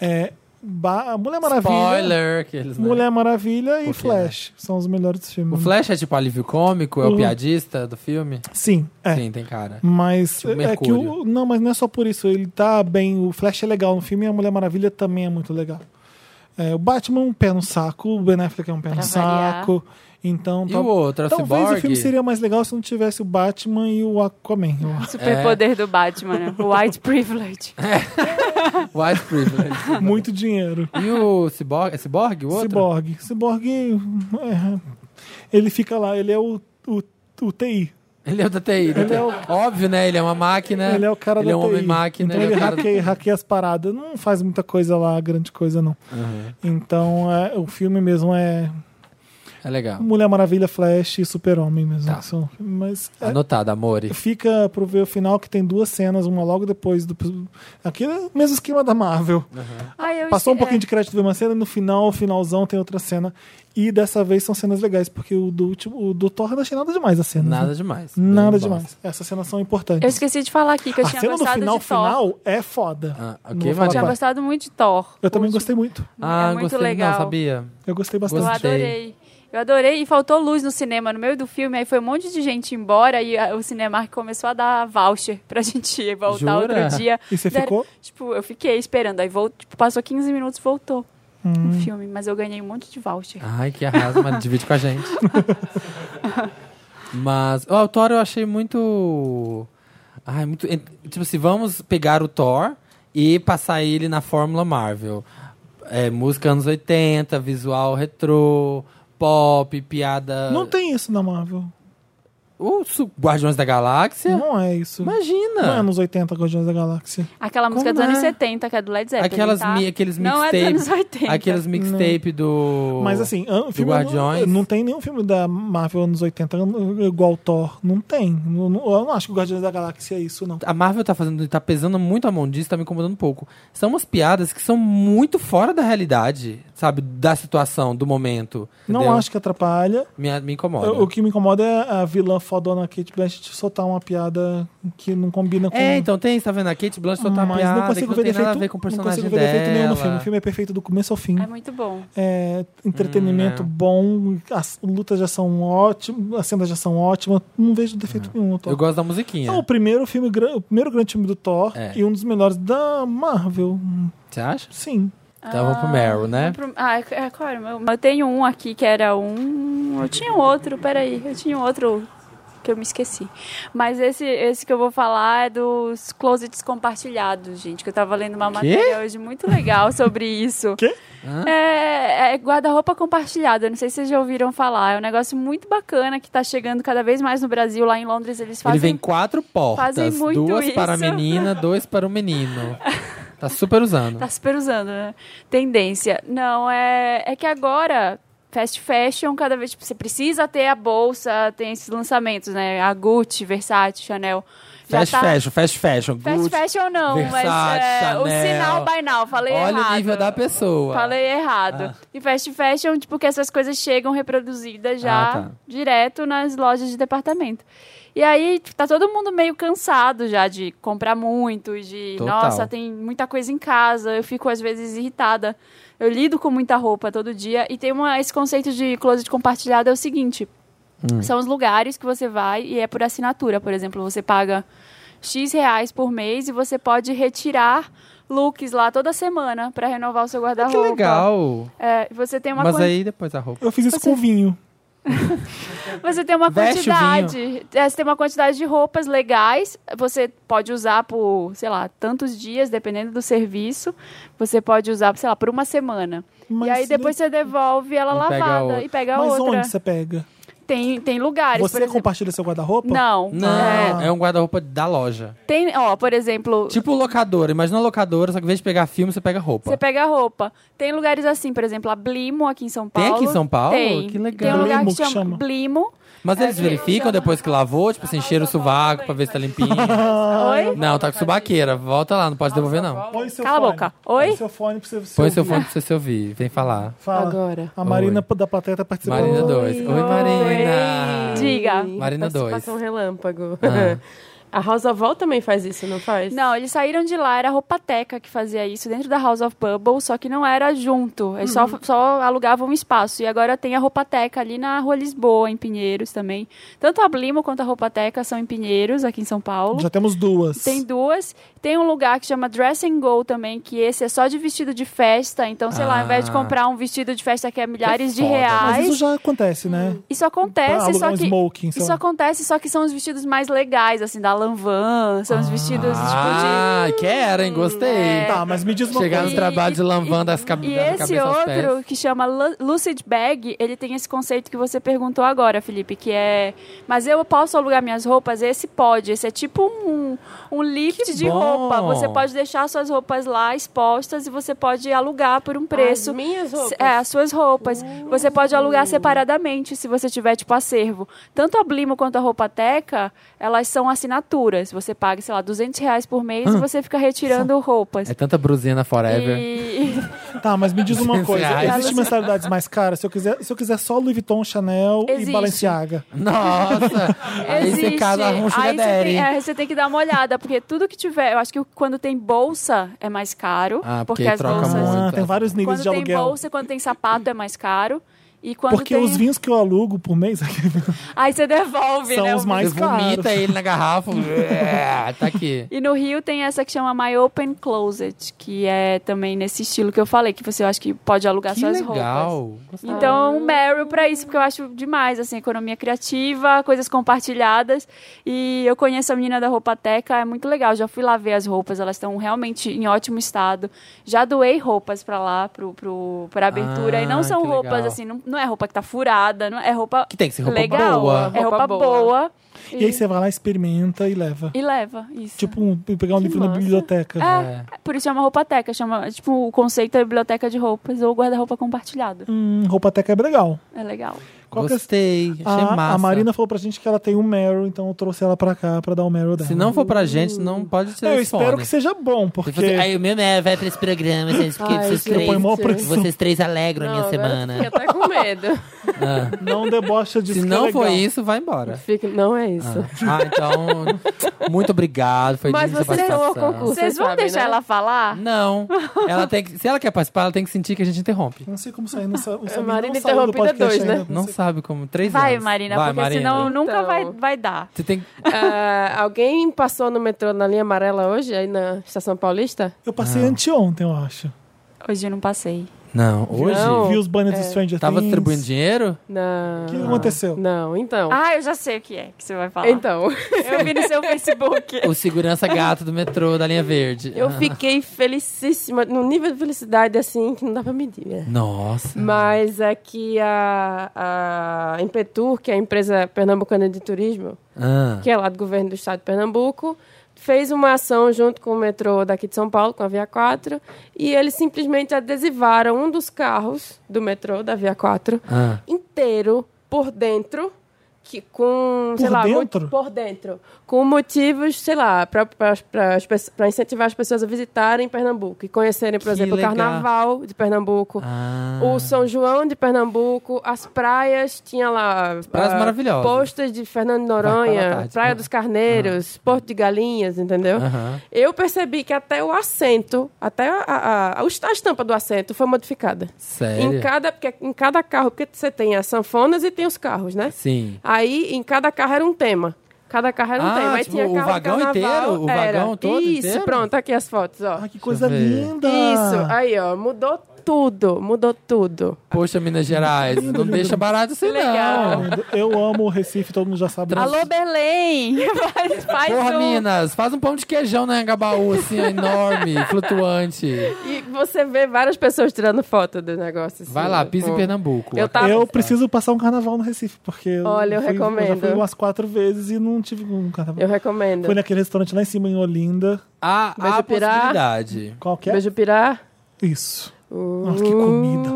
Speaker 1: É, Ba- Mulher Maravilha.
Speaker 2: Spoiler. Que eles, né?
Speaker 1: Mulher Maravilha e
Speaker 2: Por quê,
Speaker 1: Flash. São os melhores
Speaker 2: O
Speaker 1: filmes.
Speaker 2: Flash é tipo alívio cômico, é o
Speaker 1: Uhum.
Speaker 2: piadista do filme?
Speaker 1: Sim, é.
Speaker 2: Sim, tem cara.
Speaker 1: Mas
Speaker 2: Tipo
Speaker 1: é que
Speaker 2: Mercúrio.
Speaker 1: o. Não, mas não é só por isso. Ele tá bem. O Flash é legal no filme e a Mulher Maravilha também é muito legal. É, o Batman é um pé no saco, o Ben Affleck é um pé no
Speaker 3: Pra variar.
Speaker 1: saco. Então,
Speaker 2: E
Speaker 1: tal-
Speaker 2: o outro, é o
Speaker 1: talvez
Speaker 2: Cyborg?
Speaker 1: o filme seria mais legal se não tivesse o Batman e o Aquaman. eu acho.
Speaker 3: Superpoder do Batman, né? White Privilege.
Speaker 2: White Privilege.
Speaker 1: muito dinheiro.
Speaker 2: E o Cyborg? É Cyborg o outro?
Speaker 1: Cyborg. Cyborg. é, ele fica lá, ele é o, o, o TI.
Speaker 2: Ele é o da TI. do
Speaker 1: Ele é o-
Speaker 2: Óbvio, né? Ele é uma máquina.
Speaker 1: Ele é o cara
Speaker 2: Ele
Speaker 1: da
Speaker 2: é um
Speaker 1: TI.
Speaker 2: homem máquina.
Speaker 1: Então ele,
Speaker 2: é o cara...
Speaker 1: hackeia, hackeia as paradas. Não faz muita coisa lá, grande coisa, não. Então é, o filme mesmo é
Speaker 2: É legal.
Speaker 1: Mulher Maravilha, Flash e Super-Homem mesmo.
Speaker 2: Tá.
Speaker 1: que são- mas é,
Speaker 2: Anotado, Amore.
Speaker 1: fica pro ver o final que tem duas cenas, uma logo depois do. Aquele é o mesmo esquema da Marvel.
Speaker 2: É.
Speaker 3: Ai, eu
Speaker 1: Passou um
Speaker 3: esque-
Speaker 1: pouquinho
Speaker 3: é.
Speaker 1: de crédito de uma cena, no final, finalzão, tem outra cena. E dessa vez são cenas legais, porque o do último, o do Thor eu não achei nada demais a cena.
Speaker 2: Nada demais.
Speaker 1: Nada
Speaker 2: Bem
Speaker 1: demais. Essas cenas são importantes.
Speaker 3: Eu esqueci de falar aqui que eu
Speaker 1: a
Speaker 3: tinha
Speaker 1: cena do
Speaker 3: gostado
Speaker 1: final
Speaker 3: de Thor.
Speaker 1: final é foda.
Speaker 2: Ah, ok,
Speaker 1: Não vou falar
Speaker 2: Maria.
Speaker 3: Tinha
Speaker 1: mais.
Speaker 3: gostado muito de Thor.
Speaker 1: Eu também
Speaker 3: Último.
Speaker 1: gostei muito.
Speaker 2: Ah,
Speaker 3: é muito
Speaker 2: gostei,
Speaker 3: legal.
Speaker 2: não, sabia?
Speaker 1: Eu gostei
Speaker 3: Eu
Speaker 1: bastante.
Speaker 2: Gostei.
Speaker 3: adorei. Eu adorei e faltou luz no cinema no meio do filme, aí foi um monte de gente embora e a- o Cinemark começou a dar voucher pra gente ir voltar
Speaker 2: Jura?
Speaker 3: outro dia.
Speaker 1: E você
Speaker 3: Deram-
Speaker 1: ficou?
Speaker 3: Tipo, eu fiquei esperando, aí vol- tipo, passou 15 minutos e voltou
Speaker 1: Hum.
Speaker 3: o filme, mas eu ganhei um monte de voucher.
Speaker 2: Ai, que arraso, mas divide com a gente. mas ó, o Thor eu achei muito. Ai, muito. en- Tipo assim, vamos pegar o Thor e passar ele na Fórmula Marvel. É, música anos 80, visual retrô, pop, piada.
Speaker 1: Não tem isso na Marvel.
Speaker 2: O su- Guardiões da Galáxia?
Speaker 1: Não é isso. Não é
Speaker 2: Imagina!
Speaker 1: anos 80 Guardiões da Galáxia.
Speaker 3: Aquela música
Speaker 2: Como
Speaker 3: dos anos
Speaker 2: é?
Speaker 3: 70, que é do Led Zeppelin,
Speaker 2: Aquelas,
Speaker 3: tá?
Speaker 2: mi- aqueles
Speaker 3: Não é dos
Speaker 2: mixtapes.
Speaker 3: anos 80.
Speaker 2: aqueles mixtape do.
Speaker 1: Mas assim, an- filme
Speaker 2: Guardiões.
Speaker 1: Não, não tem nenhum filme da Marvel anos 80 an- igual Thor. Não tem. Não- não- eu não acho que o Guardiões da Galáxia é isso, não.
Speaker 2: A Marvel tá fazendo, tá pesando muito a mão disso, tá me incomodando um pouco. São umas piadas que são muito fora da realidade, sabe? Da situação, do momento.
Speaker 1: Não
Speaker 2: entendeu?
Speaker 1: acho que atrapalha.
Speaker 2: Me, me incomoda.
Speaker 1: O o que me incomoda é a vilã fodona Kate Blanchett soltar uma piada que não combina com...
Speaker 2: É, então tem, tá vendo? A Kate Blanchett só tá
Speaker 1: mas
Speaker 2: piada,
Speaker 1: não
Speaker 2: que
Speaker 1: consigo
Speaker 2: não
Speaker 1: ver
Speaker 2: tem
Speaker 1: defeito,
Speaker 2: nada a ver com o
Speaker 1: não
Speaker 2: personagem
Speaker 1: consigo ver defeito nenhum no
Speaker 2: dela.
Speaker 1: filme. O filme é perfeito do começo ao fim.
Speaker 3: É muito bom.
Speaker 1: É, entretenimento
Speaker 2: Hum,
Speaker 1: bom, as lutas já são ótimas, as cenas já são ótimas. Não vejo defeito nenhum no Thor.
Speaker 2: Eu gosto da
Speaker 1: É
Speaker 2: musiquinha.
Speaker 1: o primeiro filme, gran- o primeiro grande filme do Thor
Speaker 2: É.
Speaker 1: e um dos melhores da Marvel.
Speaker 2: Você acha?
Speaker 1: Sim.
Speaker 2: Então vamos pro Meryl, né?
Speaker 3: Pro- Ah, é- é, qual era o meu? Eu tenho um aqui que era um. Eu tinha um outro, peraí. Eu tinha um outro que eu me esqueci. Mas esse, esse que eu vou falar é dos closets compartilhados, gente. Que eu tava lendo uma matéria hoje muito legal sobre isso.
Speaker 1: Quê?
Speaker 3: É, é guarda-roupa compartilhada. Não sei se vocês já ouviram falar. É um negócio muito bacana que tá chegando cada vez mais no Brasil. Lá em Londres eles
Speaker 2: Ele
Speaker 3: fazem.
Speaker 2: vem quatro portas.
Speaker 3: fazem muito
Speaker 2: duas
Speaker 3: isso.
Speaker 2: para a menina, dois para o menino. Tá super usando.
Speaker 3: Tá super usando, né? Tendência. Não, é, é que agora, fast fashion, cada vez tipo, você precisa ter a bolsa, tem esses lançamentos, né? A Gucci, Versace, Chanel. Já
Speaker 2: Fast
Speaker 3: tá-
Speaker 2: fashion, fast fashion.
Speaker 3: Fast
Speaker 2: Gucci.
Speaker 3: fashion não, mas
Speaker 2: Versace,
Speaker 3: é, o
Speaker 2: Chanel.
Speaker 3: sinal by now, falei
Speaker 2: Olha
Speaker 3: errado.
Speaker 2: o nível da pessoa.
Speaker 3: Falei errado.
Speaker 2: Ah.
Speaker 3: E fast fashion, tipo, que essas coisas chegam reproduzidas já
Speaker 2: Ah, tá.
Speaker 3: direto nas lojas de departamento. E aí, tipo, tá todo mundo meio cansado já de comprar muito, e de,
Speaker 2: Total.
Speaker 3: nossa, tem muita coisa em casa, eu fico às vezes irritada. Eu lido com muita roupa todo dia e tem uma, esse conceito de closet compartilhado é o seguinte.
Speaker 2: Hum.
Speaker 3: São os lugares que você vai e é por assinatura, por exemplo, você paga X reais por mês e você pode retirar looks lá toda semana pra renovar o seu
Speaker 2: Ah, Que
Speaker 3: guarda-roupa.
Speaker 2: legal.
Speaker 3: É, você tem uma
Speaker 2: Mas
Speaker 3: quan-
Speaker 2: aí depois a roupa.
Speaker 1: Eu fiz isso
Speaker 3: Você-
Speaker 1: com vinho.
Speaker 3: Você tem uma
Speaker 2: Veste o
Speaker 3: quantidade. é, Você tem uma quantidade de roupas legais. Você pode usar por, sei lá, tantos dias, dependendo do serviço. Você pode usar, sei lá, por uma semana.
Speaker 1: Mas
Speaker 3: e aí depois você devolve ela
Speaker 2: E pega
Speaker 3: lavada
Speaker 2: outra.
Speaker 3: e pega
Speaker 1: Mas
Speaker 3: outra.
Speaker 1: onde você pega?
Speaker 3: Tem, tem lugares, por
Speaker 1: você
Speaker 3: exemplo.
Speaker 1: compartilha seu guarda-roupa?
Speaker 3: Não.
Speaker 2: Não,
Speaker 1: Ah.
Speaker 2: é um guarda-roupa da loja.
Speaker 3: É, tem, ó, por exemplo,
Speaker 2: Tipo locadora. Imagina uma locadora, só que em vez de pegar filme, você pega roupa.
Speaker 3: você pega roupa. Tem lugares assim, por exemplo, a Blimo aqui em São
Speaker 2: Tem
Speaker 3: Paulo.
Speaker 2: aqui em São Paulo?
Speaker 3: Tem.
Speaker 2: Que legal.
Speaker 3: Tem um lugar
Speaker 1: Blimo
Speaker 3: que
Speaker 1: que
Speaker 3: chama,
Speaker 1: chama.
Speaker 3: Blimo.
Speaker 2: Mas
Speaker 3: É,
Speaker 2: eles verificam depois que lavou, tipo assim, cheira o sovaco pra ver se tá limpinho.
Speaker 1: Ah,
Speaker 3: Oi?
Speaker 2: Não, tá com subaqueira. Volta lá, não pode devolver, não.
Speaker 1: Põe seu
Speaker 3: Cala a
Speaker 1: fone.
Speaker 3: boca. Oi?
Speaker 1: Põe seu fone pra você você
Speaker 2: Põe seu
Speaker 1: ouvir.
Speaker 2: fone pra você se ouvir. Vem falar.
Speaker 1: Fala.
Speaker 4: Agora.
Speaker 1: A Marina da plateia tá participando.
Speaker 2: Marina 2. Oi, Marina.
Speaker 3: Diga.
Speaker 2: Marina dois.
Speaker 4: Participação um relâmpago.
Speaker 2: Ah.
Speaker 4: A Rosa Vol também faz isso, não faz?
Speaker 3: Não, eles saíram de lá, era a Roupateca que fazia isso, dentro da House of Bubble, só que não era junto, eles
Speaker 1: Uhum.
Speaker 3: só, só alugavam um espaço. E agora tem a Roupateca ali na Rua Lisboa, em Pinheiros também. Tanto a Blimo quanto a Roupateca são em Pinheiros, aqui em São Paulo.
Speaker 1: Já temos duas.
Speaker 3: Tem duas. Tem um lugar que chama Dress and Go também, que esse é só de vestido de festa. Então, sei lá, ao invés de
Speaker 2: Ah.
Speaker 3: comprar um vestido de festa que é milhares de
Speaker 2: foda.
Speaker 1: Mas
Speaker 3: reais,
Speaker 1: isso já acontece, né?
Speaker 3: isso acontece,
Speaker 1: alugar
Speaker 3: só
Speaker 1: um
Speaker 3: que...
Speaker 1: smoking, sei
Speaker 3: Isso
Speaker 1: lá.
Speaker 3: acontece, só que são os vestidos mais legais, assim, da Lanvin, são os vestidos, tipo, de... É.
Speaker 2: Ah, quero, hein? Gostei.
Speaker 1: Tá, mas me diz uma
Speaker 2: Chegar
Speaker 1: coisa.
Speaker 2: no
Speaker 3: E-
Speaker 2: trabalho de lavando as
Speaker 3: E
Speaker 2: cabeças.
Speaker 3: esse outro que chama lu- Lucid Bag, ele tem esse conceito que você perguntou agora, Felipe, que é. Mas eu posso alugar minhas roupas? Esse pode. Esse é tipo um, um lift de
Speaker 2: bom!
Speaker 3: roupa. Você pode deixar suas roupas lá expostas e você pode alugar por um preço.
Speaker 4: As minhas roupas?
Speaker 3: Se- É, as suas roupas. Você pode
Speaker 2: Uh!
Speaker 3: alugar separadamente se você tiver, tipo, acervo. Tanto a Blimo quanto a Roupateca, elas são assinaturas. Você paga, sei lá, 200 reais por mês e você fica retirando roupas.
Speaker 2: É tanta brusina forever.
Speaker 3: E...
Speaker 1: Tá, mas me diz uma coisa.
Speaker 2: Reais.
Speaker 1: Existem mensalidades mais caras? Se eu quiser, se eu quiser só Louis Vuitton, Chanel
Speaker 3: Existe.
Speaker 1: e Balenciaga.
Speaker 2: Nossa. aí
Speaker 3: Existe.
Speaker 2: você casa com um
Speaker 3: Aí você tem,
Speaker 2: sugar
Speaker 3: é, você tem que dar uma olhada, porque tudo que tiver, eu acho que quando tem bolsa é mais caro,
Speaker 2: Ah,
Speaker 3: porque,
Speaker 2: porque
Speaker 3: as
Speaker 2: troca
Speaker 3: bolsas,
Speaker 2: muito.
Speaker 1: Ah, tem vários níveis
Speaker 3: quando
Speaker 1: de
Speaker 3: tem
Speaker 1: aluguel.
Speaker 3: bolsa, quando tem sapato é mais caro. E quando
Speaker 1: Porque
Speaker 3: tem...
Speaker 1: os vinhos que eu alugo por mês
Speaker 3: Aí você devolve,
Speaker 1: são
Speaker 3: né?
Speaker 1: os
Speaker 3: o
Speaker 1: mais
Speaker 2: Você vomita
Speaker 1: caros.
Speaker 2: ele na garrafa. É, tá aqui.
Speaker 3: E no Rio tem essa que chama My Open Closet, que é também nesse estilo que eu falei, que você eu acho que pode alugar
Speaker 2: Que
Speaker 3: suas é roupas.
Speaker 2: legal. Gostei.
Speaker 3: Então, Meryl pra isso, porque eu acho demais, assim, economia criativa, coisas compartilhadas. E eu conheço a menina da Roupateca, é muito legal. Já fui lá ver as roupas, elas estão realmente em ótimo estado. Já doei roupas pra lá, pro, pro, pra abertura.
Speaker 2: Ah,
Speaker 3: e não são
Speaker 2: que
Speaker 3: roupas,
Speaker 2: legal.
Speaker 3: assim, não, não é roupa que tá furada, não é roupa
Speaker 2: Que tem que ser roupa
Speaker 3: legal.
Speaker 2: boa.
Speaker 3: É roupa,
Speaker 4: Roupa
Speaker 3: boa.
Speaker 4: boa.
Speaker 3: E,
Speaker 1: E aí você vai lá, experimenta e leva.
Speaker 3: e leva, isso.
Speaker 1: Tipo, um- pegar um livro na
Speaker 4: massa.
Speaker 1: biblioteca.
Speaker 3: é, por isso chama roupateca, chama, tipo, o conceito é biblioteca de roupas ou guarda-roupa compartilhado.
Speaker 1: Hum, roupa teca é legal.
Speaker 3: É legal.
Speaker 1: Qual que é-
Speaker 2: Gostei. Achei
Speaker 1: A,
Speaker 2: massa.
Speaker 1: a Marina falou pra gente que ela tem um Meryl, então eu trouxe ela pra cá pra dar o Meryl dela. É,
Speaker 2: Se não for pra gente, não pode tirar
Speaker 1: eu
Speaker 2: esse
Speaker 1: espero
Speaker 2: fone.
Speaker 1: que seja bom,
Speaker 2: Tem
Speaker 1: porque
Speaker 2: que fazer- Aí o meu é, vai pra esse programa, gente, porque
Speaker 4: Ai,
Speaker 2: vocês,
Speaker 4: gente.
Speaker 1: eu
Speaker 4: três.
Speaker 1: ponho maior
Speaker 4: Vocês-
Speaker 1: pressão.
Speaker 2: vocês três alegram a minha
Speaker 4: Não, agora
Speaker 2: semana.
Speaker 4: Fiquei até com medo.
Speaker 2: Ah.
Speaker 1: não debocha disso.
Speaker 2: Se
Speaker 1: que é
Speaker 2: não for
Speaker 1: legal.
Speaker 2: isso, vai embora.
Speaker 4: Fica- Não é isso.
Speaker 2: Ah, então, muito obrigado. Foi
Speaker 4: Mas
Speaker 2: demais a
Speaker 4: vocês são ao
Speaker 2: participação.
Speaker 4: concurso.
Speaker 3: Vocês
Speaker 4: Vocês
Speaker 3: vão
Speaker 4: sabem,
Speaker 3: deixar
Speaker 4: né?
Speaker 3: ela falar?
Speaker 2: Não. Ela tem que, se ela quer participar, ela tem que sentir que a gente interrompe.
Speaker 1: Não sei como sair. Não, sa- o Samir
Speaker 4: Marina
Speaker 1: não saiu do
Speaker 4: interrompida
Speaker 1: podcast
Speaker 4: dois, né?
Speaker 1: ainda,
Speaker 2: Não
Speaker 1: sei.
Speaker 2: sabe como. Três
Speaker 3: Vai,
Speaker 2: anos.
Speaker 3: Marina,
Speaker 2: vai,
Speaker 3: porque
Speaker 2: Marina.
Speaker 3: senão nunca
Speaker 4: Então.
Speaker 3: vai, vai dar.
Speaker 2: Você tem...
Speaker 4: Ah, alguém passou no metrô na linha amarela hoje, aí na Estação Paulista?
Speaker 2: Ah.
Speaker 1: Eu passei anteontem, eu acho.
Speaker 3: Hoje eu não passei.
Speaker 2: Não, hoje.
Speaker 8: Não. é.
Speaker 1: Vi os banners de Stranger
Speaker 2: Tava
Speaker 1: Things.
Speaker 2: distribuindo dinheiro?
Speaker 8: Não.
Speaker 1: O que aconteceu?
Speaker 8: Não, então.
Speaker 3: Ah, eu já sei o que é que você vai falar.
Speaker 8: Então,
Speaker 3: Eu vi no seu Facebook.
Speaker 2: O segurança gato do metrô da linha verde.
Speaker 8: eu
Speaker 2: Ah.
Speaker 8: fiquei felicíssima, num nível de felicidade assim que não dá pra medir, né?
Speaker 2: Nossa.
Speaker 8: Mas é que a, a Impetur, que é a empresa pernambucana de turismo,
Speaker 2: Ah.
Speaker 8: que é lá do governo do estado de Pernambuco, fez uma ação junto com o metrô daqui de São Paulo, com a Via 4, e eles simplesmente adesivaram um dos carros do metrô da Via 4
Speaker 2: Ah.
Speaker 8: inteiro por dentro que com
Speaker 1: Por
Speaker 8: sei lá mo-
Speaker 1: dentro?
Speaker 8: por dentro com motivos sei lá para incentivar as pessoas a visitarem Pernambuco e conhecerem por
Speaker 2: Que
Speaker 8: exemplo
Speaker 2: legal.
Speaker 8: o Carnaval de Pernambuco
Speaker 2: Ah.
Speaker 8: o São João de Pernambuco, as praias, tinha lá
Speaker 2: praias
Speaker 8: ah,
Speaker 2: maravilhosas.
Speaker 8: postas de Fernando de
Speaker 2: Vai pra lá
Speaker 8: Noronha,
Speaker 2: tarde.
Speaker 8: Praia
Speaker 2: Ah.
Speaker 8: dos Carneiros, Porto de Galinhas, entendeu?
Speaker 2: Aham.
Speaker 8: Eu percebi que até o assento, até a, a, a, a estampa do assento foi modificada.
Speaker 2: Sério?
Speaker 8: Em cada, porque em cada carro, porque você tem as sanfonas e tem os carros, né?
Speaker 2: Sim.
Speaker 8: Aí em cada carro era um tema. Cada carro era um
Speaker 2: Ah,
Speaker 8: tema. Aí
Speaker 2: tipo,
Speaker 8: tinha
Speaker 2: o
Speaker 8: carro de
Speaker 2: vagão
Speaker 8: carnaval,
Speaker 2: inteiro? O
Speaker 8: era.
Speaker 2: vagão todo
Speaker 8: Isso,
Speaker 2: inteiro?
Speaker 8: pronto, aqui as fotos, ó.
Speaker 1: Ah, que coisa
Speaker 2: ver.
Speaker 1: linda!
Speaker 8: Isso, aí ó, mudou tudo, mudou tudo.
Speaker 2: Poxa, Minas Gerais, não deixa barato isso aí,
Speaker 8: Legal.
Speaker 2: não.
Speaker 1: Eu amo o Recife, todo mundo já sabe. né? disso.
Speaker 3: Alô, Belém! Faz, faz
Speaker 2: Porra,
Speaker 3: um...
Speaker 2: Minas, faz um pão de queijão na Engabaú, assim, enorme, flutuante.
Speaker 8: E você vê várias pessoas tirando foto do negócio. assim,
Speaker 2: Vai lá, pisa em
Speaker 8: tipo,
Speaker 2: Pernambuco.
Speaker 8: Eu tava-
Speaker 1: Eu preciso passar um carnaval no Recife, porque
Speaker 8: Olha, eu
Speaker 1: fui- já
Speaker 8: recomendo.
Speaker 1: fui umas quatro vezes e não tive um carnaval.
Speaker 8: Eu recomendo.
Speaker 1: Foi naquele restaurante lá em cima, em Olinda.
Speaker 2: Há, há a
Speaker 8: Beijo, pirá.
Speaker 2: possibilidade.
Speaker 1: Qual que é?
Speaker 8: Beijo pirá.
Speaker 1: Isso.
Speaker 8: Uh,
Speaker 1: Nossa, que comida.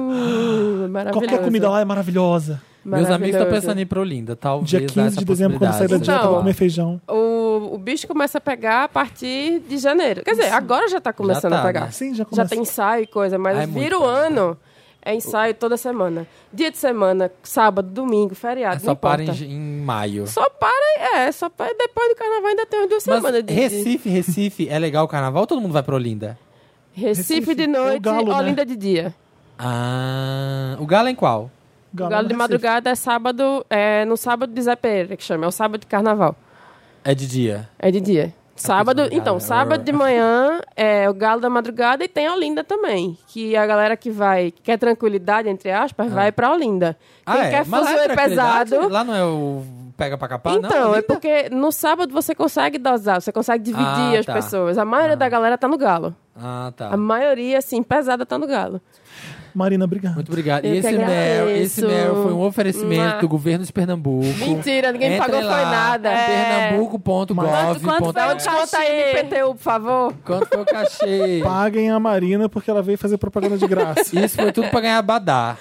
Speaker 8: Maravilhoso.
Speaker 1: Qualquer comida lá é maravilhosa.
Speaker 2: Meus amigos estão
Speaker 8: Maravilhoso.
Speaker 2: pensando em ir pro Olinda, talvez
Speaker 1: Dia
Speaker 2: há
Speaker 1: 15
Speaker 2: essa
Speaker 1: de dezembro, quando eu sair da
Speaker 2: possibilidade.
Speaker 1: dieta, eu vou comer feijão.
Speaker 8: O, o bicho começa a pegar a partir de janeiro. Quer dizer, agora já tá começando
Speaker 2: tá,
Speaker 8: a pegar.
Speaker 2: né?
Speaker 1: Sim, já
Speaker 8: Já
Speaker 1: começa.
Speaker 8: tem ensaio e coisa, mas
Speaker 2: Ah, é
Speaker 8: vira
Speaker 2: muito
Speaker 8: o ano. É ensaio toda semana. Dia de semana, sábado, domingo, feriado,
Speaker 2: É
Speaker 8: não
Speaker 2: Só
Speaker 8: importa.
Speaker 2: para em, em maio.
Speaker 8: Só para, é, só para depois do carnaval ainda tem umas duas
Speaker 2: Mas
Speaker 8: semanas de de-
Speaker 2: Recife, Recife, é legal o carnaval? Todo mundo vai pro Olinda?
Speaker 8: Recife,
Speaker 1: Recife,
Speaker 8: de
Speaker 1: é o
Speaker 8: noite,
Speaker 1: galo, né?
Speaker 8: Olinda de dia.
Speaker 2: Ah, o galo é em qual?
Speaker 8: O galo
Speaker 1: no
Speaker 8: de
Speaker 1: Recife.
Speaker 8: madrugada é sábado, é no sábado de Zé Pereira que chama, é o sábado de carnaval.
Speaker 2: É de dia.
Speaker 8: É de dia. Sábado,
Speaker 2: madrugada,
Speaker 8: então,
Speaker 2: né?
Speaker 8: sábado de manhã é o galo da madrugada e tem Olinda também. Que é a galera que vai, que quer tranquilidade, entre aspas, vai pra Olinda. Quem
Speaker 2: ah, é?
Speaker 8: quer
Speaker 2: Mas lá é
Speaker 8: fazer
Speaker 2: tranquilidade?
Speaker 8: pesado.
Speaker 2: Lá não é o pega pra capar, não?
Speaker 8: Então, é
Speaker 2: Olinda?
Speaker 8: porque no sábado você consegue dosar, você consegue dividir
Speaker 2: Ah,
Speaker 8: as
Speaker 2: tá.
Speaker 8: pessoas. A maioria da galera tá no galo.
Speaker 2: Ah, tá.
Speaker 8: A maioria, assim, pesada tá no galo.
Speaker 1: Marina, obrigado.
Speaker 2: Muito obrigado.
Speaker 8: Eu
Speaker 2: E
Speaker 8: que
Speaker 2: esse Meryl, esse
Speaker 8: agradeço.
Speaker 2: Meryl foi um oferecimento
Speaker 8: Mua.
Speaker 2: do governo de Pernambuco.
Speaker 8: Mentira, ninguém
Speaker 2: Entrem
Speaker 8: pagou
Speaker 2: lá,
Speaker 8: foi nada. É.
Speaker 2: Pernambuco.gov.
Speaker 3: Quanto- quanto foi o
Speaker 2: Quanto,
Speaker 3: cachê?
Speaker 8: Conta aí no IPTU, por favor.
Speaker 2: quanto foi o cachê?
Speaker 1: Paguem a Marina, porque ela veio fazer propaganda de graça.
Speaker 2: Isso foi tudo pra ganhar Abadá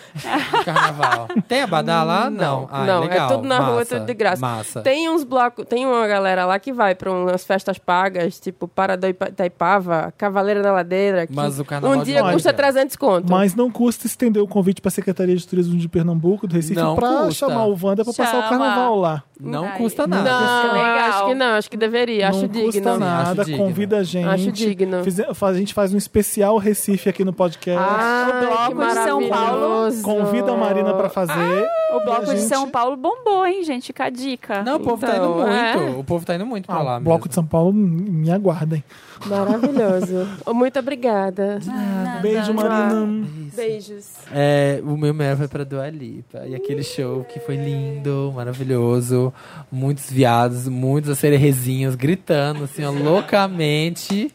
Speaker 2: no carnaval. Tem Abadá lá? Não. Ah,
Speaker 8: não,
Speaker 2: legal.
Speaker 8: é tudo na rua, é
Speaker 2: Massa,
Speaker 8: tudo de graça.
Speaker 2: Massa.
Speaker 8: Tem uns blocos, tem uma galera lá que vai pra umas festas pagas, tipo Parador Ipa- Itaipava, Cavaleira da Ladeira. Que
Speaker 2: Mas o carnaval
Speaker 8: um
Speaker 2: de
Speaker 8: dia
Speaker 2: Olinda.
Speaker 8: custa 300 conto.
Speaker 2: Então-
Speaker 1: Mas não custa estender o convite para a Secretaria de Turismo de Pernambuco, do Recife,
Speaker 2: Não
Speaker 1: para
Speaker 2: custa.
Speaker 1: chamar o Wanda para passar o
Speaker 3: Chama.
Speaker 1: carnaval lá.
Speaker 2: Não
Speaker 3: Ai.
Speaker 2: custa
Speaker 8: não,
Speaker 2: nada.
Speaker 3: Isso é legal.
Speaker 8: acho que não, acho que deveria, acho
Speaker 1: não
Speaker 8: digno.
Speaker 1: custa
Speaker 2: Sim,
Speaker 1: nada,
Speaker 2: acho digno.
Speaker 1: convida a gente.
Speaker 8: Acho digno.
Speaker 1: Fize- faz- a gente faz um especial Recife aqui no podcast.
Speaker 8: Ah,
Speaker 3: O bloco de São Paulo.
Speaker 1: Convida a Marina para fazer.
Speaker 2: Ah.
Speaker 3: O bloco
Speaker 1: E a
Speaker 3: de
Speaker 1: gente-
Speaker 3: São Paulo bombou, hein, gente? Fica a dica.
Speaker 2: Não, o povo tá indo
Speaker 8: Então,
Speaker 2: muito.
Speaker 8: é.
Speaker 2: O povo tá indo muito pra
Speaker 1: Ah,
Speaker 2: lá
Speaker 1: o bloco de
Speaker 2: mesmo.
Speaker 1: São Paulo, me me aguardem.
Speaker 8: Maravilhoso. Muito obrigada.
Speaker 3: Ah,
Speaker 8: Ah, tá.
Speaker 1: Beijo, Marina.
Speaker 8: Beijos.
Speaker 2: É, o meu melhor foi pra Dua Lipa. E aquele show que foi lindo, maravilhoso. Muitos viados, muitos acerezinhos gritando, assim, ó, loucamente.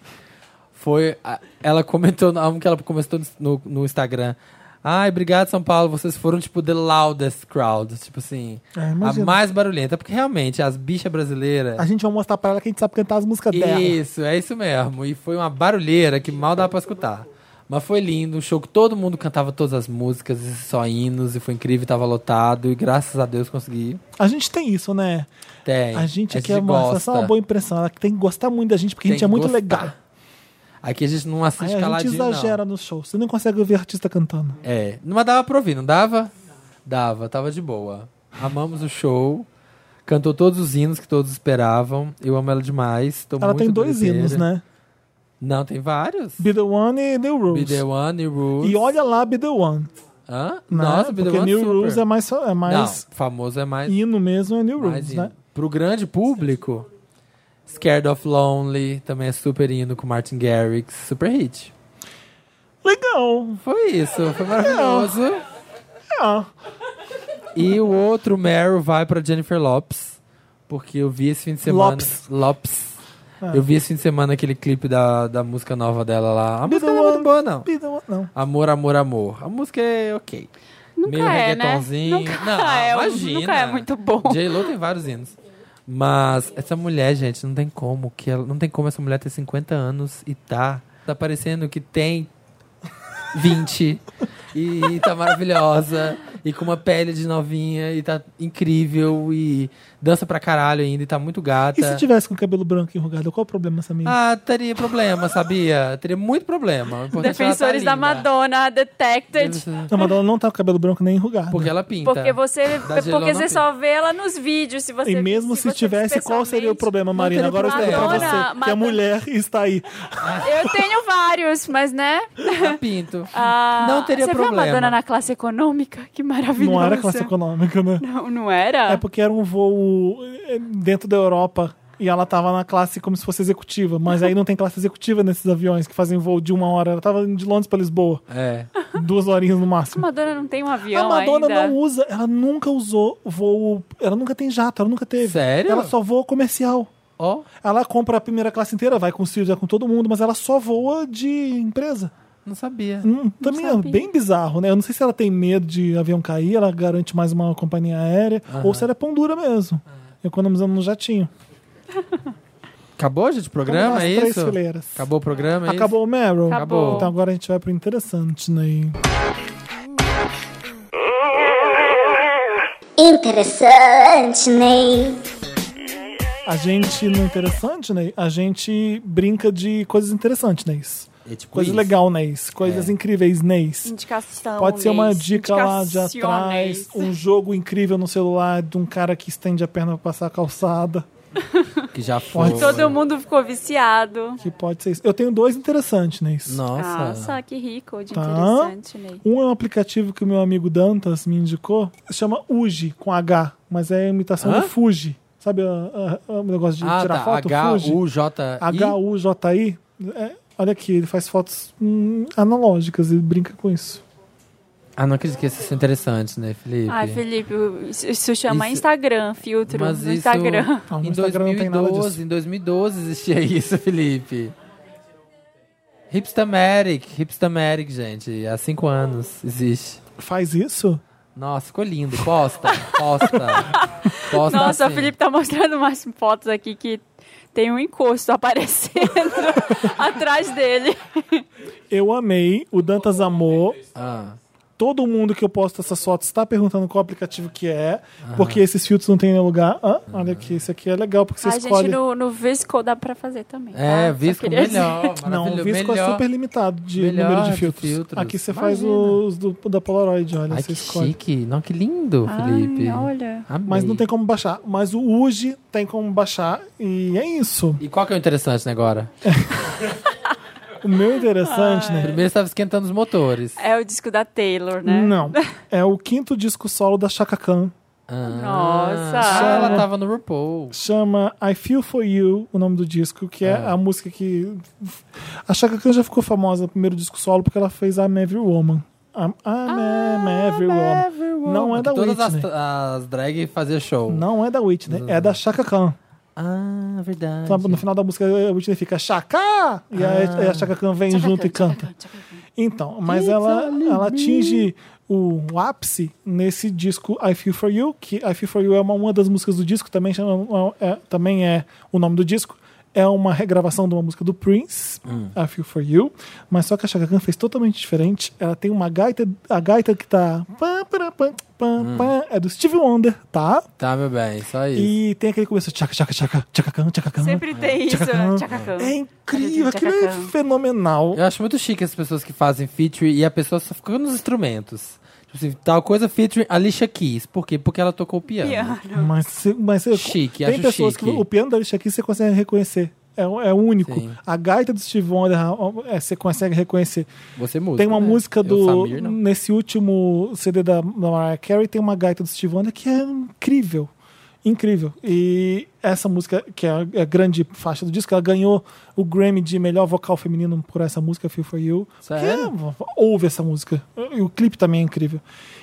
Speaker 2: Foi. a- Ela comentou, algo que ela comentou no, no Instagram. Ai, obrigado, São Paulo. Vocês foram, tipo, the loudest crowd. Tipo assim,
Speaker 1: Ah,
Speaker 2: a
Speaker 1: imagina.
Speaker 2: mais barulhenta. Porque realmente, as bichas brasileiras.
Speaker 1: A gente vai mostrar para ela que a gente sabe cantar as músicas dela.
Speaker 2: Isso, é isso mesmo. E foi uma barulheira que mal dava pra escutar. Mas foi lindo, um show que todo mundo cantava todas as músicas, e só hinos, e foi incrível, tava lotado, e graças a Deus consegui.
Speaker 1: A gente tem isso, né?
Speaker 2: Tem.
Speaker 1: A gente
Speaker 2: aqui
Speaker 1: quer mostrar só uma Ah, boa impressão. Ela tem que gostar muito da gente, porque a gente é muito legal.
Speaker 2: Aqui a gente não assiste
Speaker 1: Aí a gente
Speaker 2: caladinho, não.
Speaker 1: exagera no show. Você não consegue ouvir artista cantando.
Speaker 2: É, mas dava pra ouvir, não dava? Dava, tava de boa. Amamos o show, cantou todos os hinos que todos esperavam, eu amo ela demais. tô
Speaker 1: Ela
Speaker 2: muito
Speaker 1: tem dois
Speaker 2: brasileira.
Speaker 1: hinos, né?
Speaker 2: Não, tem vários.
Speaker 1: Be the One e New
Speaker 2: Be
Speaker 1: Rules.
Speaker 2: the One e Rules.
Speaker 1: E olha lá Be the One.
Speaker 2: Hã?
Speaker 1: Né?
Speaker 2: Nossa, Be
Speaker 1: Porque
Speaker 2: the One
Speaker 1: New
Speaker 2: super.
Speaker 1: Rules é mais, é mais
Speaker 2: Não, famoso é mais.
Speaker 1: hino mesmo, é New
Speaker 2: mais
Speaker 1: Rules,
Speaker 2: hino.
Speaker 1: né?
Speaker 2: Pro grande público, Scared of Lonely também é super hino com Martin Garrix, super hit.
Speaker 1: legal.
Speaker 2: Foi isso, foi maravilhoso.
Speaker 1: Ah,
Speaker 2: E o outro Meryl vai pra Jennifer Lopes, porque eu vi esse fim de semana.
Speaker 1: Lopes. É.
Speaker 2: Lopes. Eu vi esse fim de semana aquele clipe da, da música nova dela lá. A
Speaker 1: Be the
Speaker 2: música não é muito
Speaker 1: one.
Speaker 2: boa, não.
Speaker 1: be the one- não.
Speaker 2: Amor, amor, amor. A música é ok.
Speaker 3: Nunca
Speaker 2: Meio
Speaker 3: é, né?
Speaker 2: reggaetonzinho.
Speaker 3: Nunca
Speaker 2: não,
Speaker 3: é,
Speaker 2: imagina.
Speaker 3: nunca é muito bom.
Speaker 2: J-Lo tem vários hinos. Mas essa mulher, gente, não tem como que ela, não tem como essa mulher ter 50 anos e tá tá parecendo que tem 20 e tá maravilhosa e com uma pele de novinha e tá incrível e dança pra caralho ainda e tá muito gata.
Speaker 1: E se um tivesse com o cabelo branco enrugado, qual o problema essa menina?
Speaker 2: Ah, teria problema, sabia? Teria muito problema. O importante é que ela tá
Speaker 3: Defensores da
Speaker 2: linda.
Speaker 3: Madonna Detected.
Speaker 1: Não, mas ela não tá com o cabelo branco nem enrugado.
Speaker 2: Ah, é. Porque ela pinta.
Speaker 3: Porque você,
Speaker 2: Da J.Lo
Speaker 3: porque
Speaker 2: não
Speaker 3: você
Speaker 2: tem.
Speaker 3: só vê ela nos vídeos. Se você,
Speaker 1: E mesmo se,
Speaker 3: você
Speaker 1: tivesse, qual seria o
Speaker 3: pessoalmente-
Speaker 1: problema, Marina?
Speaker 2: teria
Speaker 1: Agora eu estou pra
Speaker 2: problema.
Speaker 1: você,
Speaker 3: Madonna,
Speaker 1: que é
Speaker 3: Madonna.
Speaker 1: mulher e está aí.
Speaker 3: Eu tenho vários, mas né?
Speaker 2: Ela pinto.
Speaker 3: Ah,
Speaker 2: Não teria
Speaker 3: você
Speaker 2: problema.
Speaker 3: Você viu a Madonna na classe econômica? Que maravilhosa.
Speaker 1: Não era classe econômica, né?
Speaker 3: Não, não era?
Speaker 1: É porque era um voo eh, dentro da Europa e ela tava na classe como se fosse executiva, mas aí não tem classe executiva nesses aviões que fazem voo de uma hora. Ela tava indo de Londres pra Lisboa,
Speaker 2: É.
Speaker 1: duas horinhas no máximo.
Speaker 3: A Madonna não tem um
Speaker 1: A
Speaker 3: avião
Speaker 1: Madonna
Speaker 3: ainda.
Speaker 1: não usa, ela nunca usou voo. Ela nunca tem jato, ela nunca teve.
Speaker 2: Sério?
Speaker 1: Ela só voa comercial.
Speaker 2: Ó.
Speaker 1: Ela compra a primeira classe inteira, vai com os filhos, vai com todo mundo, mas ela só voa de empresa.
Speaker 2: Não sabia.
Speaker 1: Hum, também é bem bizarro, né? Eu não sei se ela tem medo de avião cair, ela garante mais uma companhia aérea, ou se ela é pão dura mesmo. Economizando no jatinho.
Speaker 2: Acabou, gente, o programa?
Speaker 1: Acabou
Speaker 2: É
Speaker 1: as três
Speaker 2: isso?
Speaker 1: fileiras.
Speaker 2: Acabou o programa? é isso?
Speaker 1: Acabou o Meryl?
Speaker 2: Acabou.
Speaker 1: Então agora a gente vai pro interessante, né?
Speaker 7: Interessante, Ney.
Speaker 1: A gente, no interessante, né? A gente brinca de coisas interessantes, né?
Speaker 2: É tipo
Speaker 1: Coisa
Speaker 2: isso.
Speaker 1: legal, Neis. Coisas
Speaker 2: É.
Speaker 1: incríveis, né? Neis.
Speaker 3: Indicação.
Speaker 1: Pode ser uma
Speaker 3: Neis.
Speaker 1: dica lá de atrás,
Speaker 3: Indicaciones.
Speaker 1: um jogo incrível no celular de um cara que estende a perna pra passar a calçada.
Speaker 2: Que já foi.
Speaker 1: então
Speaker 3: Todo
Speaker 1: um
Speaker 3: mundo ficou viciado.
Speaker 1: Que pode ser isso. Eu tenho dois interessantes, Neis.
Speaker 2: Nossa.
Speaker 3: Nossa, que rico de
Speaker 1: Tá.
Speaker 3: interessante, né? Ney.
Speaker 1: Um é um aplicativo que o meu amigo Dantas me indicou, chama Uji, com H, mas é a imitação
Speaker 2: Hã?
Speaker 1: do Fuji. Sabe a- a- a- o negócio de
Speaker 2: Ah,
Speaker 1: tirar
Speaker 2: tá.
Speaker 1: foto? Fuji?
Speaker 2: H-U-J-I.
Speaker 1: H-U-J-I. É, olha aqui, ele faz fotos hum, analógicas, ele brinca com isso.
Speaker 2: Ah, não acredito que isso seja interessante, né, Felipe?
Speaker 3: Ai, Felipe, isso- isso chama
Speaker 2: Isso-
Speaker 3: Instagram, filtro
Speaker 2: Mas
Speaker 3: no
Speaker 2: isso...
Speaker 3: Instagram.
Speaker 1: Não, no
Speaker 2: Em
Speaker 1: Instagram não tem nada
Speaker 2: 2012,
Speaker 1: disso.
Speaker 2: em 2012 existia isso, Felipe. Hipstamatic. Hipstamatic, gente. Há cinco anos existe.
Speaker 1: Faz isso?
Speaker 2: Nossa, ficou lindo. Posta, posta. posta
Speaker 3: Nossa, o
Speaker 2: assim.
Speaker 3: Felipe tá mostrando umas fotos aqui que tem um encosto aparecendo atrás dele.
Speaker 1: Eu amei, o Dantas amou.
Speaker 2: Ah.
Speaker 1: Todo mundo que eu posto essas fotos está perguntando qual aplicativo que é, porque esses filtros não tem em lugar. Ah, olha aqui, isso aqui é legal, porque você
Speaker 3: A
Speaker 1: escolhe...
Speaker 3: gente no, no Visco dá pra fazer também.
Speaker 2: É,
Speaker 3: tá? Só
Speaker 2: visco
Speaker 3: queria dizer.
Speaker 2: melhor.
Speaker 1: Não, o
Speaker 2: maravilhoso,
Speaker 1: Visco é
Speaker 2: melhor.
Speaker 1: super limitado de
Speaker 2: Melhor
Speaker 1: número de
Speaker 2: de
Speaker 1: filtros.
Speaker 2: filtros.
Speaker 1: Aqui você faz
Speaker 2: Imagina.
Speaker 1: os do, da Polaroid, olha,
Speaker 2: Ai,
Speaker 1: você
Speaker 2: que
Speaker 1: escolhe.
Speaker 2: chique. Não, que lindo, Felipe.
Speaker 3: Ai, olha.
Speaker 2: Amei.
Speaker 1: Mas não tem como baixar. Mas o Uji tem como baixar e é isso.
Speaker 2: E qual que é o interessante né, agora?
Speaker 1: O meu interessante, né?
Speaker 2: Primeiro estava esquentando os motores.
Speaker 3: É o disco da Taylor, né?
Speaker 1: Não. É o quinto disco solo da Chaka Khan.
Speaker 2: Ah,
Speaker 3: Nossa.
Speaker 2: só ela tava no RuPaul.
Speaker 1: Chama I Feel For You, o nome do disco, que é a música que... A Chaka Khan já ficou famosa no primeiro disco solo porque ela fez I'm Every Woman. I'm, I'm Every Woman. Não é da
Speaker 2: Todas as,
Speaker 1: Whitney.
Speaker 2: as drag faziam show.
Speaker 1: Não é da Whitney. É da Chaka Khan.
Speaker 2: Ah, verdade.
Speaker 1: Sabe, no final da música a Whitney fica Chaka! E aí aí a Chaka Khan vem junto e canta. Então, mas ela, ela atinge o ápice nesse disco I Feel For You, que I Feel For You é uma, uma das músicas do disco, também, chama, é, também é o nome do disco. É uma regravação de uma música do Prince, I Feel For You, mas só que a Chaka Khan fez totalmente diferente. Ela tem uma gaita, a gaita que tá... pam, pam, pam, pam, pam, É do Steve Wonder, tá?
Speaker 2: Tá, meu bem, só isso.
Speaker 1: E tem aquele começo, tchaca, tchaca, tchaca, tchaca, Khan, tchaca, Khan.
Speaker 3: Sempre tem isso, né? Tchacacan.
Speaker 1: É incrível,
Speaker 3: Tchacacan.
Speaker 1: aquilo é fenomenal.
Speaker 2: Eu acho muito chique as pessoas que fazem feature e a pessoa só fica nos instrumentos. Tipo assim, tal coisa feature Alicia Keys. Por quê? Porque ela tocou o
Speaker 1: É.
Speaker 2: piano.
Speaker 3: Piano.
Speaker 1: Mas, você- mas você-
Speaker 2: É. Chique,
Speaker 1: tem
Speaker 2: acho
Speaker 1: pessoas
Speaker 2: chique.
Speaker 1: que o piano da Alicia Keys você consegue reconhecer. É, é único.
Speaker 2: Sim.
Speaker 1: A gaita do Steve Wonder é, você consegue reconhecer.
Speaker 2: Você música.
Speaker 1: tem uma
Speaker 2: né?
Speaker 1: música
Speaker 2: Eu,
Speaker 1: do.
Speaker 2: Samir, não.
Speaker 1: nesse último CD da, da Mariah Carey, tem uma gaita do Steve Wonder que é incrível. Incrível. E essa música, que é a a grande faixa do disco, ela ganhou o Grammy de melhor vocal feminino por essa música, Feel For You.
Speaker 2: Sério?
Speaker 1: Que, é, ouve essa música. E o clipe também é incrível.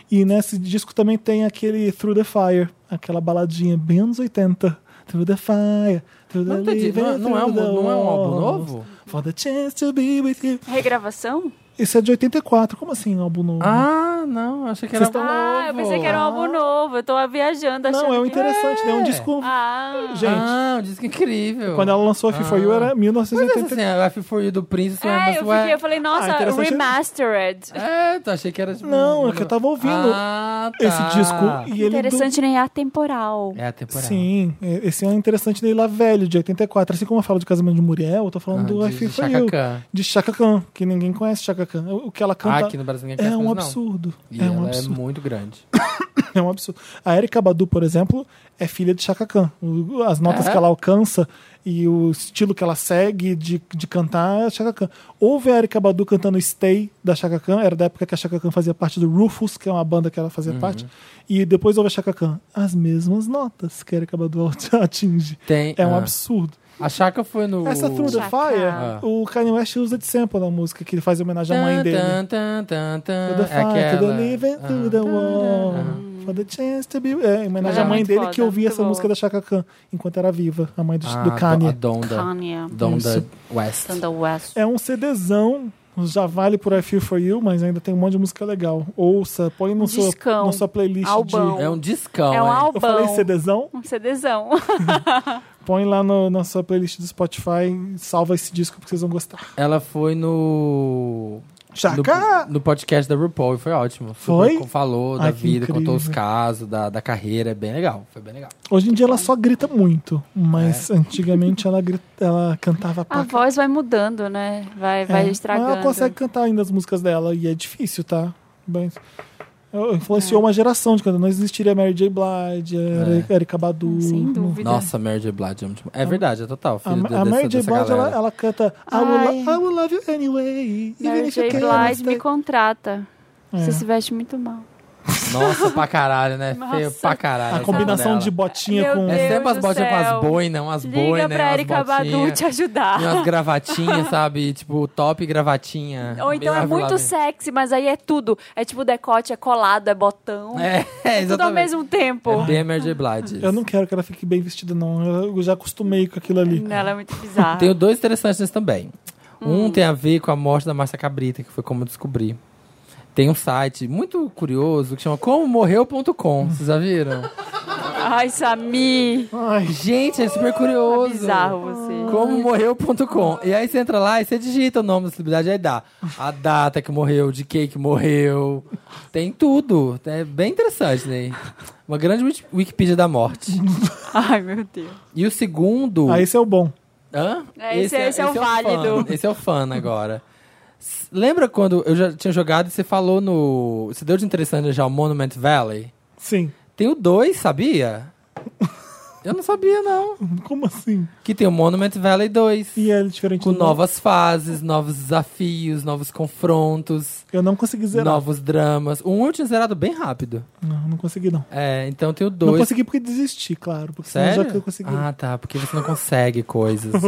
Speaker 1: E nesse disco também tem aquele Through the Fire, aquela baladinha bem anos 80. Through the fire, through the
Speaker 2: Não entendi.
Speaker 1: living,
Speaker 2: Não- não é um-
Speaker 1: through the
Speaker 2: não é um álbum
Speaker 1: walls,
Speaker 2: novo?
Speaker 1: For the chance to be with you.
Speaker 3: Regravação?
Speaker 1: Isso é de 84. Como assim, um álbum novo?
Speaker 2: Ah, não, achei que era
Speaker 1: Vocês tão-
Speaker 3: Ah, eu pensei que era um álbum novo. Eu tô viajando
Speaker 2: tá
Speaker 3: achando
Speaker 1: não, é um
Speaker 3: que...
Speaker 1: interessante, né? É um disco.
Speaker 3: Ah,
Speaker 1: Gente,
Speaker 2: Ah, um disco incrível.
Speaker 1: quando ela lançou a Feel For You
Speaker 2: Ah.
Speaker 1: era
Speaker 2: Mas essa,
Speaker 1: 1984.
Speaker 2: assim, a F for You do Prince, você lembra,
Speaker 3: é, eu
Speaker 2: assim, ué,
Speaker 3: fiquei, eu falei, nossa,
Speaker 1: Ah, interessante.
Speaker 3: remastered.
Speaker 2: É, tu achei que era tipo.
Speaker 1: Não,
Speaker 2: um-
Speaker 1: é que eu tava ouvindo
Speaker 2: Ah, tá.
Speaker 1: esse disco e ele. do-
Speaker 3: Interessante, nem né? atemporal.
Speaker 2: É a temporada.
Speaker 1: Sim, é- esse é um interessante dele lá velho, de 84. Assim como eu falo de Casamento de Muriel, eu tô falando do
Speaker 2: Ah,
Speaker 1: I
Speaker 2: de-
Speaker 1: Feel
Speaker 2: de
Speaker 1: For
Speaker 2: Chaka
Speaker 1: You.
Speaker 2: Khan.
Speaker 1: De Chaka Khan, que ninguém conhece Chaka Khan. O o que ela
Speaker 2: Ah,
Speaker 1: canta
Speaker 2: aqui no Brasil ninguém
Speaker 1: é
Speaker 2: conhece
Speaker 1: um
Speaker 2: mesmo,
Speaker 1: absurdo.
Speaker 2: Não. E
Speaker 1: É
Speaker 2: ela
Speaker 1: um
Speaker 2: é
Speaker 1: absurdo.
Speaker 2: muito grande.
Speaker 1: É um absurdo. A Erika Badu, por exemplo, é filha de Chaka Khan. O- As notas
Speaker 2: É?
Speaker 1: que ela alcança e o estilo que ela segue de, de cantar é Chaka Khan. Houve a Erika Badu cantando Stay da Chaka Khan, era da época que a Chaka Khan fazia parte do Rufus, que é uma banda que ela fazia
Speaker 2: Uhum.
Speaker 1: parte. E depois houve a Chaka Khan. As mesmas notas que a Erika Badu at- atinge.
Speaker 2: Tem,
Speaker 1: É um
Speaker 2: ah.
Speaker 1: absurdo.
Speaker 2: A Chaka foi no.
Speaker 1: Essa Through the
Speaker 3: Chaka.
Speaker 1: Fire,
Speaker 2: Ah.
Speaker 1: o Kanye West usa de sample na música, que ele faz em homenagem à mãe dele.
Speaker 2: Tan, tan, tan, tan.
Speaker 1: Through the
Speaker 2: É
Speaker 1: fire, through
Speaker 2: aquela. ah,
Speaker 1: the living, through the wall. For the chance to be. É, em homenagem
Speaker 3: É
Speaker 1: à mãe
Speaker 3: muito
Speaker 1: dele
Speaker 3: foda,
Speaker 1: que ouvia
Speaker 3: muito
Speaker 1: essa
Speaker 3: bom.
Speaker 1: música da Chaka Khan enquanto era viva, a mãe do,
Speaker 2: Ah,
Speaker 1: do Kanye.
Speaker 2: A Donda.
Speaker 3: Kanye.
Speaker 2: Donda
Speaker 1: Isso.
Speaker 2: West.
Speaker 3: Thunder West.
Speaker 1: É um CDzão, já vale por I Feel For You, mas ainda tem um monte de música legal. Ouça, põe no seu,
Speaker 3: Discão.
Speaker 1: na sua playlist
Speaker 3: Albão.
Speaker 1: de.
Speaker 2: É um discão.
Speaker 3: É um
Speaker 2: hein?
Speaker 1: Eu
Speaker 3: álbum.
Speaker 1: falei CDzão?
Speaker 3: Um CDzão.
Speaker 1: Põe lá no- na sua playlist do Spotify, salva esse disco porque vocês vão gostar.
Speaker 2: Ela foi no.
Speaker 1: Chaka!
Speaker 2: No, no podcast da RuPaul e foi ótimo.
Speaker 1: Foi?
Speaker 2: Super Falou da
Speaker 1: Ai, que
Speaker 2: vida,
Speaker 1: incrível.
Speaker 2: contou os casos, da, da carreira. É bem legal. Foi bem legal.
Speaker 1: Hoje em dia ela só grita muito,
Speaker 2: É.
Speaker 1: mas antigamente ela, grita, ela cantava pra
Speaker 3: A voz vai mudando, né? Vai, vai
Speaker 1: É,
Speaker 3: estragando.
Speaker 1: Mas ela consegue cantar ainda as músicas dela, e é difícil, tá? Mas, eu-
Speaker 3: É.
Speaker 1: influenciou uma geração de cantantes. Não existiria Mary J. Blige, Erika- Erika Badu.
Speaker 3: Sem dúvida.
Speaker 2: Nossa, Mary J. Blige. é muito- É verdade, é total.
Speaker 1: A,
Speaker 2: Filho de-
Speaker 1: a
Speaker 2: dessa,
Speaker 1: Mary J.
Speaker 2: dessa
Speaker 1: Blige, ela, é
Speaker 2: galera.
Speaker 1: ela canta I will,
Speaker 3: Ai.
Speaker 1: lo- I will love you anyway. even
Speaker 3: Mary
Speaker 1: if you
Speaker 3: J.
Speaker 1: can't
Speaker 3: Blige me
Speaker 1: stay."
Speaker 3: contrata. Você
Speaker 1: É.
Speaker 3: se veste muito mal.
Speaker 2: Nossa, pra caralho, né?
Speaker 3: Nossa.
Speaker 2: Feio pra caralho.
Speaker 1: A
Speaker 2: essa
Speaker 1: combinação
Speaker 2: dela.
Speaker 1: de botinha
Speaker 3: Meu
Speaker 1: com...
Speaker 2: É
Speaker 3: Deus
Speaker 2: sempre as
Speaker 3: do
Speaker 2: botinhas com
Speaker 3: céu.
Speaker 2: as boinas, umas
Speaker 3: Liga
Speaker 2: boinas,
Speaker 1: né?
Speaker 3: pra
Speaker 2: umas
Speaker 3: Erika Badu
Speaker 2: botinhas.
Speaker 3: te ajudar.
Speaker 2: E umas gravatinhas, sabe? Tipo, top e gravatinha.
Speaker 3: Ou então é
Speaker 2: Meio
Speaker 3: muito
Speaker 2: arvoladinha.
Speaker 3: sexy, mas aí é tudo. É tipo decote, é colado, é botão.
Speaker 2: É, exatamente.
Speaker 3: tudo ao mesmo tempo.
Speaker 2: É bem Mary J. Blige.
Speaker 1: Eu não quero que ela fique bem vestida, não. Eu eu já acostumei com aquilo ali.
Speaker 3: Ela é muito bizarra.
Speaker 2: Tenho dois interessantes nesses também. Um tem a ver com a morte da Márcia Cabrita, que foi como eu descobri. Tem um site muito curioso que chama comomorreu.com. Vocês já viram?
Speaker 3: Ai, Sami.
Speaker 1: Ai,
Speaker 2: Gente, é super curioso.
Speaker 3: Bizarro você.
Speaker 2: Comomorreu.com. E aí você entra lá e você digita o nome da celebridade, aí dá a data que morreu, de que que morreu. Tem tudo. É bem interessante, né? Uma grande wiki- Wikipedia da morte.
Speaker 3: Ai, meu Deus.
Speaker 2: E o segundo.
Speaker 1: ah, esse é o bom.
Speaker 2: Hã?
Speaker 3: É, esse é- esse é o válido.
Speaker 2: fun. Esse é o fã agora. S- Lembra quando eu já tinha jogado e você falou no. Você deu de interessante já o Monument Valley?
Speaker 1: Sim.
Speaker 2: Tem o 2, sabia? Eu não sabia, não.
Speaker 1: Como assim?
Speaker 2: Que tem o Monument Valley 2.
Speaker 1: E é diferente
Speaker 2: Com
Speaker 1: do...
Speaker 2: novas fases, novos desafios, novos confrontos,
Speaker 1: Eu não consegui zerar.
Speaker 2: novos dramas. Um eu tinha zerado bem rápido.
Speaker 1: Não, não consegui, não.
Speaker 2: É, então tem o
Speaker 1: Não
Speaker 2: 2.
Speaker 1: consegui porque desisti, claro. Porque senão
Speaker 2: Sério?
Speaker 1: já que eu consegui.
Speaker 2: Ah, tá. Porque você não consegue coisas.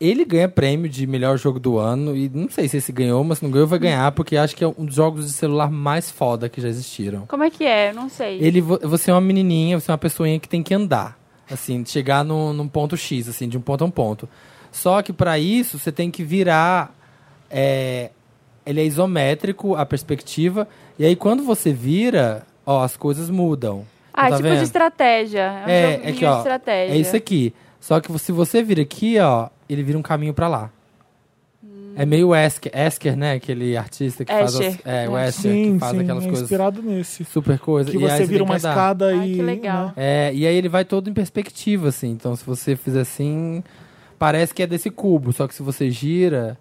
Speaker 2: Ele ganha prêmio de melhor jogo do ano. E não sei se esse ganhou, mas se não ganhou, vai ganhar. Porque acho que é um dos jogos de celular mais foda que já existiram.
Speaker 3: Como é que é? Não sei.
Speaker 2: Ele, vo- você é uma menininha, você é uma pessoinha que tem que andar. Assim, chegar num, num ponto X, assim, de um ponto a um ponto. Só que pra isso, você tem que virar... é, ele é isométrico, a perspectiva. E aí, quando você vira, ó, as coisas mudam.
Speaker 3: Ah, é
Speaker 2: Tá
Speaker 3: tipo
Speaker 2: vendo?
Speaker 3: de estratégia. É um
Speaker 2: É,
Speaker 3: joguinho
Speaker 2: é que, ó,
Speaker 3: de estratégia.
Speaker 2: É isso aqui. Só que se você vir aqui, ó, ele vira um caminho pra lá. É meio Esker, Esker, né? Aquele artista que faz
Speaker 3: Escher.
Speaker 2: as, é, o Esker, que faz aquelas
Speaker 1: é
Speaker 2: coisas
Speaker 1: inspirado nesse.
Speaker 2: super coisa.
Speaker 1: Que
Speaker 2: e aí
Speaker 1: você
Speaker 2: tem
Speaker 1: vira
Speaker 2: que
Speaker 1: uma
Speaker 2: andar.
Speaker 1: escada
Speaker 3: Ai,
Speaker 1: e.
Speaker 3: que legal.
Speaker 1: né?
Speaker 2: É, e aí ele vai todo em perspectiva, assim. Então, se você fizer assim, parece que é desse cubo. Só que se você gira,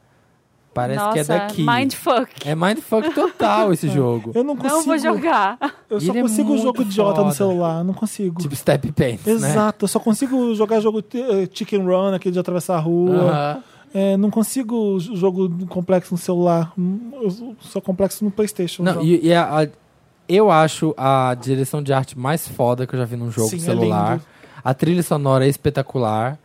Speaker 2: parece
Speaker 3: Nossa,
Speaker 2: que é daqui.
Speaker 3: mindfuck.
Speaker 2: É mindfuck total esse jogo.
Speaker 1: Eu não consigo.
Speaker 3: Não vou jogar.
Speaker 1: Eu só
Speaker 2: Ele é
Speaker 1: consigo
Speaker 2: muito
Speaker 1: jogo idiota no
Speaker 2: foda.
Speaker 1: celular. eu Não consigo.
Speaker 2: Tipo Step Paints, né?
Speaker 1: Exato, eu só consigo jogar jogo eh, Chicken Run, aquele de atravessar a rua.
Speaker 2: Aham.
Speaker 1: É, não consigo j- jogo complexo no celular. Hum, Eu sou- sou complexo no PlayStation.
Speaker 2: Não,
Speaker 1: só.
Speaker 2: e, e a- a- Eu acho a direção de arte mais foda que eu já vi num jogo
Speaker 1: Sim, é
Speaker 2: celular.
Speaker 1: lindo.
Speaker 2: a trilha sonora é espetacular.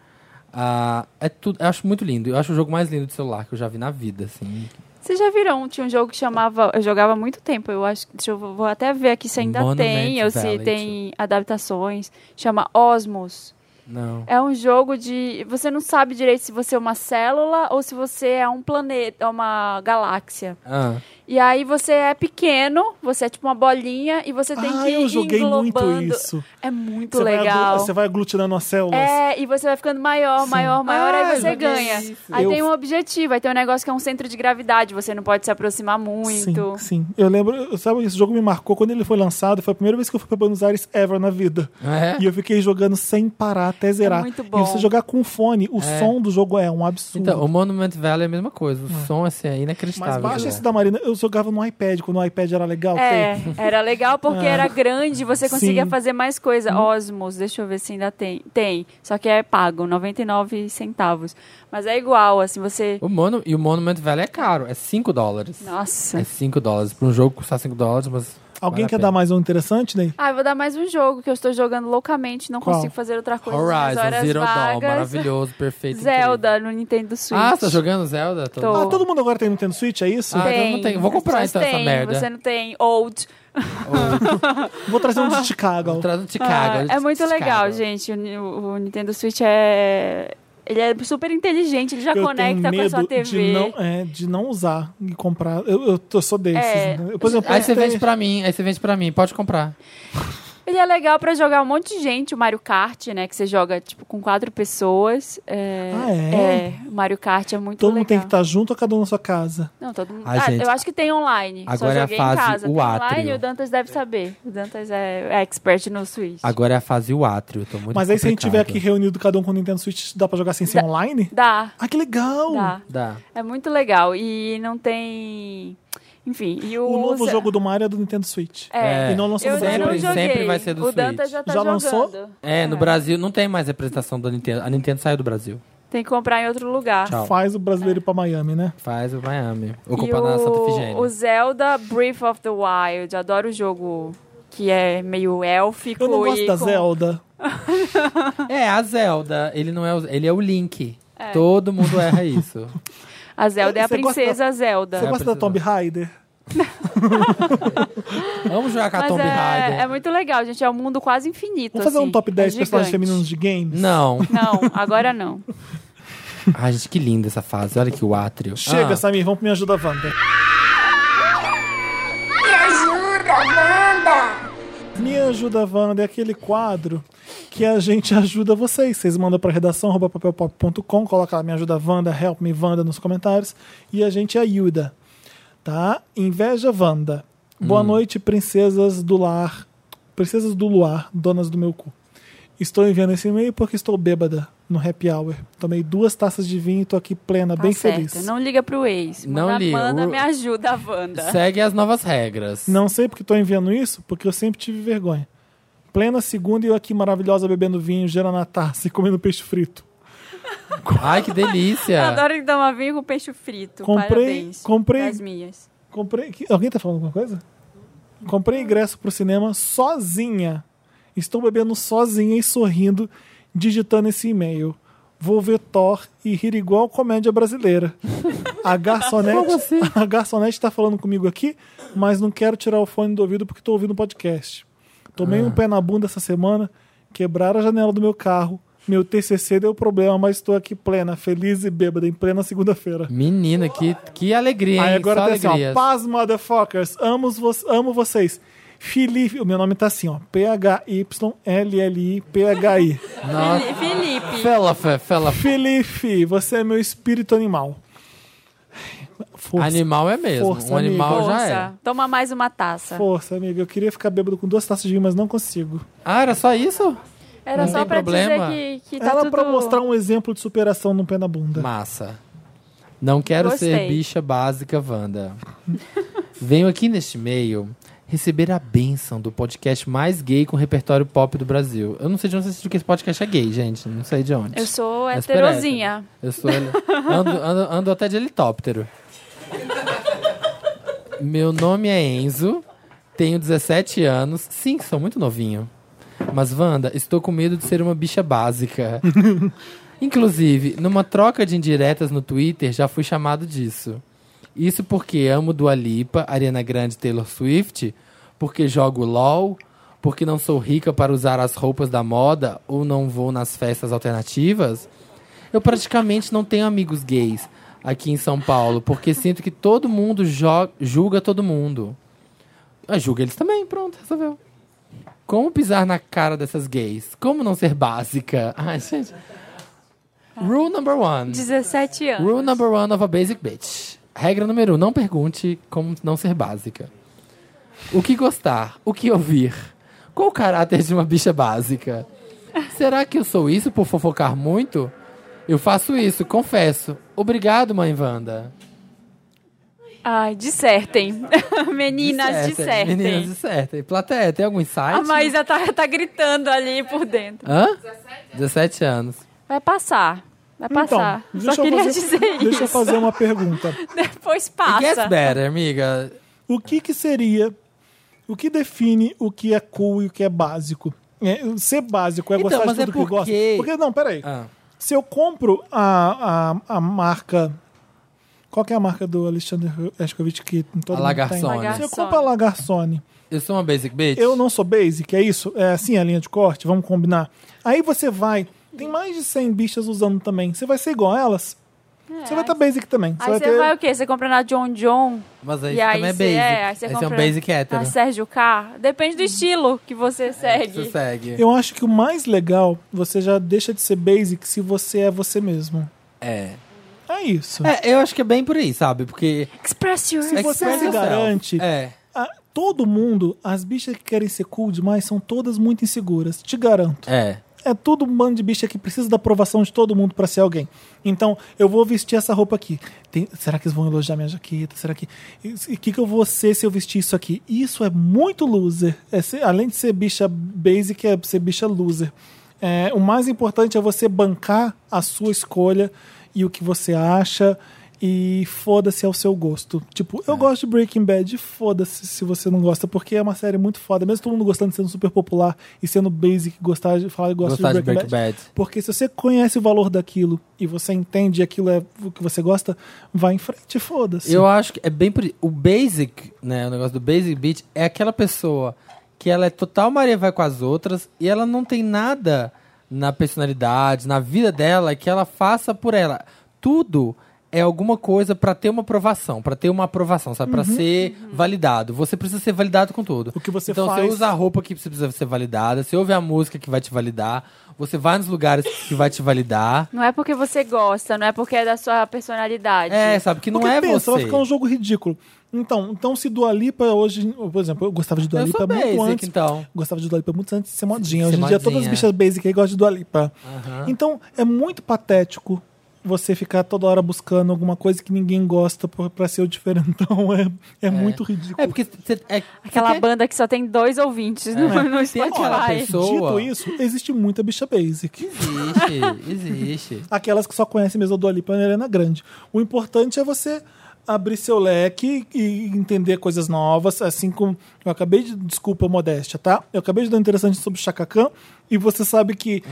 Speaker 2: Ah, é tudo, eu acho muito lindo. Eu acho o jogo mais lindo de celular que eu já vi na vida, assim.
Speaker 3: Vocês já viram? Tinha um jogo que chamava. Eu jogava há muito tempo, eu acho. Deixa eu vou até ver aqui se ainda
Speaker 2: Monument
Speaker 3: tem ou se
Speaker 2: Valley,
Speaker 3: tem adaptações. Chama Osmos.
Speaker 2: Não.
Speaker 3: É um jogo de. Você não sabe direito se você é uma célula ou se você é um planeta, uma galáxia.
Speaker 2: Ah,
Speaker 3: E aí você é pequeno, você é tipo uma bolinha e você tem
Speaker 1: Ah,
Speaker 3: que ir
Speaker 1: eu joguei muito
Speaker 3: englobando.
Speaker 1: isso.
Speaker 3: É muito
Speaker 1: Você vai aglu-
Speaker 3: legal.
Speaker 1: você vai aglutinando as células.
Speaker 3: É, e você vai ficando maior, maior, maior,
Speaker 2: Ah,
Speaker 3: aí
Speaker 2: eu
Speaker 3: você
Speaker 2: joguei
Speaker 3: ganha.
Speaker 2: isso.
Speaker 3: Aí
Speaker 1: Eu-
Speaker 3: tem um objetivo, aí tem um negócio que é um centro de gravidade, você não pode se aproximar
Speaker 1: Sim,
Speaker 3: muito.
Speaker 1: sim. Eu lembro, eu- sabe, esse jogo me marcou quando ele foi lançado. Foi a primeira vez que eu fui pra Buenos Aires ever na vida.
Speaker 2: É?
Speaker 1: E eu fiquei jogando sem parar até zerar.
Speaker 3: É muito bom.
Speaker 1: E você jogar com fone, o
Speaker 2: É.
Speaker 1: som do jogo é um absurdo.
Speaker 2: Então, o Monument Valley é a mesma coisa. O som assim, é
Speaker 1: Mas
Speaker 2: inacreditável.
Speaker 1: baixa
Speaker 2: né?
Speaker 1: esse da Marina. Eu jogava no iPad, quando o iPad era legal.
Speaker 3: É,
Speaker 1: tem.
Speaker 3: era legal porque era grande, você conseguia
Speaker 1: É. Sim. Hum.
Speaker 3: fazer mais coisa. Osmos, deixa eu ver se ainda tem. Tem, só que é pago, 99 centavos. Mas é igual, assim, você...
Speaker 2: o Mono, e o Monument Valley é caro, é 5 dólares.
Speaker 3: Nossa.
Speaker 2: É 5 dólares. Pra um jogo custar 5 dólares, mas.
Speaker 1: Alguém
Speaker 2: vale a
Speaker 1: quer
Speaker 2: pena.
Speaker 1: dar mais um interessante, Ney?
Speaker 3: Ah, eu vou dar mais um jogo que eu estou jogando loucamente, não
Speaker 1: Qual?
Speaker 3: consigo fazer outra coisa. nas
Speaker 2: Horizon
Speaker 3: horas
Speaker 2: Zero Dawn,
Speaker 3: vagas.
Speaker 2: maravilhoso, perfeito.
Speaker 3: Zelda no Nintendo Switch.
Speaker 2: incrível. Ah, você tá jogando Zelda? Tô-
Speaker 3: Tô.
Speaker 1: Ah, todo mundo agora tem Nintendo Switch, é isso?
Speaker 2: Ah, então não tem. Vou comprar
Speaker 3: As
Speaker 2: então
Speaker 3: pessoas
Speaker 2: essa
Speaker 3: têm,
Speaker 2: merda.
Speaker 3: Você não tem old.
Speaker 1: Vou trazer um de Chicago.
Speaker 2: Traz do Chicago.
Speaker 3: Ah, é muito
Speaker 2: Chicago.
Speaker 3: legal, gente. O, o Nintendo Switch é. Ele é super inteligente, ele já
Speaker 1: eu tenho
Speaker 3: conecta
Speaker 1: medo
Speaker 3: com a sua TV.
Speaker 1: De, não, é, de não usar e comprar. Eu, eu, tô- eu sou desses.
Speaker 3: É.
Speaker 1: né? Eu, por exemplo,
Speaker 2: Aí você
Speaker 1: PlayStation-
Speaker 2: vende pra mim, aí você vende pra mim, pode comprar.
Speaker 3: Ele é legal pra jogar um monte de gente, o Mario Kart, né? Que você joga, tipo, com quatro pessoas. É,
Speaker 1: Ah, é?
Speaker 3: o Mario Kart é muito
Speaker 1: Todo
Speaker 3: legal.
Speaker 1: mundo tem que estar junto ou cada um na sua casa?
Speaker 3: Não, todo mundo.
Speaker 2: Ah,
Speaker 3: Ah,
Speaker 2: gente.
Speaker 3: eu acho que tem online.
Speaker 2: Agora é
Speaker 3: Só
Speaker 2: a
Speaker 3: joguei
Speaker 2: fase,
Speaker 3: em casa.
Speaker 2: o
Speaker 3: tem online,
Speaker 2: átrio.
Speaker 3: o Dantas deve saber. O Dantas é expert no Switch.
Speaker 2: Agora é a fase o átrio, tô muito
Speaker 1: Mas aí, se a gente tiver
Speaker 2: complicado.
Speaker 1: aqui reunido cada um com o Nintendo Switch, dá pra jogar sem ser online?
Speaker 3: Dá,
Speaker 1: Ah, que legal!
Speaker 3: dá.
Speaker 2: Dá.
Speaker 3: É muito legal. E não tem. Enfim, e o.
Speaker 1: O novo
Speaker 3: usa-
Speaker 1: jogo do Mario é do Nintendo Switch.
Speaker 3: É.
Speaker 1: E não lançou
Speaker 3: eu
Speaker 1: no
Speaker 3: ainda
Speaker 1: Brasil.
Speaker 3: não
Speaker 2: Sempre,
Speaker 3: joguei.
Speaker 2: sempre vai ser do
Speaker 3: O
Speaker 2: Switch.
Speaker 3: Dantas já tá
Speaker 1: Já
Speaker 3: jogando.
Speaker 1: lançou?
Speaker 2: É, no Brasil não tem mais representação da Nintendo. A Nintendo saiu do Brasil.
Speaker 3: Tem que comprar em outro lugar.
Speaker 2: Tchau.
Speaker 1: Faz o brasileiro ir pra Miami, né?
Speaker 2: Faz o Miami.
Speaker 3: E
Speaker 2: Ocupa na Santa Figênia.
Speaker 3: o, o Zelda Breath of the Wild. Adoro o jogo que é meio élfico.
Speaker 1: Eu não gosto
Speaker 3: e
Speaker 1: da
Speaker 3: com-
Speaker 1: Zelda.
Speaker 2: É, a Zelda, ele não é o, ele é o Link. Todo mundo erra isso.
Speaker 3: A Zelda é a
Speaker 1: Você gosta
Speaker 3: princesa
Speaker 1: Você
Speaker 3: Zelda.
Speaker 1: gosta da
Speaker 2: precisa.
Speaker 1: Tomb Raider?
Speaker 2: Vamos jogar com a
Speaker 3: Mas
Speaker 2: Tomb
Speaker 3: é,
Speaker 2: Raider.
Speaker 3: é muito legal, gente. É um mundo quase infinito.
Speaker 1: Vamos fazer
Speaker 3: assim.
Speaker 1: um top 10
Speaker 3: é
Speaker 1: personagens
Speaker 3: gigante.
Speaker 1: femininos de games?
Speaker 2: Não.
Speaker 3: Não, agora não.
Speaker 2: Ai, gente, que linda essa fase. Olha que o átrio.
Speaker 1: Chega,
Speaker 2: Ah,
Speaker 1: Samir, vamos pro Me Ajuda Wanda.
Speaker 7: Me ajuda, Wanda!
Speaker 1: Me Ajuda Wanda é aquele quadro que a gente ajuda vocês. Vocês mandam pra redação, arroba papelpop.com, coloca lá Me Ajuda Wanda, Help Me Wanda nos comentários e a gente ajuda. Tá? Inveja Wanda. Boa noite, princesas do lar. Princesas do luar, donas do meu cu. Estou enviando esse e-mail porque estou bêbada no happy hour. Tomei duas taças de vinho e tô aqui plena,
Speaker 3: Tá
Speaker 1: bem
Speaker 3: certo.
Speaker 1: feliz.
Speaker 3: Não liga pro ex.
Speaker 2: Não
Speaker 3: manda,
Speaker 2: liga.
Speaker 3: Manda,
Speaker 2: O-
Speaker 3: me ajuda, Wanda.
Speaker 2: Segue as novas regras.
Speaker 1: Não sei porque tô enviando isso, porque eu sempre tive vergonha. Plena segunda e eu aqui maravilhosa bebendo vinho, gerando a taça e comendo peixe frito.
Speaker 2: Ai, que delícia.
Speaker 3: Adoro que toma vinho com peixe frito.
Speaker 1: Comprei-
Speaker 3: Parabéns.
Speaker 1: comprei-
Speaker 3: Das minhas.
Speaker 1: Comprei. que- Alguém tá falando alguma coisa? Comprei ingresso pro cinema sozinha. Estou bebendo sozinha e sorrindo, digitando esse e-mail. Vou ver Thor e rir igual comédia brasileira. A garçonete, a garçonete tá falando comigo aqui, mas não quero tirar o fone do ouvido porque tô ouvindo o podcast. Tomei um pé na bunda essa semana, quebraram a janela do meu carro. Meu TCC deu problema, mas estou aqui plena, feliz e bêbada, em plena segunda-feira.
Speaker 2: Menina, que, que alegria, hein?
Speaker 1: Aí agora
Speaker 2: Só
Speaker 1: tem assim, ó.
Speaker 2: alegrias.
Speaker 1: Paz, motherfuckers. Amo, vo amo vocês. Felipe, o meu nome tá assim, ó. P-H-Y-L-L-I-P-H-I.
Speaker 2: Nossa.
Speaker 3: Felipe.
Speaker 2: Fela, fe- fela.
Speaker 1: Felipe, você é meu espírito animal. Força,
Speaker 2: Animal é mesmo.
Speaker 1: Força,
Speaker 2: um animal
Speaker 1: amigo.
Speaker 2: já
Speaker 3: Força.
Speaker 2: é.
Speaker 3: Toma mais uma taça.
Speaker 1: força, amiga. Eu queria ficar bêbado com duas taças de vinho, mas não consigo.
Speaker 2: Ah, era só isso?
Speaker 3: Era
Speaker 2: Não
Speaker 3: só
Speaker 2: tem
Speaker 3: pra
Speaker 2: problema.
Speaker 3: dizer que, que tá
Speaker 1: Era
Speaker 3: tudo...
Speaker 1: pra mostrar um exemplo de superação no pé na bunda.
Speaker 2: Massa. Não quero
Speaker 3: Gostei.
Speaker 2: ser bicha básica, Wanda. Venho aqui neste e-mail receber a bênção do podcast mais gay com repertório pop do Brasil. Eu não sei de onde vocês acham que esse podcast é gay, gente. Não sei de onde.
Speaker 3: Eu sou
Speaker 2: Mas
Speaker 3: heterosinha.
Speaker 2: peraí, Eu sou. Ando, ando- ando até de helicóptero. Meu nome é Enzo. Tenho 17 anos. Sim, sou muito novinho. Mas, Wanda, estou com medo de ser uma bicha básica. Inclusive, numa troca de indiretas no Twitter, já fui chamado disso. Isso porque amo Dua Lipa, Ariana Grande e Taylor Swift, porque jogo LOL, porque não sou rica para usar as roupas da moda ou não vou nas festas alternativas. Eu praticamente não tenho amigos gays aqui em São Paulo, porque sinto que todo mundo jo- julga todo mundo. Ah, julga eles também, pronto, resolveu. Como pisar na cara dessas gays? Como não ser básica? Ai, gente. Rule number one.
Speaker 3: 17 anos.
Speaker 2: Rule number one of a basic bitch. Regra número um, não pergunte como não ser básica. O que gostar? O que ouvir? Qual o caráter de uma bicha básica? Será que eu sou isso por fofocar muito? Eu faço isso, confesso. Obrigado, mãe Wanda.
Speaker 3: Ai, dissertem. Meninas, dissertem.
Speaker 2: Meninas, dissertem. Plateia, tem algum insight?
Speaker 3: A Maísa tá, tá gritando ali por dentro.
Speaker 2: Hã? 17 anos.
Speaker 3: Vai passar. Vai passar. Só queria dizer
Speaker 1: Então, deixa eu
Speaker 3: isso.
Speaker 1: fazer uma pergunta.
Speaker 3: Depois
Speaker 2: It gets
Speaker 3: passa.
Speaker 2: better, amiga.
Speaker 1: O que que seria... O que define o que é cool e o que é básico? É, ser básico é
Speaker 2: Então,
Speaker 1: gostar
Speaker 2: mas
Speaker 1: de
Speaker 2: é
Speaker 1: tudo que gosta?
Speaker 2: porque-
Speaker 1: Porque, não, peraí.
Speaker 2: Ah,
Speaker 1: Se eu compro a, a, a marca... Qual que é a marca do Alexandre Escovitch que todo
Speaker 2: a
Speaker 1: mundo tem?
Speaker 2: lagarçona.
Speaker 1: Se eu compro a Lagarçone,
Speaker 2: Eu sou uma basic bitch?
Speaker 1: eu não sou basic, é isso? É assim a linha de corte? Vamos combinar. Aí você vai. Tem mais de 100 bichas usando também. Você vai ser igual a elas? Você vai estar basic também. Você
Speaker 3: Aí
Speaker 1: vai
Speaker 3: você
Speaker 1: ter.
Speaker 3: vai o quê? Você compra na John John?
Speaker 2: Mas aí
Speaker 3: E
Speaker 2: isso
Speaker 3: aí
Speaker 2: também é
Speaker 3: cê-
Speaker 2: basic.
Speaker 3: é, aí cê
Speaker 2: Esse é um
Speaker 3: compra
Speaker 2: basic hétero.
Speaker 3: A Sérgio K? Depende do estilo que você
Speaker 2: Você
Speaker 3: segue.
Speaker 2: segue.
Speaker 1: Eu acho que o mais legal, você já deixa de ser basic se você é você mesmo.
Speaker 2: É.
Speaker 1: É isso.
Speaker 2: É, eu acho que é bem por aí, sabe? Porque.
Speaker 3: Express your...
Speaker 1: Se você
Speaker 2: Express
Speaker 1: se
Speaker 2: yourself.
Speaker 1: garante,
Speaker 2: É.
Speaker 1: a- Ah, todo mundo, as bichas que querem ser cool demais são todas muito inseguras. Te garanto.
Speaker 2: É.
Speaker 1: é tudo um bando de bicha que precisa da aprovação de todo mundo pra ser alguém. Então, eu vou vestir essa roupa aqui. Tem- será que eles vão elogiar minha jaqueta? Será que. O que, que eu vou ser se eu vestir isso aqui? Isso é muito loser. É ser- além de ser bicha basic, é ser bicha loser. É, o mais importante é você bancar a sua escolha e o que você acha. E foda-se ao seu gosto. Tipo, eu gosto de Breaking Bad, foda-se se você não gosta, porque é uma série muito foda. Mesmo todo mundo gostando, sendo super popular e sendo basic, gostar de falar gosto
Speaker 2: Gostar de Breaking Bad.
Speaker 1: Porque se você conhece o valor daquilo e você entende aquilo é o que você gosta, vai em frente, foda-se.
Speaker 2: Eu acho que é bem por. O basic, né? O negócio do basic bitch é aquela pessoa que ela é total Maria vai com as outras e ela não tem nada na personalidade, na vida dela que ela faça por ela. Tudo é alguma coisa pra ter uma aprovação, pra ter uma aprovação, sabe? Pra ser validado. Você precisa ser validado com tudo.
Speaker 1: Uhum. O que você
Speaker 2: então,
Speaker 1: faz-
Speaker 2: você usa a roupa que precisa ser validada, você ouve a música que vai te validar, você vai nos lugares que vai te validar.
Speaker 3: Não é porque você gosta, não é porque é da sua personalidade.
Speaker 2: É, sabe? Que não
Speaker 1: Porque
Speaker 2: é
Speaker 1: pensa,
Speaker 2: você.
Speaker 1: vai ficar um jogo ridículo. Então, então se Dua Lipa hoje, por exemplo, eu gostava de Dua
Speaker 2: Eu sou
Speaker 1: Lipa muito
Speaker 2: basic,
Speaker 1: antes.
Speaker 2: então.
Speaker 1: Gostava de Dua Lipa muito antes de ser modinha. Hoje
Speaker 2: Ser
Speaker 1: em dia todas as
Speaker 2: modinha.
Speaker 1: bichas basic aí gostam de Dua Lipa. Então, é muito patético você ficar toda hora buscando alguma coisa que ninguém gosta por- pra ser o diferentão. É, é, muito ridículo.
Speaker 2: É porque você é,
Speaker 3: Aquela
Speaker 2: cê quer-
Speaker 3: banda que só tem dois ouvintes no, no
Speaker 2: Tem aquela
Speaker 3: Spotify.
Speaker 2: pessoa.
Speaker 1: Dito isso, existe muita bicha basic.
Speaker 2: Existe, existe.
Speaker 1: aquelas que só conhecem mesmo a Dua Lipa e a Helena Grande. O importante é você abrir seu leque e entender coisas novas, assim como eu acabei de, desculpa a modéstia, tá? Eu acabei de dar um interessante sobre o Chaka Khan e você sabe que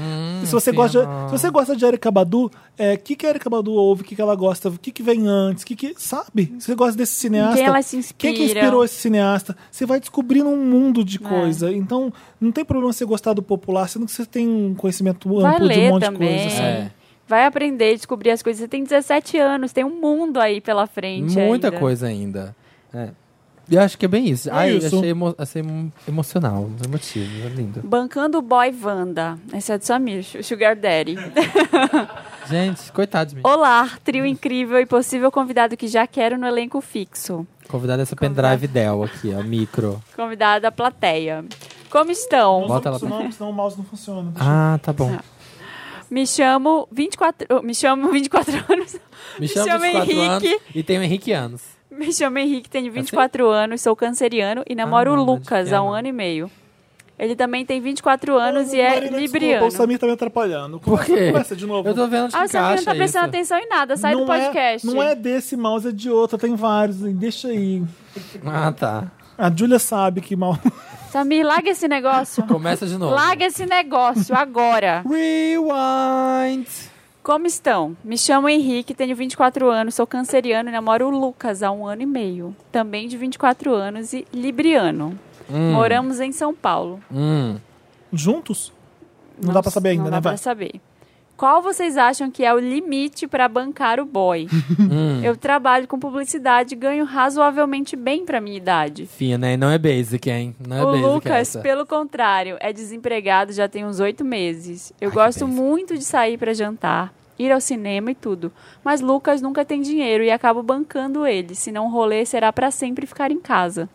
Speaker 1: se você
Speaker 2: sim,
Speaker 1: gosta,
Speaker 2: não.
Speaker 1: se você gosta de Erika Badu, é, que que a Erika Badu ouve, que que ela gosta, o que que vem antes, que que sabe? Você gosta desse cineasta?
Speaker 3: Quem é elas se
Speaker 1: Quem que
Speaker 3: inspiram?
Speaker 1: inspirou esse cineasta? Você vai descobrindo um mundo
Speaker 3: É.
Speaker 1: de coisa. Então, não tem problema você gostar do popular, sendo que você tem um conhecimento amplo
Speaker 3: Vai
Speaker 1: de um
Speaker 3: ler
Speaker 1: monte de
Speaker 3: também.
Speaker 1: coisa. sabe?
Speaker 2: É.
Speaker 3: Vai aprender, descobrir as coisas. Você tem 17 anos, tem um mundo aí pela frente.
Speaker 2: Muita
Speaker 3: ainda.
Speaker 2: coisa ainda. É. Eu acho que é bem isso.
Speaker 1: É
Speaker 2: Ai, eu
Speaker 1: isso.
Speaker 2: achei, emo- achei emo- emocional, emotivo, é lindo.
Speaker 3: Bancando o boy Wanda. Esse é do Samir, o Sugar Daddy.
Speaker 2: Gente, coitado de mim.
Speaker 3: Olá, trio incrível e possível convidado que já quero no elenco fixo.
Speaker 2: Convidada essa
Speaker 3: é?
Speaker 2: pendrive dela aqui, ó, micro.
Speaker 3: Convidado da plateia. Como estão?
Speaker 2: Bota ela pra-
Speaker 1: senão, senão o mouse não funciona.
Speaker 2: Ah, tá bom.
Speaker 3: Me chamo 24, oh, me chamo 24 anos.
Speaker 2: Me chama
Speaker 3: chamo
Speaker 2: 24
Speaker 3: Henrique.
Speaker 2: anos e tenho Henrique anos.
Speaker 3: Me chamo Henrique, tenho 24 anos, sou canceriano e namoro
Speaker 2: Assim? Ah, não,
Speaker 3: o Lucas há um
Speaker 2: não.
Speaker 3: ano e meio. Ele também tem 24
Speaker 2: Ah,
Speaker 3: anos e é
Speaker 1: Marina,
Speaker 3: libriano.
Speaker 1: Desculpa, o Samir tá me atrapalhando.
Speaker 2: Por
Speaker 1: Começa,
Speaker 2: quê?
Speaker 1: começa de novo.
Speaker 2: Eu tô vendo onde
Speaker 3: Ah,
Speaker 2: que
Speaker 3: o Samir
Speaker 2: encaixa
Speaker 3: não tá prestando
Speaker 2: isso.
Speaker 3: atenção em nada, sai do podcast.
Speaker 1: É, não é desse mouse, é de outro. Tem vários. Deixa aí.
Speaker 2: Ah, tá.
Speaker 1: A Júlia sabe que mal.
Speaker 3: Samir, larga esse negócio.
Speaker 2: Começa de novo.
Speaker 3: Larga esse negócio agora.
Speaker 2: Rewind.
Speaker 3: Como estão? Me chamo Henrique, tenho 24 anos, sou canceriano e namoro o Lucas há um ano e meio. Também de 24 anos e libriano.
Speaker 1: Hum.
Speaker 3: Moramos em São Paulo.
Speaker 2: Hum.
Speaker 1: Juntos? Não dá pra saber ainda,
Speaker 3: não
Speaker 1: né?
Speaker 3: dá
Speaker 1: Vai.
Speaker 3: pra saber. Qual vocês acham que é o limite para bancar o boy? Eu trabalho com publicidade e ganho razoavelmente bem pra minha idade.
Speaker 2: Fina, hein? Não é basic, hein? Não é
Speaker 3: o
Speaker 2: basic
Speaker 3: Lucas,
Speaker 2: essa.
Speaker 3: pelo contrário, é desempregado já tem uns oito meses. Eu
Speaker 2: Ai, que besta.
Speaker 3: gosto muito de sair pra jantar, ir ao cinema e tudo. Mas Lucas nunca tem dinheiro e acabo bancando ele, senão o rolê será pra sempre ficar em casa.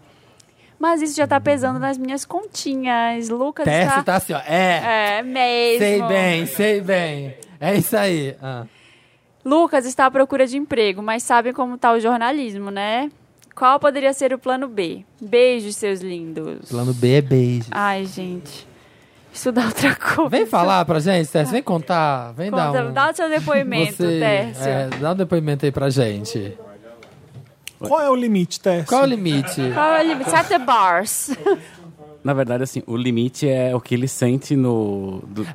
Speaker 3: Mas isso já tá pesando nas minhas continhas. Lucas
Speaker 2: Teste
Speaker 3: está...
Speaker 2: tá assim, ó. É,
Speaker 3: É mesmo.
Speaker 2: sei bem, sei bem. É isso aí. Ah.
Speaker 3: Lucas está à procura de emprego, mas sabem como está o jornalismo, né? Qual poderia ser o plano B? Beijos, seus lindos.
Speaker 2: Plano B é beijo.
Speaker 3: Ai, gente. Estudar outra coisa.
Speaker 2: Vem falar pra gente, Tércio. Vem contar. Vem
Speaker 3: Conta,
Speaker 2: dar um...
Speaker 3: Dá o seu depoimento,
Speaker 2: Você-
Speaker 3: Tércio.
Speaker 2: é, dá um depoimento aí pra gente.
Speaker 1: Qual é o limite, Tess?
Speaker 2: Qual é o limite?
Speaker 3: Qual é o limite? Set the bars.
Speaker 9: Na verdade, assim, o limite é o que ele sente no. do-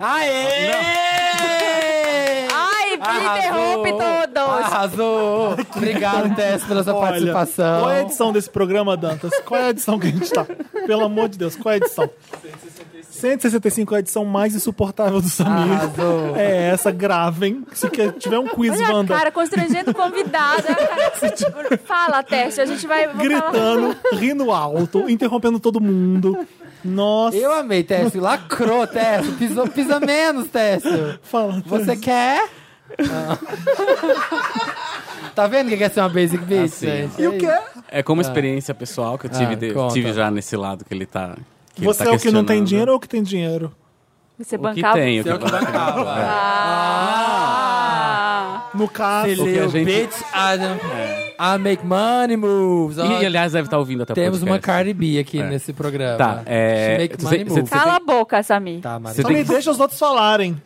Speaker 2: Aê!
Speaker 3: Ai, me
Speaker 2: Arrasou!
Speaker 3: Ah, interrompe todos.
Speaker 2: Arrasou! Obrigado, Tess, pela sua
Speaker 1: Olha,
Speaker 2: participação.
Speaker 1: qual é a edição desse programa, Dantas? Qual é a edição que a gente tá? Pelo amor de Deus, qual é a edição? 165 é a edição mais insuportável do Samir.
Speaker 2: Arrasou.
Speaker 1: É essa, gravem. Se quer- tiver um quiz,
Speaker 3: Olha a
Speaker 1: Wanda,
Speaker 3: cara, constrangendo o convidado. Olha a cara. Fala, Tércio, a gente vai... vou falar.
Speaker 1: gritando, rindo alto, interrompendo todo mundo. Nossa,
Speaker 2: Eu amei, Tess. Lacrou, Tess. Pisou, pisa menos, Tess.
Speaker 1: fala.
Speaker 2: Você quer? Ah. tá vendo o que quer ser uma basic bitch,
Speaker 9: Assim.
Speaker 2: gente?
Speaker 1: Eu quero.
Speaker 9: É como experiência pessoal que eu tive,
Speaker 2: Ah,
Speaker 9: de-
Speaker 2: conta.
Speaker 9: tive já nesse lado que ele tá. que ele
Speaker 1: Você
Speaker 9: tá
Speaker 1: é o que não tem
Speaker 9: questionando.
Speaker 1: dinheiro ou o que tem dinheiro?
Speaker 3: Tá, Você é
Speaker 9: O que
Speaker 3: bancava...
Speaker 9: tem, o que,
Speaker 2: Eu que bancava.
Speaker 3: Ah,
Speaker 1: No caso,
Speaker 9: O que a
Speaker 2: Little
Speaker 9: gente- É.
Speaker 2: bitch, I, don't- I make money moves. Ó,
Speaker 9: E, aliás, deve estar ouvindo até o
Speaker 2: temos uma
Speaker 9: podcast.
Speaker 2: Cardi B aqui
Speaker 9: É.
Speaker 2: nesse programa.
Speaker 9: Tá, é,
Speaker 2: She make
Speaker 9: você-
Speaker 2: money
Speaker 9: você-
Speaker 2: moves.
Speaker 9: você-
Speaker 3: cala a boca, Samir.
Speaker 2: Tá, Mari.
Speaker 9: Você
Speaker 1: também
Speaker 9: tem, que,
Speaker 1: deixa os outros falarem.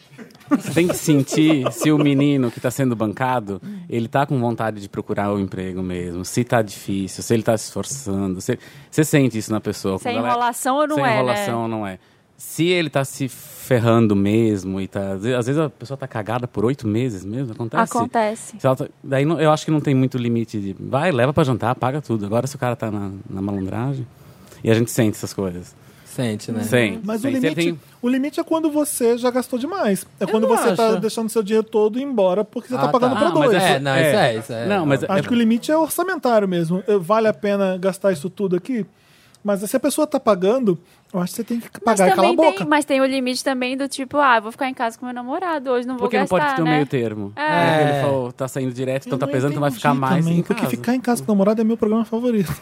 Speaker 9: você tem que sentir se o menino que tá sendo bancado, ele tá com vontade de procurar o emprego mesmo, se tá difícil, se ele tá se esforçando. Você, você sente isso na pessoa.
Speaker 3: Sem
Speaker 9: quando ela-
Speaker 3: é enrolação ou não
Speaker 9: sem
Speaker 3: é,
Speaker 9: enrolação
Speaker 3: né?
Speaker 9: ou não é. Se ele tá se ferrando mesmo e tá. Às vezes- às vezes a pessoa tá cagada por oito meses mesmo, acontece.
Speaker 3: Acontece.
Speaker 9: Se ela tá- daí não- eu acho que não tem muito limite de vai, leva pra jantar, paga tudo. Agora se o cara tá na, na malandragem. E a gente sente essas coisas.
Speaker 2: Sente, né?
Speaker 9: Sente.
Speaker 1: Uhum. Mas o
Speaker 9: sente. Se
Speaker 1: limite,
Speaker 9: ele tem-
Speaker 1: o limite é quando você já gastou demais. É quando
Speaker 2: não
Speaker 1: você tá
Speaker 2: acho.
Speaker 1: deixando seu dinheiro todo ir embora porque você tá
Speaker 2: Ah,
Speaker 1: pagando
Speaker 2: tá.
Speaker 1: pra
Speaker 2: Ah, mas
Speaker 1: dois.
Speaker 2: é- não, isso é, isso é.
Speaker 9: Não, mas é-
Speaker 1: Acho que o limite é orçamentário mesmo. Eu- Vale a pena gastar isso tudo aqui? Mas se a pessoa tá pagando, eu acho que você tem que pagar e calar a
Speaker 3: também
Speaker 1: boca.
Speaker 3: Tem, mas tem o limite também do tipo, ah, vou ficar em casa com meu namorado hoje, não vou
Speaker 9: porque não
Speaker 3: gastar,
Speaker 9: pode ter um
Speaker 3: né?
Speaker 9: meio termo.
Speaker 3: É.
Speaker 9: Porque Ele falou, tá saindo direto, então
Speaker 1: Eu
Speaker 9: tá
Speaker 3: um
Speaker 1: não
Speaker 9: pesando, então vai ficar
Speaker 1: entendi
Speaker 9: mais.
Speaker 1: também,
Speaker 9: em
Speaker 1: porque
Speaker 9: casa.
Speaker 1: ficar em casa com o namorado é meu programa favorito.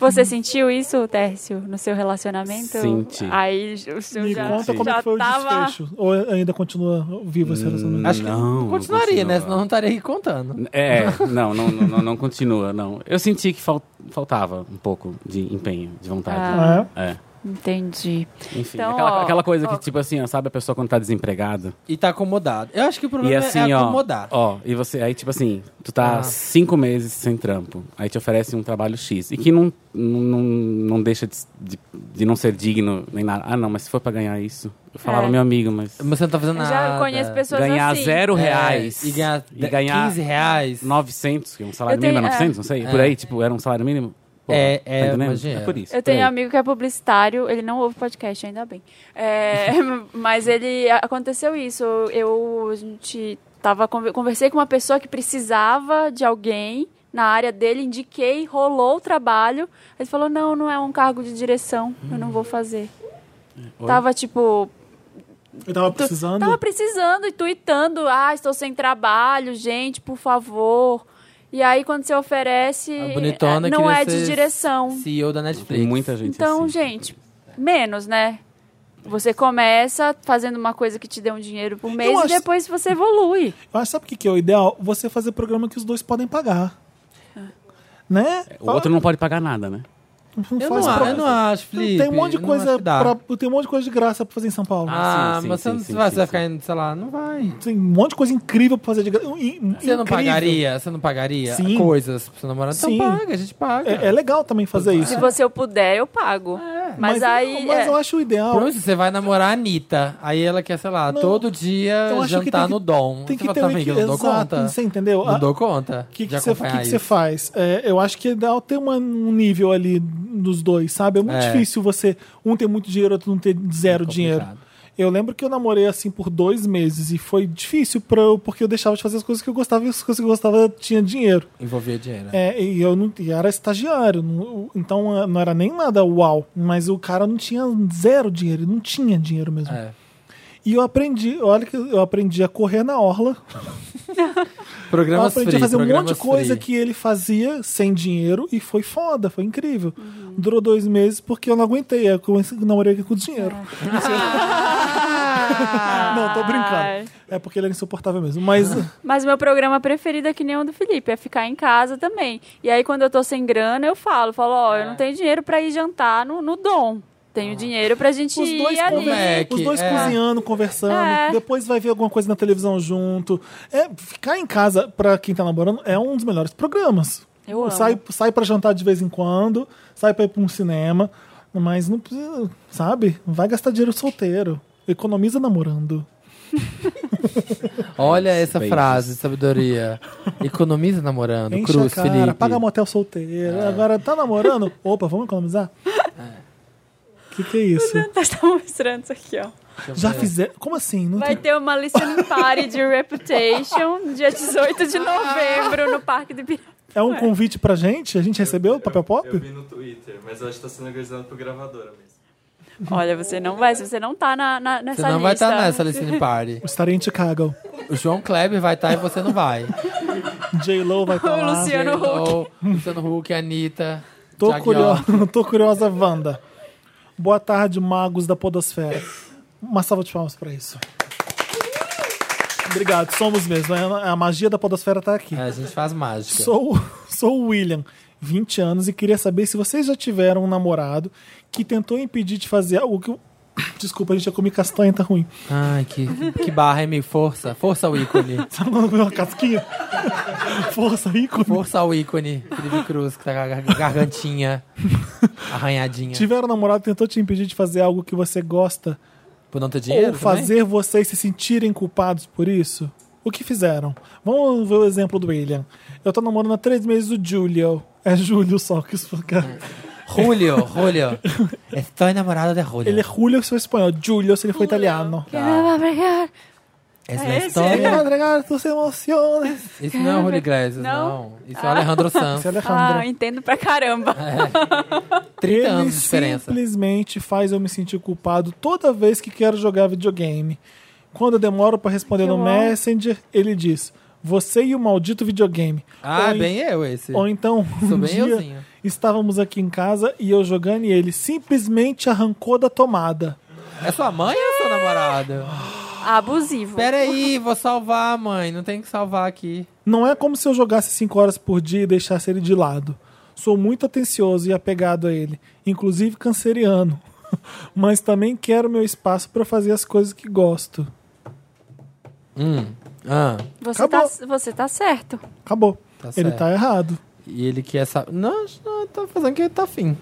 Speaker 3: Você sentiu isso, Tércio, no seu relacionamento?
Speaker 9: Senti.
Speaker 3: Aí o seu
Speaker 1: Me
Speaker 3: já,
Speaker 1: conta como
Speaker 3: já
Speaker 1: é que foi o
Speaker 3: tava...
Speaker 1: desfecho. Ou é, ainda continua vivo esse relacionamento?
Speaker 2: Hum. Acho que
Speaker 9: Não,
Speaker 2: não,
Speaker 9: não
Speaker 2: continuaria, né?
Speaker 9: continua.
Speaker 2: Senão não estaria aqui contando.
Speaker 9: É, não, não, não, não, não continua, não. Eu senti que fal- faltava um pouco de empenho, de vontade.
Speaker 1: Ah,
Speaker 9: É.
Speaker 3: Entendi.
Speaker 9: Enfim,
Speaker 3: Então,
Speaker 9: aquela,
Speaker 3: ó,
Speaker 9: aquela coisa
Speaker 3: ó.
Speaker 9: que, tipo assim, ó, sabe a pessoa quando tá desempregada?
Speaker 2: E tá acomodado. Eu acho que o
Speaker 9: E
Speaker 2: problema
Speaker 9: assim,
Speaker 2: é
Speaker 9: ó,
Speaker 2: acomodar.
Speaker 9: ó, e você, aí tipo assim, tu tá
Speaker 2: Ah.
Speaker 9: cinco meses sem trampo, aí te oferece um trabalho X, e que não, não, não, não deixa de, de, de não ser digno nem nada. Ah, não, mas se for pra ganhar isso, eu falava
Speaker 3: É.
Speaker 9: meu amigo, mas
Speaker 2: Mas você não tá fazendo
Speaker 3: Eu
Speaker 2: nada.
Speaker 3: já conheço pessoas
Speaker 9: ganhar
Speaker 3: assim.
Speaker 9: zero
Speaker 2: É,
Speaker 9: reais
Speaker 2: E ganhar,
Speaker 9: e ganhar
Speaker 2: 15 reais.
Speaker 9: 900, que é um salário
Speaker 3: Eu tenho-
Speaker 9: mínimo,
Speaker 3: é.
Speaker 9: é 900, não sei,
Speaker 2: É.
Speaker 9: por aí, tipo, era um salário mínimo. Pô,
Speaker 2: É,
Speaker 9: tá
Speaker 2: é,
Speaker 9: entendendo?
Speaker 2: imagina.
Speaker 9: É por isso.
Speaker 3: Eu
Speaker 9: por
Speaker 3: tenho um
Speaker 9: aí.
Speaker 3: amigo que é publicitário, ele não ouve podcast, ainda bem. É, mas ele aconteceu isso. Eu a gente tava conver- conversei com uma pessoa que precisava de alguém na área dele, indiquei, rolou o trabalho. Ele falou: "Não, não é um cargo de direção, eu não vou fazer".
Speaker 2: Hum.
Speaker 9: Oi?
Speaker 3: Tava tipo,
Speaker 1: eu tava
Speaker 3: tu-
Speaker 1: precisando.
Speaker 3: Tava precisando e tuitando, ah, estou sem trabalho, gente, por favor. E aí quando você oferece,
Speaker 2: A bonitona
Speaker 3: eh, não
Speaker 2: queria
Speaker 3: é de
Speaker 2: ser
Speaker 3: direção.
Speaker 2: CEO da
Speaker 9: Tem
Speaker 2: Netflix.
Speaker 9: muita gente
Speaker 3: Então,
Speaker 9: assim.
Speaker 3: gente, menos, né? Você começa fazendo uma coisa que te dê um dinheiro por mês
Speaker 1: acho-
Speaker 3: e depois você evolui.
Speaker 1: Eu acho, sabe o que, que é o ideal? Você fazer programa que os dois podem pagar. Né?
Speaker 2: É,
Speaker 9: O outro não pode pagar nada, né?
Speaker 1: Não
Speaker 2: Eu
Speaker 1: faz
Speaker 2: não, a-
Speaker 1: pra-
Speaker 2: eu não acho, Felipe.
Speaker 1: Tem um monte de
Speaker 2: eu não acho
Speaker 1: coisa
Speaker 2: que dá.
Speaker 1: pra- tem um monte de coisa de graça pra fazer em São Paulo.
Speaker 2: Ah,
Speaker 9: Sim, sim,
Speaker 2: mas você
Speaker 9: sim,
Speaker 2: não
Speaker 9: sim,
Speaker 2: vai,
Speaker 9: sim,
Speaker 2: você vai
Speaker 9: sim.
Speaker 2: ficar indo, sei lá, não vai.
Speaker 1: Tem um monte de coisa incrível pra fazer de graça.
Speaker 2: Você não pagaria? Você não pagaria
Speaker 1: Sim.
Speaker 2: coisas pro seu namorado?
Speaker 1: Sim.
Speaker 2: Então paga, a gente paga.
Speaker 1: É, é legal também fazer isso.
Speaker 3: Se você eu puder, eu pago. Mas, aí.
Speaker 1: mas
Speaker 3: é.
Speaker 1: eu acho o ideal.
Speaker 2: Pronto, você vai namorar a Anitta. Aí ela quer, sei lá,
Speaker 1: Não, Então
Speaker 2: todo dia
Speaker 1: eu acho que
Speaker 2: jantar
Speaker 1: tem que-
Speaker 2: no Dom. Você
Speaker 1: Tem que
Speaker 2: fala,
Speaker 1: ter
Speaker 2: tá
Speaker 1: um
Speaker 2: vendo que eu
Speaker 1: equilíbrio.
Speaker 2: não dou
Speaker 1: Exato,
Speaker 2: conta.
Speaker 1: você entendeu?
Speaker 2: Não
Speaker 1: Ah,
Speaker 2: dou conta.
Speaker 1: O que
Speaker 2: de
Speaker 1: que você
Speaker 2: acompanhar
Speaker 1: que que você
Speaker 2: isso.
Speaker 1: faz? É, eu acho que é ideal ter uma- um nível ali dos dois, sabe? É muito
Speaker 2: É.
Speaker 1: difícil você um ter muito dinheiro, outro não ter zero dinheiro. Eu lembro que eu namorei assim por dois meses e foi difícil pra eu, porque eu deixava de fazer as coisas que eu gostava e as coisas que eu gostava eu tinha dinheiro.
Speaker 2: Envolver dinheiro.
Speaker 1: É, e eu não e era estagiário, não- então ah, não era nem nada uau, mas o cara não tinha zero dinheiro, não tinha dinheiro mesmo.
Speaker 2: É.
Speaker 1: E eu aprendi, olha que eu aprendi a correr na orla. Eu
Speaker 2: Programas
Speaker 1: aprendi
Speaker 2: free,
Speaker 1: a fazer um monte de
Speaker 2: programas
Speaker 1: coisa
Speaker 2: free.
Speaker 1: que ele fazia sem dinheiro e foi foda, foi incrível. Durou dois meses porque eu não aguentei. é Eu comecei a namorar com dinheiro. não, tô
Speaker 3: É. Ai.
Speaker 1: brincando. É porque ele era insuportável mesmo. Mas
Speaker 3: Mas o meu programa preferido é que nem o do Felipe, é ficar em casa também. E aí, quando eu tô sem grana, eu falo, falo, ó,
Speaker 1: É.
Speaker 3: eu não tenho dinheiro pra ir jantar no, no Dom. Tenho dinheiro pra gente
Speaker 1: Ah. os
Speaker 3: ir
Speaker 1: dois,
Speaker 3: ali.
Speaker 1: conver-
Speaker 2: É que-
Speaker 1: os dois
Speaker 2: é.
Speaker 1: cozinhando, conversando,
Speaker 3: É.
Speaker 1: depois vai ver alguma coisa na televisão junto. É, ficar em casa, pra quem tá namorando, é um dos melhores programas.
Speaker 3: Eu amo.
Speaker 1: Sai, sai pra jantar de vez em quando, sai pra ir pra um cinema, mas não precisa, sabe? Vai gastar dinheiro solteiro. Economiza namorando.
Speaker 2: Olha essa
Speaker 9: Beijos.
Speaker 2: frase de sabedoria. Economiza namorando.
Speaker 1: Enche
Speaker 2: Cruz,
Speaker 1: a cara,
Speaker 2: Felipe.
Speaker 1: paga motel solteiro.
Speaker 10: É.
Speaker 1: Agora tá namorando? Opa, vamos economizar? O que, que é isso?
Speaker 3: Nós estamos mostrando isso aqui, ó.
Speaker 10: é.
Speaker 1: Já fizeram. Como assim? Não
Speaker 3: Vai ter uma listening party de Reputation dia 18 de novembro no Parque do Ibirapuera.
Speaker 1: É um convite pra gente? A gente recebeu o papel pop?
Speaker 10: Eu vi no Twitter, mas eu acho que tá sendo organizado por gravadora mesmo.
Speaker 3: Olha, você não vai, se você não tá na, na- nessa
Speaker 2: Você não
Speaker 3: lista.
Speaker 2: vai estar nessa listening party.
Speaker 1: Eu Estarei em Chicago.
Speaker 2: O João Kleber vai estar e você não vai.
Speaker 1: J-Lo vai estar
Speaker 3: O
Speaker 1: lá.
Speaker 3: Luciano Huck.
Speaker 2: Então, Luciano Huck, Anitta.
Speaker 1: Tô,
Speaker 2: Thiago
Speaker 1: curiosa, tô curiosa, Wanda. Boa tarde, magos da podosfera. Uma salva de palmas pra isso. Obrigado, somos mesmo. é- A magia da podosfera tá aqui.
Speaker 2: Iorque. É, a gente faz mágica.
Speaker 1: Sou, sou o William, 20 anos, e queria saber se vocês já tiveram um namorado que tentou impedir de fazer algo que... eu- Desculpa, a gente já comi castanha, tá ruim.
Speaker 2: Ai, que, que barra, hein, meu? Força. Força o ícone.
Speaker 1: Sabe quando comeu uma casquinha? Força, ícone.
Speaker 2: Força ao ícone, Felipe Cruz, que tá com a gar- gargantinha arranhadinha.
Speaker 1: Tiveram um namorado que tentou te impedir de fazer algo que você gosta
Speaker 2: Por não ter dinheiro?
Speaker 1: ou fazer vocês se sentirem culpados por isso? O que fizeram? Vamos ver o exemplo do William. Eu tô namorando há três meses o Julio. É Júlio só que explica.
Speaker 2: É. também? Julio, Julio. Estou enamorado de Julio.
Speaker 1: Ele é Julio se for espanhol, Julio se ele for italiano.
Speaker 3: Ah,
Speaker 2: é a
Speaker 3: É esse?
Speaker 1: Quero
Speaker 2: história.
Speaker 1: entregar tus emociones.
Speaker 2: Isso não é o Julio Iglesias,
Speaker 3: Não?
Speaker 2: não. Isso é o Alejandro Sanz.
Speaker 1: Esse é Alejandro.
Speaker 3: Ah, eu entendo pra caramba.
Speaker 2: 30
Speaker 1: é ele
Speaker 2: anos de diferença.
Speaker 1: simplesmente faz eu me sentir culpado toda vez que quero jogar videogame. Quando eu demoro pra responder no Messenger, ele diz: Você e o maldito videogame.
Speaker 2: Ah,
Speaker 1: Ou en-
Speaker 2: bem eu esse.
Speaker 1: Ou então,
Speaker 2: Sou
Speaker 1: um
Speaker 2: bem
Speaker 1: dia,
Speaker 2: euzinho.
Speaker 1: estávamos aqui em casa e eu jogando e ele simplesmente arrancou da tomada.
Speaker 2: É sua mãe ou seu namorado?
Speaker 1: Ah.
Speaker 3: Abusivo.
Speaker 2: Pera aí, vou salvar, mãe. Não tem que salvar aqui.
Speaker 1: Não é como se eu jogasse 5 horas por dia e deixasse ele de lado. Sou muito atencioso e apegado a ele, inclusive canceriano. Mas também quero meu espaço pra fazer as coisas que gosto.
Speaker 2: Hum. Ah,
Speaker 3: Você tá,
Speaker 1: Acabou.
Speaker 3: você tá certo.
Speaker 1: Acabou.
Speaker 2: Tá
Speaker 1: ele
Speaker 2: certo.
Speaker 1: tá errado.
Speaker 2: e ele quer saber. Não, não, tá fazendo que ele tá afim.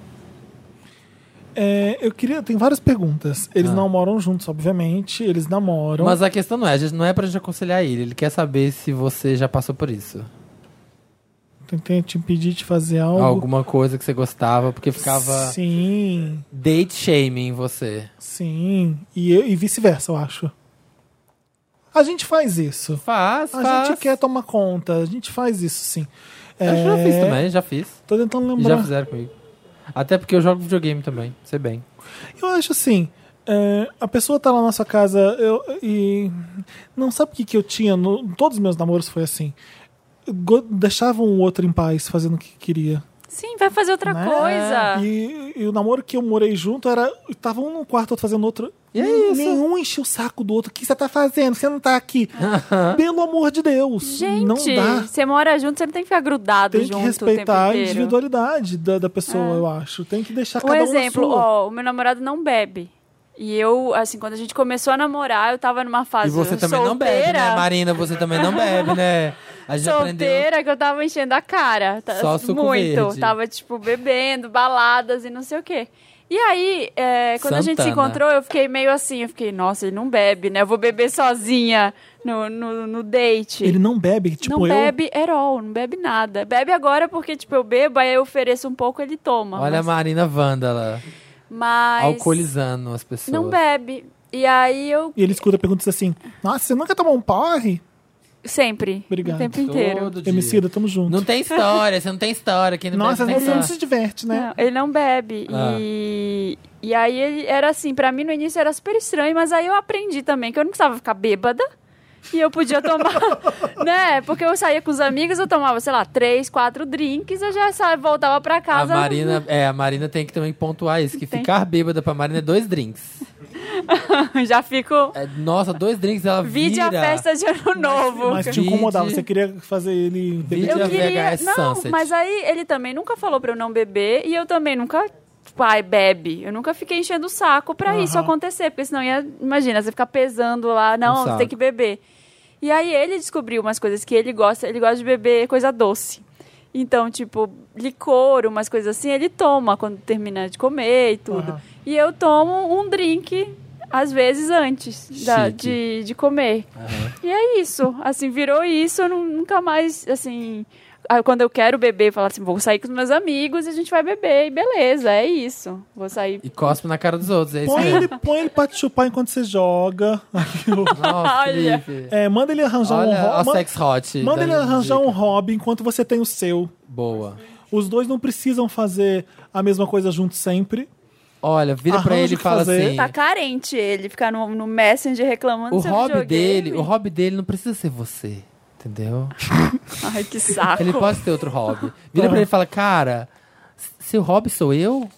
Speaker 1: É, eu queria. Tem várias perguntas. Eles
Speaker 2: Ah.
Speaker 1: não moram juntos, obviamente. Eles namoram.
Speaker 2: Mas a questão não é, a gente não é pra gente aconselhar ele. Ele quer saber se você já passou por isso.
Speaker 1: Tentei te impedir de fazer algo.
Speaker 2: Alguma coisa que você gostava, porque ficava
Speaker 1: Sim,
Speaker 2: date shaming em você.
Speaker 1: sim. E, eu- e vice-versa, eu acho. A gente faz isso.
Speaker 2: Faz,
Speaker 1: A
Speaker 2: faz.
Speaker 1: gente quer tomar conta. A gente faz isso, sim.
Speaker 2: Eu
Speaker 1: É,
Speaker 2: já fiz também, já fiz.
Speaker 1: Tô tentando
Speaker 2: E
Speaker 1: lembrar.
Speaker 2: Já fizeram comigo. Até porque eu jogo videogame também, sei bem.
Speaker 1: Eu acho assim. é, a pessoa tá lá na sua casa eu, e. Não sabe o que, que eu tinha. No, todos os meus namoros foi assim. Go- Deixavam o outro em paz, fazendo o que queria.
Speaker 3: Sim, vai fazer outra
Speaker 1: né?
Speaker 3: coisa.
Speaker 1: E, e o namoro que eu morei junto era. Tava um no quarto, outro fazendo outro. E é isso. Nenhum enche o saco do outro. O que você tá fazendo? Você não tá aqui. Pelo amor de Deus.
Speaker 3: Gente,
Speaker 1: não dá.
Speaker 3: você mora junto, você não tem que ficar grudado
Speaker 1: Tem que
Speaker 3: junto
Speaker 1: respeitar
Speaker 3: o
Speaker 1: a
Speaker 3: tempo inteiro. É.
Speaker 1: individualidade da, da pessoa, eu acho. Tem que deixar
Speaker 3: Um
Speaker 1: cada
Speaker 3: exemplo,
Speaker 1: um na sua.
Speaker 3: ó, o meu namorado não bebe. E eu, assim, quando a gente começou a namorar, eu tava numa fase
Speaker 2: E você também
Speaker 3: solteira,
Speaker 2: não bebe, né, Marina? Você também não bebe, né? A gente aprendeu.
Speaker 3: solteira que eu tava enchendo a cara. tá-
Speaker 2: Só suco
Speaker 3: muito.
Speaker 2: verde.
Speaker 3: Tava, tipo, bebendo, baladas e não sei o quê. E aí, é, quando a gente se
Speaker 2: Santana.
Speaker 3: encontrou, eu fiquei meio assim, eu fiquei, nossa, ele não bebe, né? Eu vou beber sozinha no, no, no date.
Speaker 1: Ele não bebe, tipo
Speaker 3: não
Speaker 1: eu.
Speaker 3: bebe at all, não bebe nada. Bebe agora porque, tipo, eu bebo, aí eu ofereço um pouco, ele toma.
Speaker 2: Olha a
Speaker 3: mas,
Speaker 2: Marina Vândala.
Speaker 3: mas
Speaker 2: Alcoolizando as pessoas.
Speaker 3: não bebe. E aí eu
Speaker 1: E ele escuta perguntas assim: Nossa, você nunca tomou um porre?
Speaker 3: sempre,
Speaker 1: Obrigado.
Speaker 3: o tempo inteiro.
Speaker 2: Todo dia.
Speaker 1: Emicida, tamo junto.
Speaker 2: Não tem história, você não tem história. Quem não
Speaker 1: Nossa,
Speaker 2: bebe, não
Speaker 1: você
Speaker 2: tem
Speaker 1: não
Speaker 2: história.
Speaker 1: se diverte, né?
Speaker 3: Não, ele não bebe.
Speaker 2: Ah.
Speaker 3: E, e aí ele era assim, pra mim no início era super estranho, mas aí eu aprendi também que eu não precisava ficar bêbada. E eu podia tomar, né? Porque eu saía com os amigos, eu tomava, sei lá, três, quatro drinks, eu já sa- voltava pra
Speaker 2: A
Speaker 3: casa.
Speaker 2: Marina, é, a Marina tem que também pontuar isso, que
Speaker 3: Tem.
Speaker 2: ficar bêbada pra Marina é dois drinks.
Speaker 3: já fico.
Speaker 2: É, nossa, dois drinks, ela
Speaker 3: Vide
Speaker 2: vira...
Speaker 3: a festa de ano novo.
Speaker 1: Mas te
Speaker 2: Vide-
Speaker 1: incomodava, você queria fazer ele beber.
Speaker 2: Vide-
Speaker 3: eu
Speaker 2: a
Speaker 3: queria.
Speaker 2: VHS
Speaker 3: Não,
Speaker 2: Sunset.
Speaker 3: mas aí ele também nunca falou pra eu não beber e eu também nunca. Tipo, ai, bebe. Eu nunca fiquei enchendo o saco pra isso
Speaker 1: Aham.
Speaker 3: acontecer, porque senão ia. Imagina, você ficar pesando lá, não, você
Speaker 2: saco.
Speaker 3: tem que beber. E aí ele descobriu umas coisas que ele gosta, ele gosta de beber coisa doce. Então, tipo, licor, umas coisas assim, ele toma quando termina de comer e tudo.
Speaker 1: Aham.
Speaker 3: E eu tomo um drink, às vezes, antes da-
Speaker 2: Chique.
Speaker 3: de, de comer. E é isso. Assim, virou isso. Eu nu- nunca mais, assim... ah, Quando eu quero beber, eu falo assim, vou sair com os meus amigos e a gente vai beber. E beleza, é isso. Vou sair...
Speaker 2: E cospe na cara dos outros, é isso
Speaker 1: Põe
Speaker 2: mesmo.
Speaker 1: ele, põe ele pra te chupar enquanto você joga.
Speaker 2: Nossa,
Speaker 3: Olha.
Speaker 2: Felipe.
Speaker 1: É, manda ele arranjar um
Speaker 2: Olha a
Speaker 1: hobby.
Speaker 2: sex hot.
Speaker 1: Manda
Speaker 2: da
Speaker 1: ele arranjar
Speaker 2: dica.
Speaker 1: um hobby enquanto você tem o seu.
Speaker 2: Boa.
Speaker 1: Os dois não precisam fazer a mesma coisa junto sempre.
Speaker 2: Olha, vira pra
Speaker 1: Arranja
Speaker 2: ele
Speaker 1: o
Speaker 2: e
Speaker 1: que
Speaker 2: fala
Speaker 1: fazer.
Speaker 2: assim...
Speaker 3: Tá carente ele, ficar no, no Messenger reclamando
Speaker 2: O
Speaker 3: do seu
Speaker 2: hobby
Speaker 3: videogame.
Speaker 2: dele, o hobby dele não precisa ser você, entendeu?
Speaker 3: Ai, que
Speaker 1: Ah,
Speaker 3: saco.
Speaker 2: Ele pode ter outro hobby. Vira pra ele e fala, cara, s- seu hobby sou eu?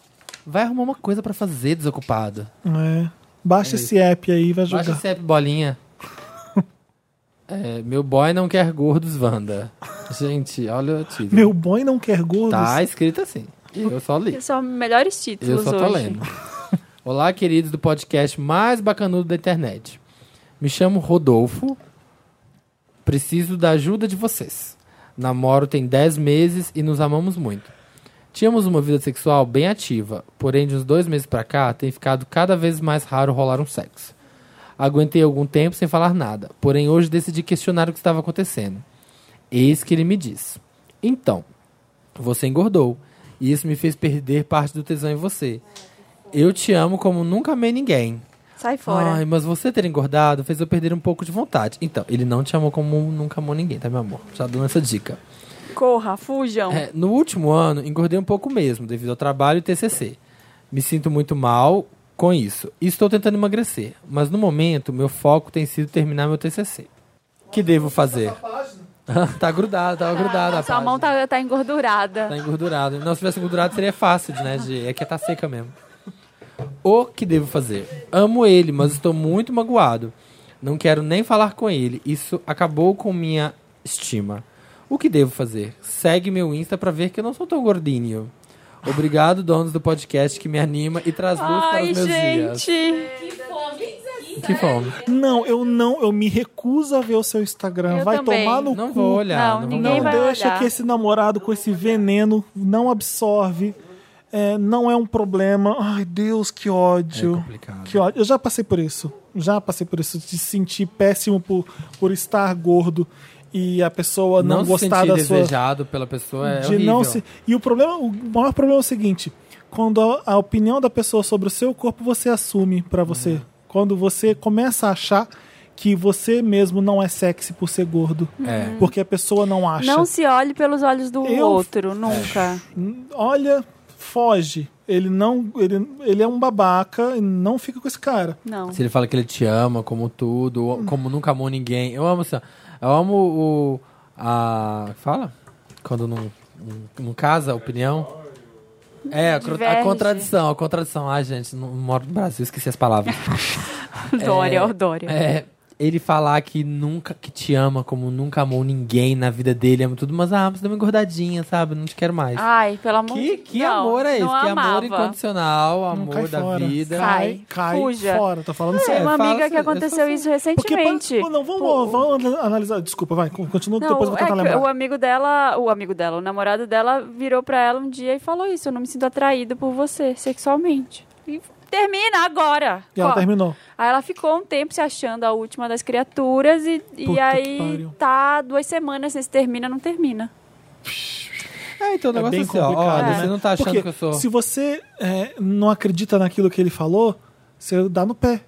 Speaker 2: Vai arrumar uma coisa pra fazer desocupado.
Speaker 1: É. Baixa esse app aí e vai jogar.
Speaker 2: Baixa esse app, bolinha. É, meu boy não quer gordos, Wanda. Gente, olha o título.
Speaker 1: Meu boy não quer gordos.
Speaker 2: Tá escrito assim. Eu só li.
Speaker 3: São melhores títulos
Speaker 2: Eu só tô
Speaker 3: hoje.
Speaker 2: lendo. Olá, queridos do podcast mais bacanudo da internet. Me chamo Rodolfo. Preciso da ajuda de vocês. Namoro tem 10 meses e nos amamos muito. Tínhamos uma vida sexual bem ativa, porém de uns dois meses pra cá tem ficado cada vez mais raro rolar um sexo. Aguentei algum tempo sem falar nada, porém hoje decidi questionar o que estava acontecendo. Eis que ele me diz: Então, você engordou. E isso me fez perder parte do tesão em você. Eu te amo como nunca amei ninguém.
Speaker 3: Sai fora.
Speaker 2: Ai, mas você ter engordado fez eu perder um pouco de vontade. Então, ele não te amou como nunca amou ninguém, tá, meu amor? Já dando essa dica.
Speaker 3: Corra, fujam.
Speaker 2: É, no último ano, engordei um pouco mesmo, devido ao trabalho e TCC. Me sinto muito mal com isso. E estou tentando emagrecer, mas no momento, meu foco tem sido terminar meu TCC. O que devo fazer? tá grudado, tava grudado. a
Speaker 3: Sua mão
Speaker 2: página.
Speaker 3: tá, tá engordurada.
Speaker 2: Tá engordurado. Não, se tivesse engordurado seria fácil, né? De... É que tá seca mesmo. O que devo fazer? Amo ele, mas estou muito magoado. Não quero nem falar com ele. Isso acabou com minha estima. O que devo fazer? Segue meu Insta pra ver que eu não sou tão gordinho. Obrigado, donos do podcast, que me anima e traz luz para os
Speaker 3: Ai,
Speaker 2: meus dias.
Speaker 3: gente. tá
Speaker 2: Que fome.
Speaker 1: Não, eu não, eu me recuso a ver o seu Instagram.
Speaker 3: Eu
Speaker 1: vai
Speaker 3: também.
Speaker 1: tomar no
Speaker 2: Não
Speaker 1: cu.
Speaker 2: vou olhar.
Speaker 3: Não,
Speaker 2: vou
Speaker 3: ninguém
Speaker 1: Não
Speaker 2: olhar.
Speaker 3: vai
Speaker 1: deixa
Speaker 3: olhar.
Speaker 1: que esse namorado com esse veneno não absorve. É, não é um problema. Ai, Deus, que ódio.
Speaker 2: É complicado.
Speaker 1: Que ódio. Eu já passei por isso. Já passei por isso. De sentir péssimo por, por estar gordo e a pessoa não,
Speaker 2: Não, se
Speaker 1: gostar
Speaker 2: sentir
Speaker 1: da sua.
Speaker 2: desejado pela pessoa é
Speaker 1: de
Speaker 2: horrível.
Speaker 1: não se... E o problema, o maior problema é o seguinte: quando a, a opinião da pessoa sobre o seu corpo você assume pra
Speaker 2: Uhum.
Speaker 1: você. Quando você começa a achar que você mesmo não é sexy por ser gordo.
Speaker 2: É.
Speaker 1: Porque a pessoa não acha.
Speaker 3: Não se olhe pelos olhos do
Speaker 1: Eu-
Speaker 3: outro, nunca.
Speaker 2: É.
Speaker 1: Olha, foge. Ele não. Ele, ele é um babaca e não fica com esse cara.
Speaker 3: Não.
Speaker 2: Se ele fala que ele te ama, como tudo,
Speaker 3: Hum.
Speaker 2: ou como nunca amou ninguém. Eu amo, assim, ó, eu amo o. A. Fala? Quando não, não, não casa, a opinião. É, a, cro- a
Speaker 3: Diverge.
Speaker 2: contradição, a contradição. Ah, gente, não moro no Brasil, esqueci as palavras.
Speaker 3: Dória,
Speaker 2: É,
Speaker 3: ó, Dória.
Speaker 2: É, ele falar que nunca, que te ama como nunca amou ninguém na vida dele, ama tudo, mas ah, você deu uma engordadinha, sabe? Não te quero mais.
Speaker 3: Ai, pelo amor
Speaker 2: que
Speaker 3: de Deus.
Speaker 2: que amor é esse?
Speaker 3: Ah, Não
Speaker 2: Que amor
Speaker 3: amava.
Speaker 2: incondicional,
Speaker 1: Não,
Speaker 2: amor
Speaker 1: cai
Speaker 2: da
Speaker 1: fora.
Speaker 2: vida.
Speaker 1: Cai, cai
Speaker 3: fuja.
Speaker 1: fora. Tô falando
Speaker 3: Tem
Speaker 1: sério.
Speaker 3: uma
Speaker 2: fala
Speaker 3: amiga que
Speaker 2: sério,
Speaker 3: aconteceu isso
Speaker 1: Porque, pa-
Speaker 3: recentemente.
Speaker 1: Pô, não, vamos, vamos analisar. Desculpa, vai. Continua,
Speaker 3: Não,
Speaker 1: depois eu vou
Speaker 3: é
Speaker 1: tentar
Speaker 3: que
Speaker 1: lembrar.
Speaker 3: o amigo dela, o amigo dela, o namorado dela virou pra ela um dia e falou isso: eu não me sinto atraído por você sexualmente. E termina agora.
Speaker 1: E ela
Speaker 3: Ó,
Speaker 1: terminou.
Speaker 3: Aí ela ficou um tempo se achando a última das criaturas e, e
Speaker 1: Puta que
Speaker 3: aí
Speaker 1: pariu.
Speaker 3: tá duas semanas sem se termina, não termina.
Speaker 2: É, então o
Speaker 1: É
Speaker 2: negócio é
Speaker 1: bem
Speaker 2: assim, ó,
Speaker 1: complicado,
Speaker 2: olha,
Speaker 1: né?
Speaker 2: você não tá achando
Speaker 1: Porque
Speaker 2: que eu sou...
Speaker 1: se você é, não acredita naquilo que ele falou, você dá no pé.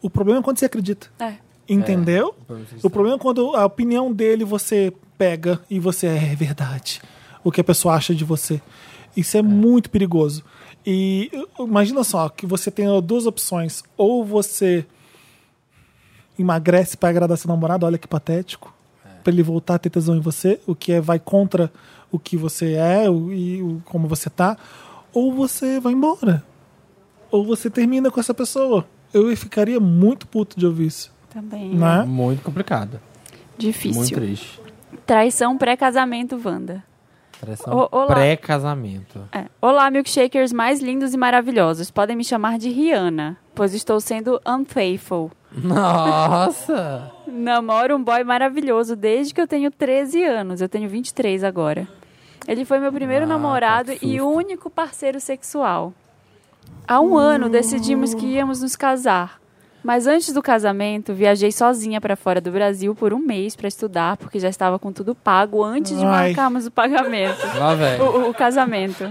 Speaker 1: O problema é quando você acredita.
Speaker 3: É.
Speaker 1: Entendeu?
Speaker 2: problema é você
Speaker 1: o problema é quando a opinião dele você pega e você é verdade. O que a pessoa acha de você. Isso é, muito perigoso. E uh, imagina só que você tem uh, duas opções. Ou você emagrece para agradar seu namorado, olha que patético. Pra ele voltar a ter tesão em você, o que é vai contra o que você é o- e o- como você tá. Ou você vai embora. Ou você termina com essa pessoa. Eu ficaria muito puto de ouvir isso.
Speaker 3: Também.
Speaker 1: Né?
Speaker 2: Muito complicado. Muito
Speaker 3: Difícil.
Speaker 2: triste.
Speaker 3: Traição pré-casamento, Wanda.
Speaker 2: Traição
Speaker 3: Ô, olá.
Speaker 2: um pré-casamento.
Speaker 3: É. Olá, milkshakers mais lindos e maravilhosos. Podem me chamar de Rihanna, pois estou sendo unfaithful.
Speaker 2: Nossa!
Speaker 3: Namoro um boy maravilhoso desde que eu tenho 13 anos. Eu tenho 23 agora. Ele foi meu primeiro
Speaker 2: Ah,
Speaker 3: namorado
Speaker 2: que
Speaker 3: e
Speaker 2: susto.
Speaker 3: único parceiro sexual. Há um ano decidimos que íamos nos casar. Mas antes do casamento, viajei sozinha para fora do Brasil por um mês para estudar, porque já estava com tudo pago antes de
Speaker 1: Ai.
Speaker 3: marcarmos o pagamento
Speaker 2: Lá, velho.
Speaker 3: o, o casamento.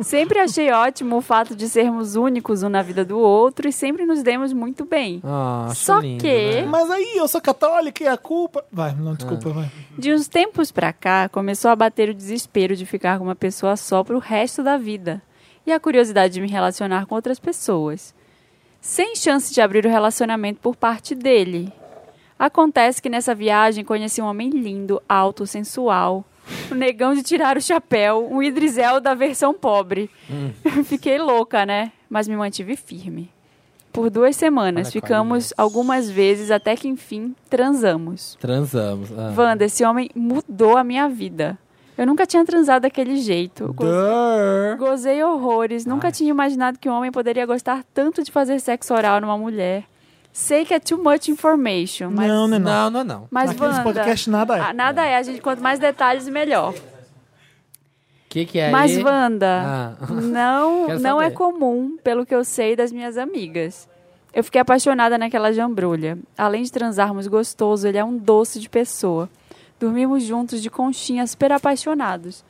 Speaker 3: Sempre achei ótimo o fato de sermos únicos um na vida do outro e sempre nos demos muito bem.
Speaker 2: Ah, acho
Speaker 3: Só
Speaker 2: lindo,
Speaker 3: que-
Speaker 2: né?
Speaker 1: Mas aí, eu sou católica e a culpa. Vai, não, desculpa, vai.
Speaker 3: De uns tempos pra cá, começou a bater o desespero de ficar com uma pessoa só pro resto da vida e a curiosidade de me relacionar com outras pessoas. Sem chance de abrir o relacionamento por parte dele. Acontece que nessa viagem conheci um homem lindo, alto, sensual, um negão de tirar o chapéu, um Idris Elba da versão pobre. Fiquei louca, né? Mas me mantive firme. Por duas semanas,
Speaker 2: Olha,
Speaker 3: ficamos algumas vezes até que enfim transamos.
Speaker 2: Transamos. Ah.
Speaker 3: Wanda, esse homem mudou a minha vida. Eu nunca tinha transado daquele jeito. Gozei,
Speaker 2: Durr.
Speaker 3: gozei horrores. Nunca tinha imaginado que um homem poderia gostar tanto de fazer sexo oral numa mulher. Sei que é too much information, mas.
Speaker 1: não, não é
Speaker 2: Não,
Speaker 1: não.
Speaker 2: não é não.
Speaker 3: Mas,
Speaker 1: Aqui nesse
Speaker 3: Wanda,
Speaker 1: podcast nada é.
Speaker 3: ah, nada é. A gente, quanto mais detalhes, melhor.
Speaker 2: O que, que é
Speaker 3: Mas,
Speaker 2: aí?
Speaker 3: Wanda,
Speaker 2: Ah.
Speaker 3: não,
Speaker 2: Quero
Speaker 3: não é
Speaker 2: saber.
Speaker 3: comum, pelo que eu sei das minhas amigas. Eu fiquei apaixonada naquela jambrulha. Além de transarmos gostoso, ele é um doce de pessoa. Dormimos juntos de conchinha, super apaixonados.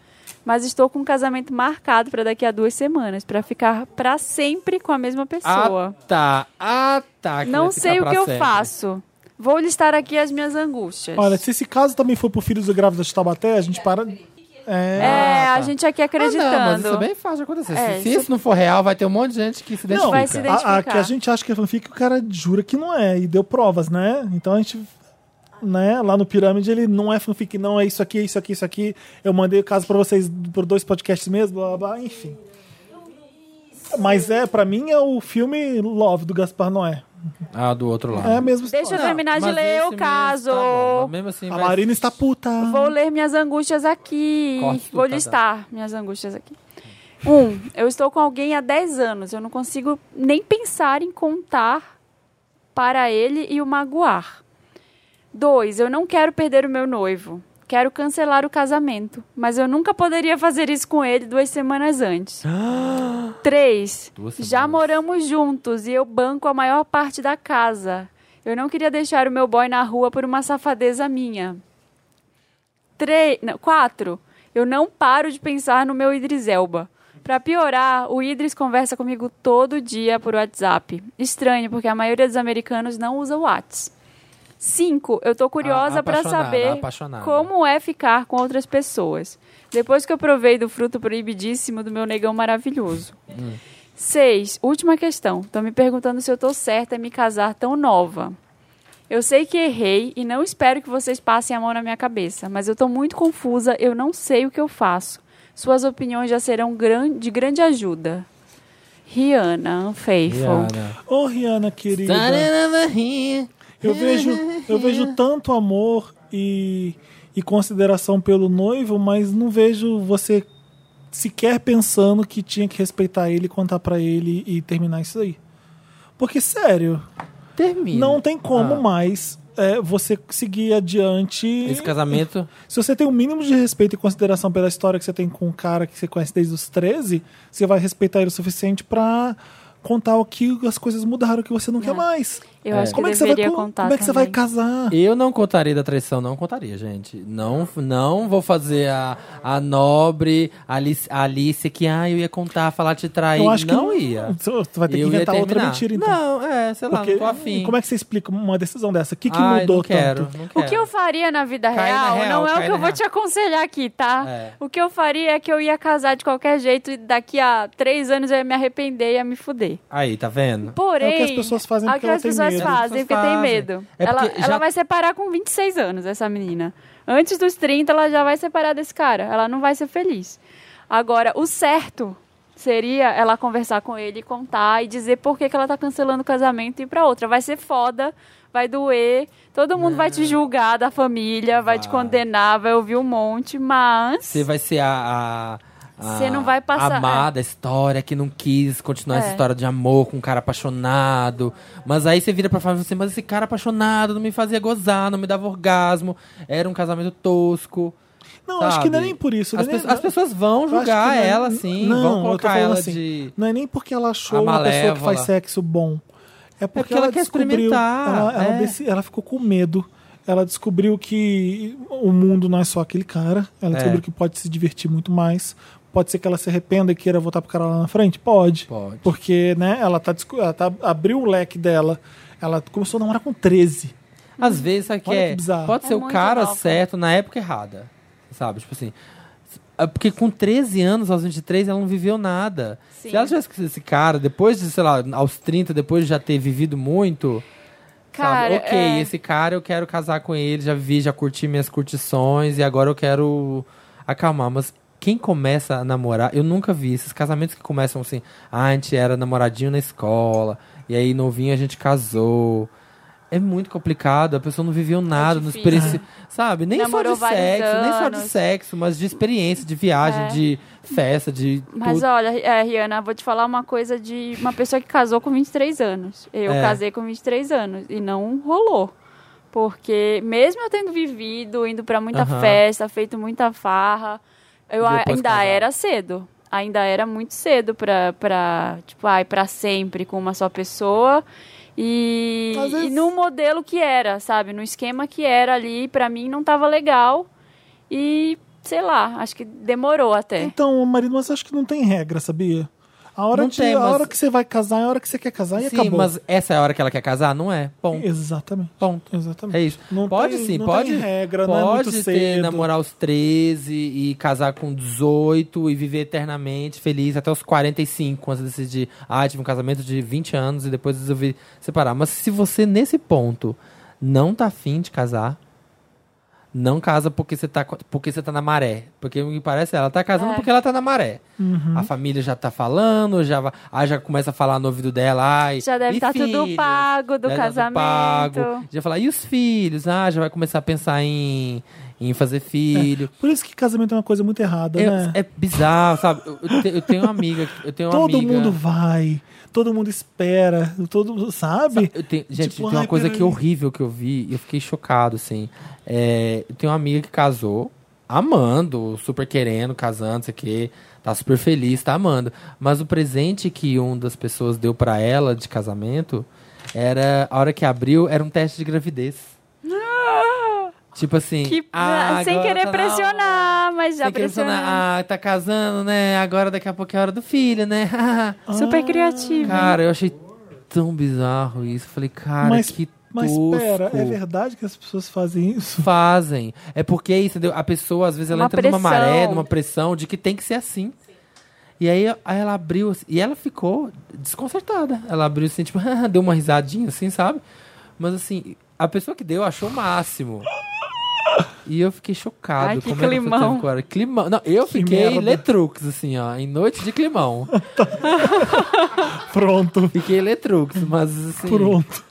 Speaker 3: Mas estou com um casamento marcado para daqui a duas semanas, para ficar para sempre com a mesma pessoa.
Speaker 2: Ah, tá. Ah, tá. que
Speaker 3: não
Speaker 2: vai ficar
Speaker 3: sei o
Speaker 2: pra
Speaker 3: que eu
Speaker 2: sempre.
Speaker 3: faço. Vou listar aqui as minhas angústias.
Speaker 1: Olha, se esse caso também for pro Filhos do Grávida de Tabaté, a gente para. É.
Speaker 3: é,
Speaker 2: Ah, tá.
Speaker 3: a gente aqui acreditando.
Speaker 2: Ah, não, mas isso é bem fácil de acontecer. Se-
Speaker 3: É,
Speaker 2: se
Speaker 3: isso-
Speaker 2: isso não for real, vai ter um monte de gente que se identifica.
Speaker 1: Não,
Speaker 3: vai se
Speaker 1: a, a
Speaker 3: identificar.
Speaker 1: que a gente acha que é fanfic, o cara jura que não é. E deu provas, né? Então a gente. Né? Lá no Pirâmide, ele não é fanfic, não. É isso aqui, é isso aqui, isso aqui. Eu mandei o caso pra vocês por dois podcasts mesmo, blá blá, blá enfim. Mas é, pra mim, é o filme Love do Gaspar Noé.
Speaker 2: Ah, do outro lado.
Speaker 1: É a mesma
Speaker 3: Deixa eu
Speaker 1: história.
Speaker 3: terminar de
Speaker 2: Mas
Speaker 3: ler
Speaker 2: esse
Speaker 3: o
Speaker 2: mesmo
Speaker 3: caso.
Speaker 2: tá bom, mas mesmo assim,
Speaker 1: A
Speaker 2: vai-
Speaker 1: Marina está puta.
Speaker 3: Vou ler minhas angústias aqui.
Speaker 2: Corta tudo,
Speaker 3: Vou
Speaker 2: tá,
Speaker 3: listar minhas angústias aqui. Um, eu estou com alguém há 10 anos. Eu não consigo nem pensar em contar para ele e o magoar. Dois, eu não quero perder o meu noivo. Quero cancelar o casamento. Mas eu nunca poderia fazer isso com ele duas semanas antes. Três,
Speaker 2: Duas semanas.
Speaker 3: já moramos juntos e eu banco a maior parte da casa. Eu não queria deixar o meu boy na rua por uma safadeza minha. Três, não, quatro, eu não paro de pensar no meu Idris Elba. Pra piorar, o Idris conversa comigo todo dia por WhatsApp. Estranho, porque a maioria dos americanos não usa WhatsApp. Cinco, eu tô curiosa
Speaker 2: A-
Speaker 3: pra
Speaker 2: apaixonada,
Speaker 3: saber
Speaker 2: apaixonada.
Speaker 3: como é ficar com outras pessoas. Depois que eu provei do fruto proibidíssimo do meu negão maravilhoso. Seis, última questão. Estão me perguntando se eu tô certa em me casar tão nova. Eu sei que errei e não espero que vocês passem a mão na minha cabeça, mas eu tô muito confusa, eu não sei o que eu faço. Suas opiniões já serão gran- de grande ajuda. Rihanna, Unfaithful.
Speaker 2: Tá,
Speaker 1: Rihanna. Ô, Rihanna, querida.
Speaker 2: né,
Speaker 1: Eu vejo, eu vejo tanto amor e, e consideração pelo noivo, mas não vejo você sequer pensando que tinha que respeitar ele, contar pra ele e terminar isso aí. Porque, sério,
Speaker 2: Termina.
Speaker 1: não tem como
Speaker 2: Ah.
Speaker 1: mais é, você seguir adiante.
Speaker 2: Esse casamento.
Speaker 1: Se você tem o mínimo de respeito e consideração pela história que você tem com um cara que você conhece desde os 13, você vai respeitar ele o suficiente pra contar o que as coisas mudaram, o que você não
Speaker 2: É.
Speaker 1: quer mais.
Speaker 3: Eu acho que
Speaker 1: como é que você vai,
Speaker 3: deveria
Speaker 1: co-
Speaker 3: contar
Speaker 1: Como é que você vai
Speaker 3: também.
Speaker 1: casar?
Speaker 2: Eu não contaria da traição, não contaria, gente. Não, não vou fazer a, a nobre Alice, Alice que ah, eu ia contar, falar te trair.
Speaker 1: Eu acho que
Speaker 2: não
Speaker 1: não-
Speaker 2: ia.
Speaker 1: Você vai ter que
Speaker 2: Eu ia
Speaker 1: inventar outra
Speaker 2: terminar.
Speaker 1: mentira, então.
Speaker 2: Não, é, sei lá, não tô afim.
Speaker 1: Como é que você explica uma decisão dessa? O que, que
Speaker 2: Ai,
Speaker 1: mudou
Speaker 2: não quero,
Speaker 1: tanto?
Speaker 2: não
Speaker 3: O
Speaker 2: quero.
Speaker 3: que eu faria na vida
Speaker 2: Cai na
Speaker 3: real,
Speaker 2: real,
Speaker 3: não é o
Speaker 2: cai
Speaker 3: que eu
Speaker 2: na
Speaker 3: vou
Speaker 2: real.
Speaker 3: te aconselhar aqui, tá?
Speaker 2: É.
Speaker 3: O que eu faria é que eu ia casar de qualquer jeito e daqui a três anos eu ia me arrepender e ia me fuder.
Speaker 2: Aí, tá vendo?
Speaker 3: Porém,
Speaker 1: É o que as pessoas fazem
Speaker 3: é o
Speaker 1: porque
Speaker 3: que
Speaker 1: ela
Speaker 3: as
Speaker 1: tem
Speaker 3: pessoas
Speaker 1: medo.
Speaker 3: fazem
Speaker 2: As pessoas
Speaker 3: porque tem
Speaker 2: fazem.
Speaker 3: medo.
Speaker 2: É
Speaker 3: ela,
Speaker 2: porque já-
Speaker 3: ela vai separar com 26 anos, essa menina. Antes dos 30, ela já vai separar desse cara. Ela não vai ser feliz. Agora, o certo seria ela conversar com ele, contar e dizer por que, que ela tá cancelando o casamento e ir pra outra. Vai ser foda, vai doer, todo mundo vai te julgar da família, vai, te
Speaker 2: É. Vai.
Speaker 3: condenar, vai ouvir um monte, mas...
Speaker 2: Você vai ser a. a- a-
Speaker 3: Você não vai passar-
Speaker 2: Amada, história que não quis continuar essa
Speaker 3: É.
Speaker 2: história de amor com um cara apaixonado. Mas aí você vira pra falar assim: Mas esse cara apaixonado não me fazia gozar, não me dava orgasmo. Era um casamento tosco.
Speaker 1: Não, acho que não é
Speaker 2: sabe?
Speaker 1: nem por isso.
Speaker 2: As,
Speaker 1: não é nem-
Speaker 2: pe- as pessoas vão
Speaker 1: Eu acho
Speaker 2: julgar
Speaker 1: que não é-
Speaker 2: ela, sim.
Speaker 1: Não,
Speaker 2: vão
Speaker 1: eu tô
Speaker 2: colocar
Speaker 1: falando
Speaker 2: ela
Speaker 1: assim,
Speaker 2: de.
Speaker 1: não é nem porque ela achou
Speaker 2: A
Speaker 1: uma pessoa que
Speaker 2: malévola.
Speaker 1: faz sexo bom. É porque,
Speaker 2: porque ela quer
Speaker 1: descobriu-
Speaker 2: experimentar,
Speaker 1: Ela, ela
Speaker 2: é.
Speaker 1: desse- ela ficou com medo. Ela descobriu que o mundo não é só aquele cara. Ela descobriu que pode se divertir muito mais. Pode ser que ela se arrependa e queira voltar pro cara lá na frente? Pode.
Speaker 2: Pode.
Speaker 1: Porque, né, ela tá, desco- ela tá- abriu o leque dela. Ela começou a namorar com 13.
Speaker 2: Às vezes, sabe o que
Speaker 1: Olha
Speaker 2: é?
Speaker 1: que bizarro.
Speaker 2: Pode
Speaker 3: É
Speaker 2: ser o
Speaker 3: muito
Speaker 2: cara
Speaker 3: nova.
Speaker 2: certo na época errada. Sabe? Tipo assim. é Porque com 13 anos, aos 23, ela não viveu nada.
Speaker 3: Sim.
Speaker 2: Se ela tivesse conhecido esse cara, depois de, sei lá, aos 30, depois de já ter vivido muito,
Speaker 3: Cara,
Speaker 2: sabe? Ok,
Speaker 3: é.
Speaker 2: esse cara eu quero casar com ele, já vi, já curti minhas curtições e agora eu quero acalmar. Mas quem começa a namorar, eu nunca vi esses casamentos que começam assim, ah, a gente era namoradinho na escola, e aí novinho a gente casou. É muito complicado, a pessoa não viveu nada, não
Speaker 3: É difícil.
Speaker 2: experiência, sabe? Nem
Speaker 3: Namorou
Speaker 2: só de
Speaker 3: vários
Speaker 2: sexo, nem só de
Speaker 3: anos.
Speaker 2: sexo, mas de experiência, de viagem,
Speaker 3: É.
Speaker 2: de festa, de
Speaker 3: Mas
Speaker 2: tudo.
Speaker 3: olha, é, Rihanna, vou te falar uma coisa de uma pessoa que casou com 23 anos. Eu
Speaker 2: É.
Speaker 3: casei com 23 anos e não rolou. Porque mesmo eu tendo vivido, indo pra muita
Speaker 2: Aham.
Speaker 3: festa, feito muita farra, eu a-
Speaker 2: Depois
Speaker 3: ainda
Speaker 2: casar.
Speaker 3: era cedo. Ainda era muito cedo pra, pra tipo, ai, pra sempre com uma só pessoa. E,
Speaker 1: Às vezes-
Speaker 3: e no modelo que era, sabe? No esquema que era ali, pra mim não tava legal. E, sei lá, acho que demorou
Speaker 2: É.
Speaker 3: até.
Speaker 1: Então, marido, mas acho que não tem regra, sabia? A hora,
Speaker 2: Não
Speaker 1: de-
Speaker 2: tem,
Speaker 1: a
Speaker 2: mas-
Speaker 1: hora que você vai casar é a hora que você quer casar e
Speaker 2: Sim,
Speaker 1: acabou.
Speaker 2: mas essa é a hora que ela quer casar, não é? Ponto.
Speaker 1: Exatamente.
Speaker 2: Ponto.
Speaker 1: Exatamente.
Speaker 2: É isso.
Speaker 1: Não
Speaker 2: pode
Speaker 1: tem-
Speaker 2: sim,
Speaker 1: não
Speaker 2: pode.
Speaker 1: tem regra,
Speaker 2: pode
Speaker 1: não é muito
Speaker 2: ter
Speaker 1: cedo.
Speaker 2: namorar aos 13 e casar com 18 e viver eternamente feliz até os 45, quando você decidir, ah, tive um casamento de 20 anos e depois resolvi separar. Mas se você nesse ponto não tá afim de casar, não casa porque você tá, co- porque você tá na maré. Porque o que parece é, ela tá casando
Speaker 3: É.
Speaker 2: porque ela tá na maré.
Speaker 1: Uhum.
Speaker 2: A família já tá falando, já, va- ah, já começa a falar no ouvido dela. Ai,
Speaker 3: Já deve
Speaker 2: e
Speaker 3: estar tudo
Speaker 2: filhos?
Speaker 3: pago do
Speaker 2: né,
Speaker 3: casamento.
Speaker 2: pago. Já falar, e os filhos? Ah, já vai começar a pensar em, em fazer filho.
Speaker 1: Por isso que casamento é uma coisa muito errada,
Speaker 2: Eu-
Speaker 1: né?
Speaker 2: É, bizarro, sabe? Eu, eu te- eu tenho uma amiga. Eu tenho uma
Speaker 1: todo
Speaker 2: amiga-
Speaker 1: mundo vai, todo mundo espera, todo mundo sabe.
Speaker 2: Eu tenho- gente,
Speaker 1: Tipo,
Speaker 2: tem uma
Speaker 1: ai,
Speaker 2: coisa que é
Speaker 1: peraí.
Speaker 2: horrível que eu vi e eu fiquei chocado, assim. É, eu tenho uma amiga que casou, amando, super querendo, casando, sei o quê. Tá super feliz, tá amando. Mas o presente que uma das pessoas deu pra ela de casamento era. A hora que abriu, era um teste de gravidez.
Speaker 1: Ah!
Speaker 2: Tipo assim.
Speaker 3: Que-
Speaker 2: "Ah,
Speaker 3: sem
Speaker 2: agora
Speaker 3: querer
Speaker 2: tá na
Speaker 3: pressionar, mas já
Speaker 2: Sem querer
Speaker 3: pressionando.
Speaker 2: pressionar. Ah, tá casando, né? Agora daqui a pouco é a hora do filho, né?
Speaker 3: Super criativa.
Speaker 2: Cara, eu achei tão bizarro isso. Eu Falei, cara,
Speaker 1: Mas-
Speaker 2: que
Speaker 1: Mas
Speaker 2: tosco.
Speaker 1: espera, é verdade que as pessoas fazem isso?
Speaker 2: Fazem. É porque é isso, entendeu? A pessoa, às vezes, ela
Speaker 3: Uma
Speaker 2: entra numa
Speaker 3: pressão.
Speaker 2: maré, numa pressão de que tem que ser assim. E aí, aí ela abriu, assim, e ela ficou desconcertada. Ela abriu assim, tipo, deu uma risadinha assim, sabe? Mas assim, a pessoa que deu achou o máximo. E eu fiquei chocado.
Speaker 3: Ai, que
Speaker 2: como é foi
Speaker 3: climão.
Speaker 2: tanto Cora. Climão. Não, eu fiquei
Speaker 1: merda.
Speaker 2: Letrux, assim, ó. Em noite de climão.
Speaker 1: Pronto.
Speaker 2: Fiquei Letrux, mas assim...
Speaker 1: Pronto.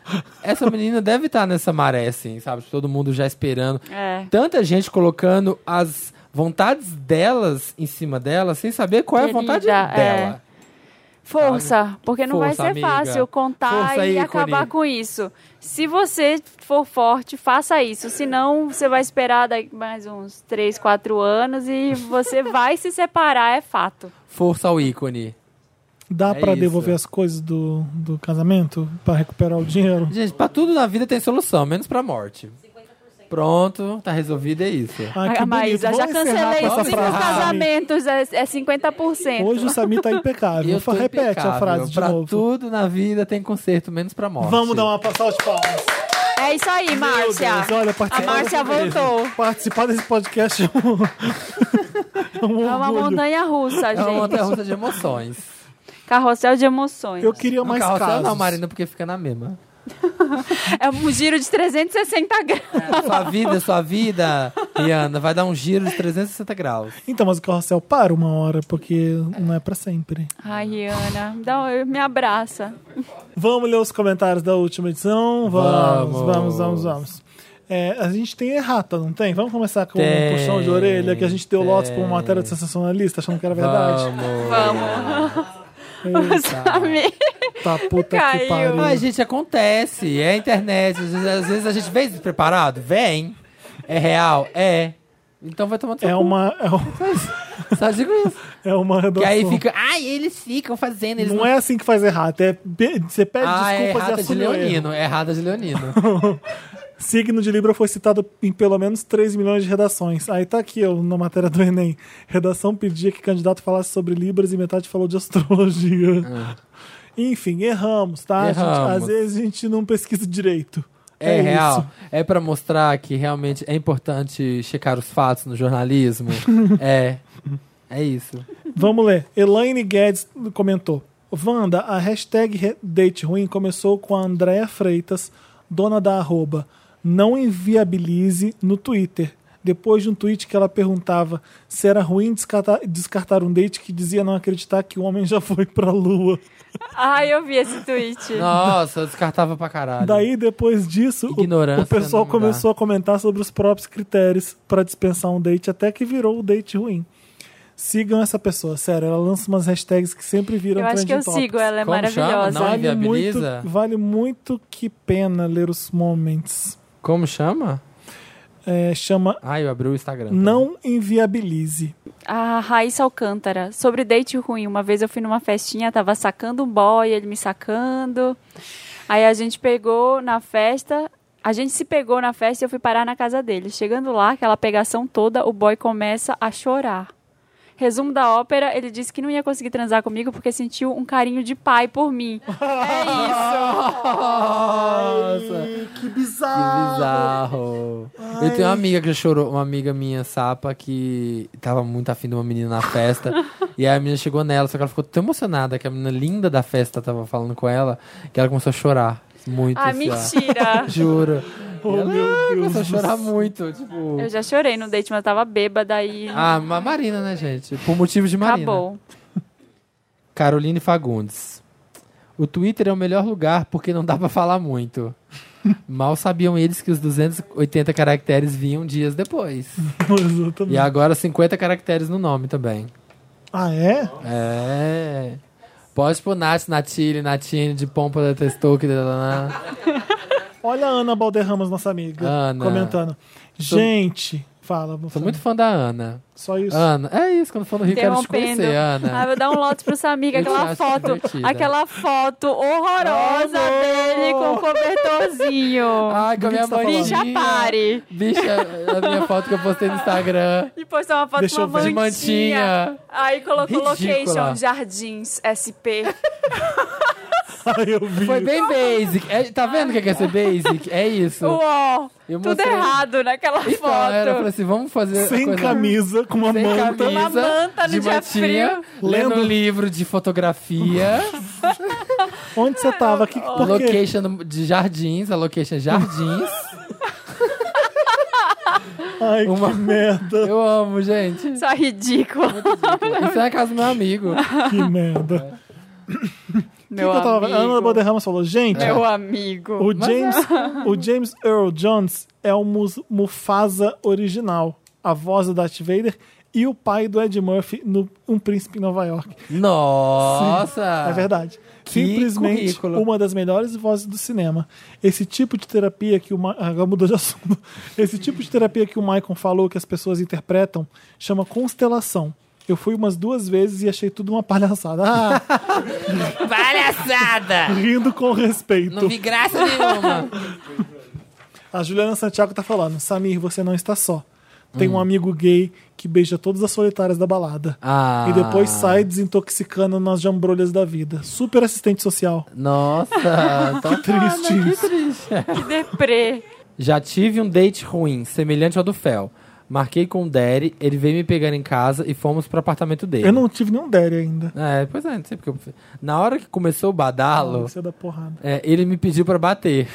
Speaker 2: Essa menina deve estar nessa maré, assim, sabe? Todo mundo já esperando.
Speaker 3: É.
Speaker 2: Tanta gente colocando as vontades delas em cima dela, sem saber qual é a vontade
Speaker 3: Querida, é.
Speaker 2: dela.
Speaker 3: Força, porque não
Speaker 2: Força,
Speaker 3: vai ser
Speaker 2: amiga.
Speaker 3: fácil contar
Speaker 2: Força
Speaker 3: e
Speaker 2: aí,
Speaker 3: acabar
Speaker 2: Cori.
Speaker 3: com isso. Se você for forte, faça isso. Senão, você vai esperar daqui mais uns 3, 4 anos e você vai se separar, é fato.
Speaker 2: Força ao ícone.
Speaker 1: Dá
Speaker 2: É
Speaker 1: pra
Speaker 2: isso.
Speaker 1: devolver as coisas do, do casamento? Pra recuperar o dinheiro?
Speaker 2: Gente, pra tudo na vida tem solução, menos pra morte. Pronto, tá resolvido, é isso.
Speaker 1: Ai, que
Speaker 3: Ah, Maísa,
Speaker 1: bonito.
Speaker 3: já
Speaker 1: Vamos encerrar
Speaker 3: cancelei
Speaker 1: com essa
Speaker 3: cinco
Speaker 1: frase.
Speaker 3: casamentos, é, é 50%.
Speaker 1: Hoje o Samir tá impecável.
Speaker 2: Eu tô
Speaker 1: Repete a
Speaker 2: impecável.
Speaker 1: frase de
Speaker 2: pra
Speaker 1: novo.
Speaker 2: tudo na vida tem conserto, menos pra morte.
Speaker 1: Vamos dar uma passada de palmas.
Speaker 3: É isso aí, Márcia.
Speaker 1: Deus, olha,
Speaker 3: a
Speaker 1: participar
Speaker 3: Márcia voltou.
Speaker 1: Participar desse podcast é um, é um
Speaker 3: É uma
Speaker 1: orgulho.
Speaker 3: montanha russa,
Speaker 2: É uma
Speaker 3: gente.
Speaker 2: montanha de emoções.
Speaker 3: Carrossel de emoções.
Speaker 1: Eu queria
Speaker 2: Não
Speaker 1: mais
Speaker 2: Um carrossel
Speaker 1: casos.
Speaker 2: não, Marina, porque fica na mesma.
Speaker 3: É um giro de 360 graus.
Speaker 2: Sua vida, sua vida, Rihanna, vai dar um giro de 360 graus.
Speaker 1: Então, mas o carrossel para uma hora, porque não é pra sempre.
Speaker 3: Ai, Rihanna, dá um- me abraça.
Speaker 1: Vamos ler os comentários da última edição? Vamos,
Speaker 2: Vamos.
Speaker 1: vamos, vamos, vamos. É, a gente tem errata, não tem? Vamos começar com
Speaker 2: Tem,
Speaker 1: um puxão de orelha que a gente deu
Speaker 2: tem.
Speaker 1: lotes pra uma matéria de sensacionalista, achando que era verdade.
Speaker 3: Sabe?
Speaker 1: Tá puta que
Speaker 3: Caiu.
Speaker 1: pariu.
Speaker 2: Mas, gente, acontece. É a internet. Às vezes, às vezes a gente vem despreparado? Vem. É real? É. Então vai tomando seu
Speaker 1: É
Speaker 2: cu.
Speaker 1: uma, é uma,
Speaker 2: Só digo isso.
Speaker 1: é uma redação.
Speaker 2: Que aí fica, ai, eles ficam fazendo, eles
Speaker 1: Não é assim que faz errata, é pe- você pede
Speaker 2: Ah, é
Speaker 1: desculpas e
Speaker 2: errada de
Speaker 1: assume o erro.
Speaker 2: leonino, é errada de leonino.
Speaker 1: Signo de Libra foi citado em pelo menos 3 milhões de redações. Aí tá aqui, eu, na matéria do Enem. Redação pedia que candidato falasse sobre Libras e metade falou de astrologia. Enfim, erramos, tá? gente?
Speaker 2: É. Erramos.
Speaker 1: às vezes a gente não pesquisa direito.
Speaker 2: É, real.
Speaker 1: isso.
Speaker 2: É pra mostrar que realmente é importante checar os fatos no jornalismo. é. É isso.
Speaker 1: Vamos ler. Elaine Guedes comentou. Wanda, a hashtag re- date ruim começou com a Andréa Freitas, dona da arroba não inviabilize no Twitter. Depois de um tweet que ela perguntava se era ruim descartar, descartar um date que dizia não acreditar que o homem já foi pra lua.
Speaker 3: Ai, eu vi esse tweet.
Speaker 2: Nossa, eu descartava pra caralho.
Speaker 1: Daí, depois disso, o-
Speaker 2: Ignorância
Speaker 1: o, pessoal
Speaker 2: não dá.
Speaker 1: começou a comentar sobre os próprios critérios pra dispensar um date, até que virou o date ruim. Sigam essa pessoa, sério, ela lança umas hashtags que sempre viram
Speaker 3: Eu acho que eu
Speaker 1: trending topics.
Speaker 3: sigo, ela é
Speaker 2: um Como
Speaker 3: maravilhosa.
Speaker 2: chama? Não
Speaker 1: Vale muito,
Speaker 2: inviabiliza?
Speaker 1: vale muito que pena ler os moments.
Speaker 2: Como chama?
Speaker 1: É, chama
Speaker 2: Ai, eu abri o Instagram.
Speaker 1: Não Inviabilize.
Speaker 3: A Raíssa Alcântara, sobre date ruim. Uma vez eu fui numa festinha, tava sacando um boy, ele me sacando. Aí a gente pegou na festa, a gente se pegou na festa e eu fui parar na casa dele. Chegando lá, aquela pegação toda, o boy começa a chorar. Resumo da ópera, ele disse que não ia conseguir transar comigo porque sentiu um carinho de pai por mim.
Speaker 2: Nossa!
Speaker 1: Hum, que
Speaker 2: Que
Speaker 3: Ah,
Speaker 1: bizarro!
Speaker 2: bizarro. Eu tenho uma amiga que chorou, uma amiga minha, sapa, que tava muito afim de uma menina na festa. e aí a menina chegou nela, só que ela ficou tão emocionada que a menina linda da festa tava falando com ela, que ela começou a chorar muito.
Speaker 3: Ah,
Speaker 2: assim, ó.
Speaker 3: mentira!
Speaker 2: Juro.
Speaker 1: Oh,
Speaker 2: E ela,
Speaker 1: meu
Speaker 2: ah,
Speaker 1: Deus
Speaker 2: começou a
Speaker 1: do
Speaker 2: chorar
Speaker 1: céu.
Speaker 2: muito, tipo...
Speaker 3: Eu já chorei no date, mas eu tava bêbada e
Speaker 2: Ah, ma- Marina, né, gente? Por motivo de Marina.
Speaker 3: acabou.
Speaker 2: Caroline Fagundes. O Twitter é o melhor lugar porque não dá pra falar muito. Mal sabiam eles que os 280 caracteres vinham dias depois. E
Speaker 1: Exatamente.
Speaker 2: agora 50 caracteres no nome também.
Speaker 1: Ah, é?
Speaker 2: É. Pode pôr Nath, Natile, Natine, de pompa da Testuque.
Speaker 1: Olha a Ana Balderramas, nossa amiga,
Speaker 2: Ana.
Speaker 1: comentando. Gente, fala.
Speaker 2: Sou
Speaker 1: fala.
Speaker 2: muito fã da Ana.
Speaker 1: Só isso.
Speaker 2: Ana, é isso, quando for no Rio, quero te
Speaker 3: Interrompendo.
Speaker 2: conhecer,
Speaker 3: Ah,
Speaker 2: Ana.
Speaker 3: vou dar um lote pro Samir, que
Speaker 2: Eu te
Speaker 3: aquela
Speaker 2: acho
Speaker 3: foto,
Speaker 2: divertida.
Speaker 3: aquela foto horrorosa dele com o cobertorzinho.
Speaker 2: Ai, com a minha
Speaker 1: Do que
Speaker 2: mãe.
Speaker 1: que você
Speaker 3: Bicha, pare.
Speaker 2: Bicha, a minha foto que eu postei no Instagram.
Speaker 3: E postou uma foto
Speaker 1: Deixa
Speaker 3: com
Speaker 1: eu
Speaker 3: uma
Speaker 1: ver.
Speaker 2: De
Speaker 3: mantinha.
Speaker 2: mantinha.
Speaker 3: Aí colocou
Speaker 2: Ridícula.
Speaker 3: location, Jardins, SP.
Speaker 1: Ai, eu vi.
Speaker 2: Foi bem basic. É, tá vendo o que é que é ser basic? É isso.
Speaker 3: Uó,
Speaker 2: Eu
Speaker 3: tudo
Speaker 2: mostrei-
Speaker 3: errado naquela
Speaker 2: Então,
Speaker 3: foto.
Speaker 2: era, eu falei assim, vamos fazer...
Speaker 1: Sem
Speaker 2: coisa-
Speaker 1: camisa, com uma
Speaker 2: Sem
Speaker 1: manta.
Speaker 2: camisa,
Speaker 3: Uma manta no
Speaker 2: de
Speaker 3: dia
Speaker 2: mantinha,
Speaker 1: frio.
Speaker 2: lendo um
Speaker 1: Lendo-
Speaker 2: livro de fotografia,
Speaker 1: Onde você tava? Que,
Speaker 2: Ah,
Speaker 1: por quê?
Speaker 2: location de jardins, a location é jardins.
Speaker 1: Ai, que merda.
Speaker 2: Eu amo, gente.
Speaker 3: Isso é ridículo.
Speaker 2: Isso é a casa do meu amigo.
Speaker 1: Que merda. Quem que
Speaker 3: Meu
Speaker 1: eu tava-
Speaker 3: amigo.
Speaker 1: A Ana Banderramas falou, gente,
Speaker 2: É,
Speaker 3: Meu amigo.
Speaker 1: o James, o James Earl Jones é o Mus- Mufasa original, a voz do Darth Vader e o pai do Ed Murphy no Um Príncipe em Nova York.
Speaker 2: Nossa!
Speaker 1: É verdade.
Speaker 2: Ah, Que
Speaker 1: Simplesmente
Speaker 2: currículo.
Speaker 1: uma das melhores vozes do cinema. Esse tipo de terapia que o Ma... ah, Agora mudou de assunto. Esse tipo de terapia que o Maicon falou que as pessoas interpretam chama constelação. Eu fui umas duas vezes e achei tudo uma palhaçada. Ah,
Speaker 2: Palhaçada!
Speaker 1: rindo com respeito.
Speaker 2: Não vi graça nenhuma.
Speaker 1: A Juliana Santiago tá falando: Samir, você não está só. Tem
Speaker 2: Hum.
Speaker 1: um amigo gay que beija todas as solitárias da balada.
Speaker 2: Ah.
Speaker 1: E depois sai desintoxicando nas jambrolhas da vida. Super assistente social.
Speaker 2: Nossa, tão
Speaker 1: Triste isso.
Speaker 3: Que deprê.
Speaker 2: Já tive um date ruim, semelhante ao do Fel. Marquei com o Derry, ele veio me pegar em casa e fomos pro apartamento dele.
Speaker 1: Eu não tive nenhum Derry ainda.
Speaker 2: É, pois é, não sei porque eu... Na hora que começou o badalo,
Speaker 1: Você é da porrada.
Speaker 2: é, ele me pediu pra bater.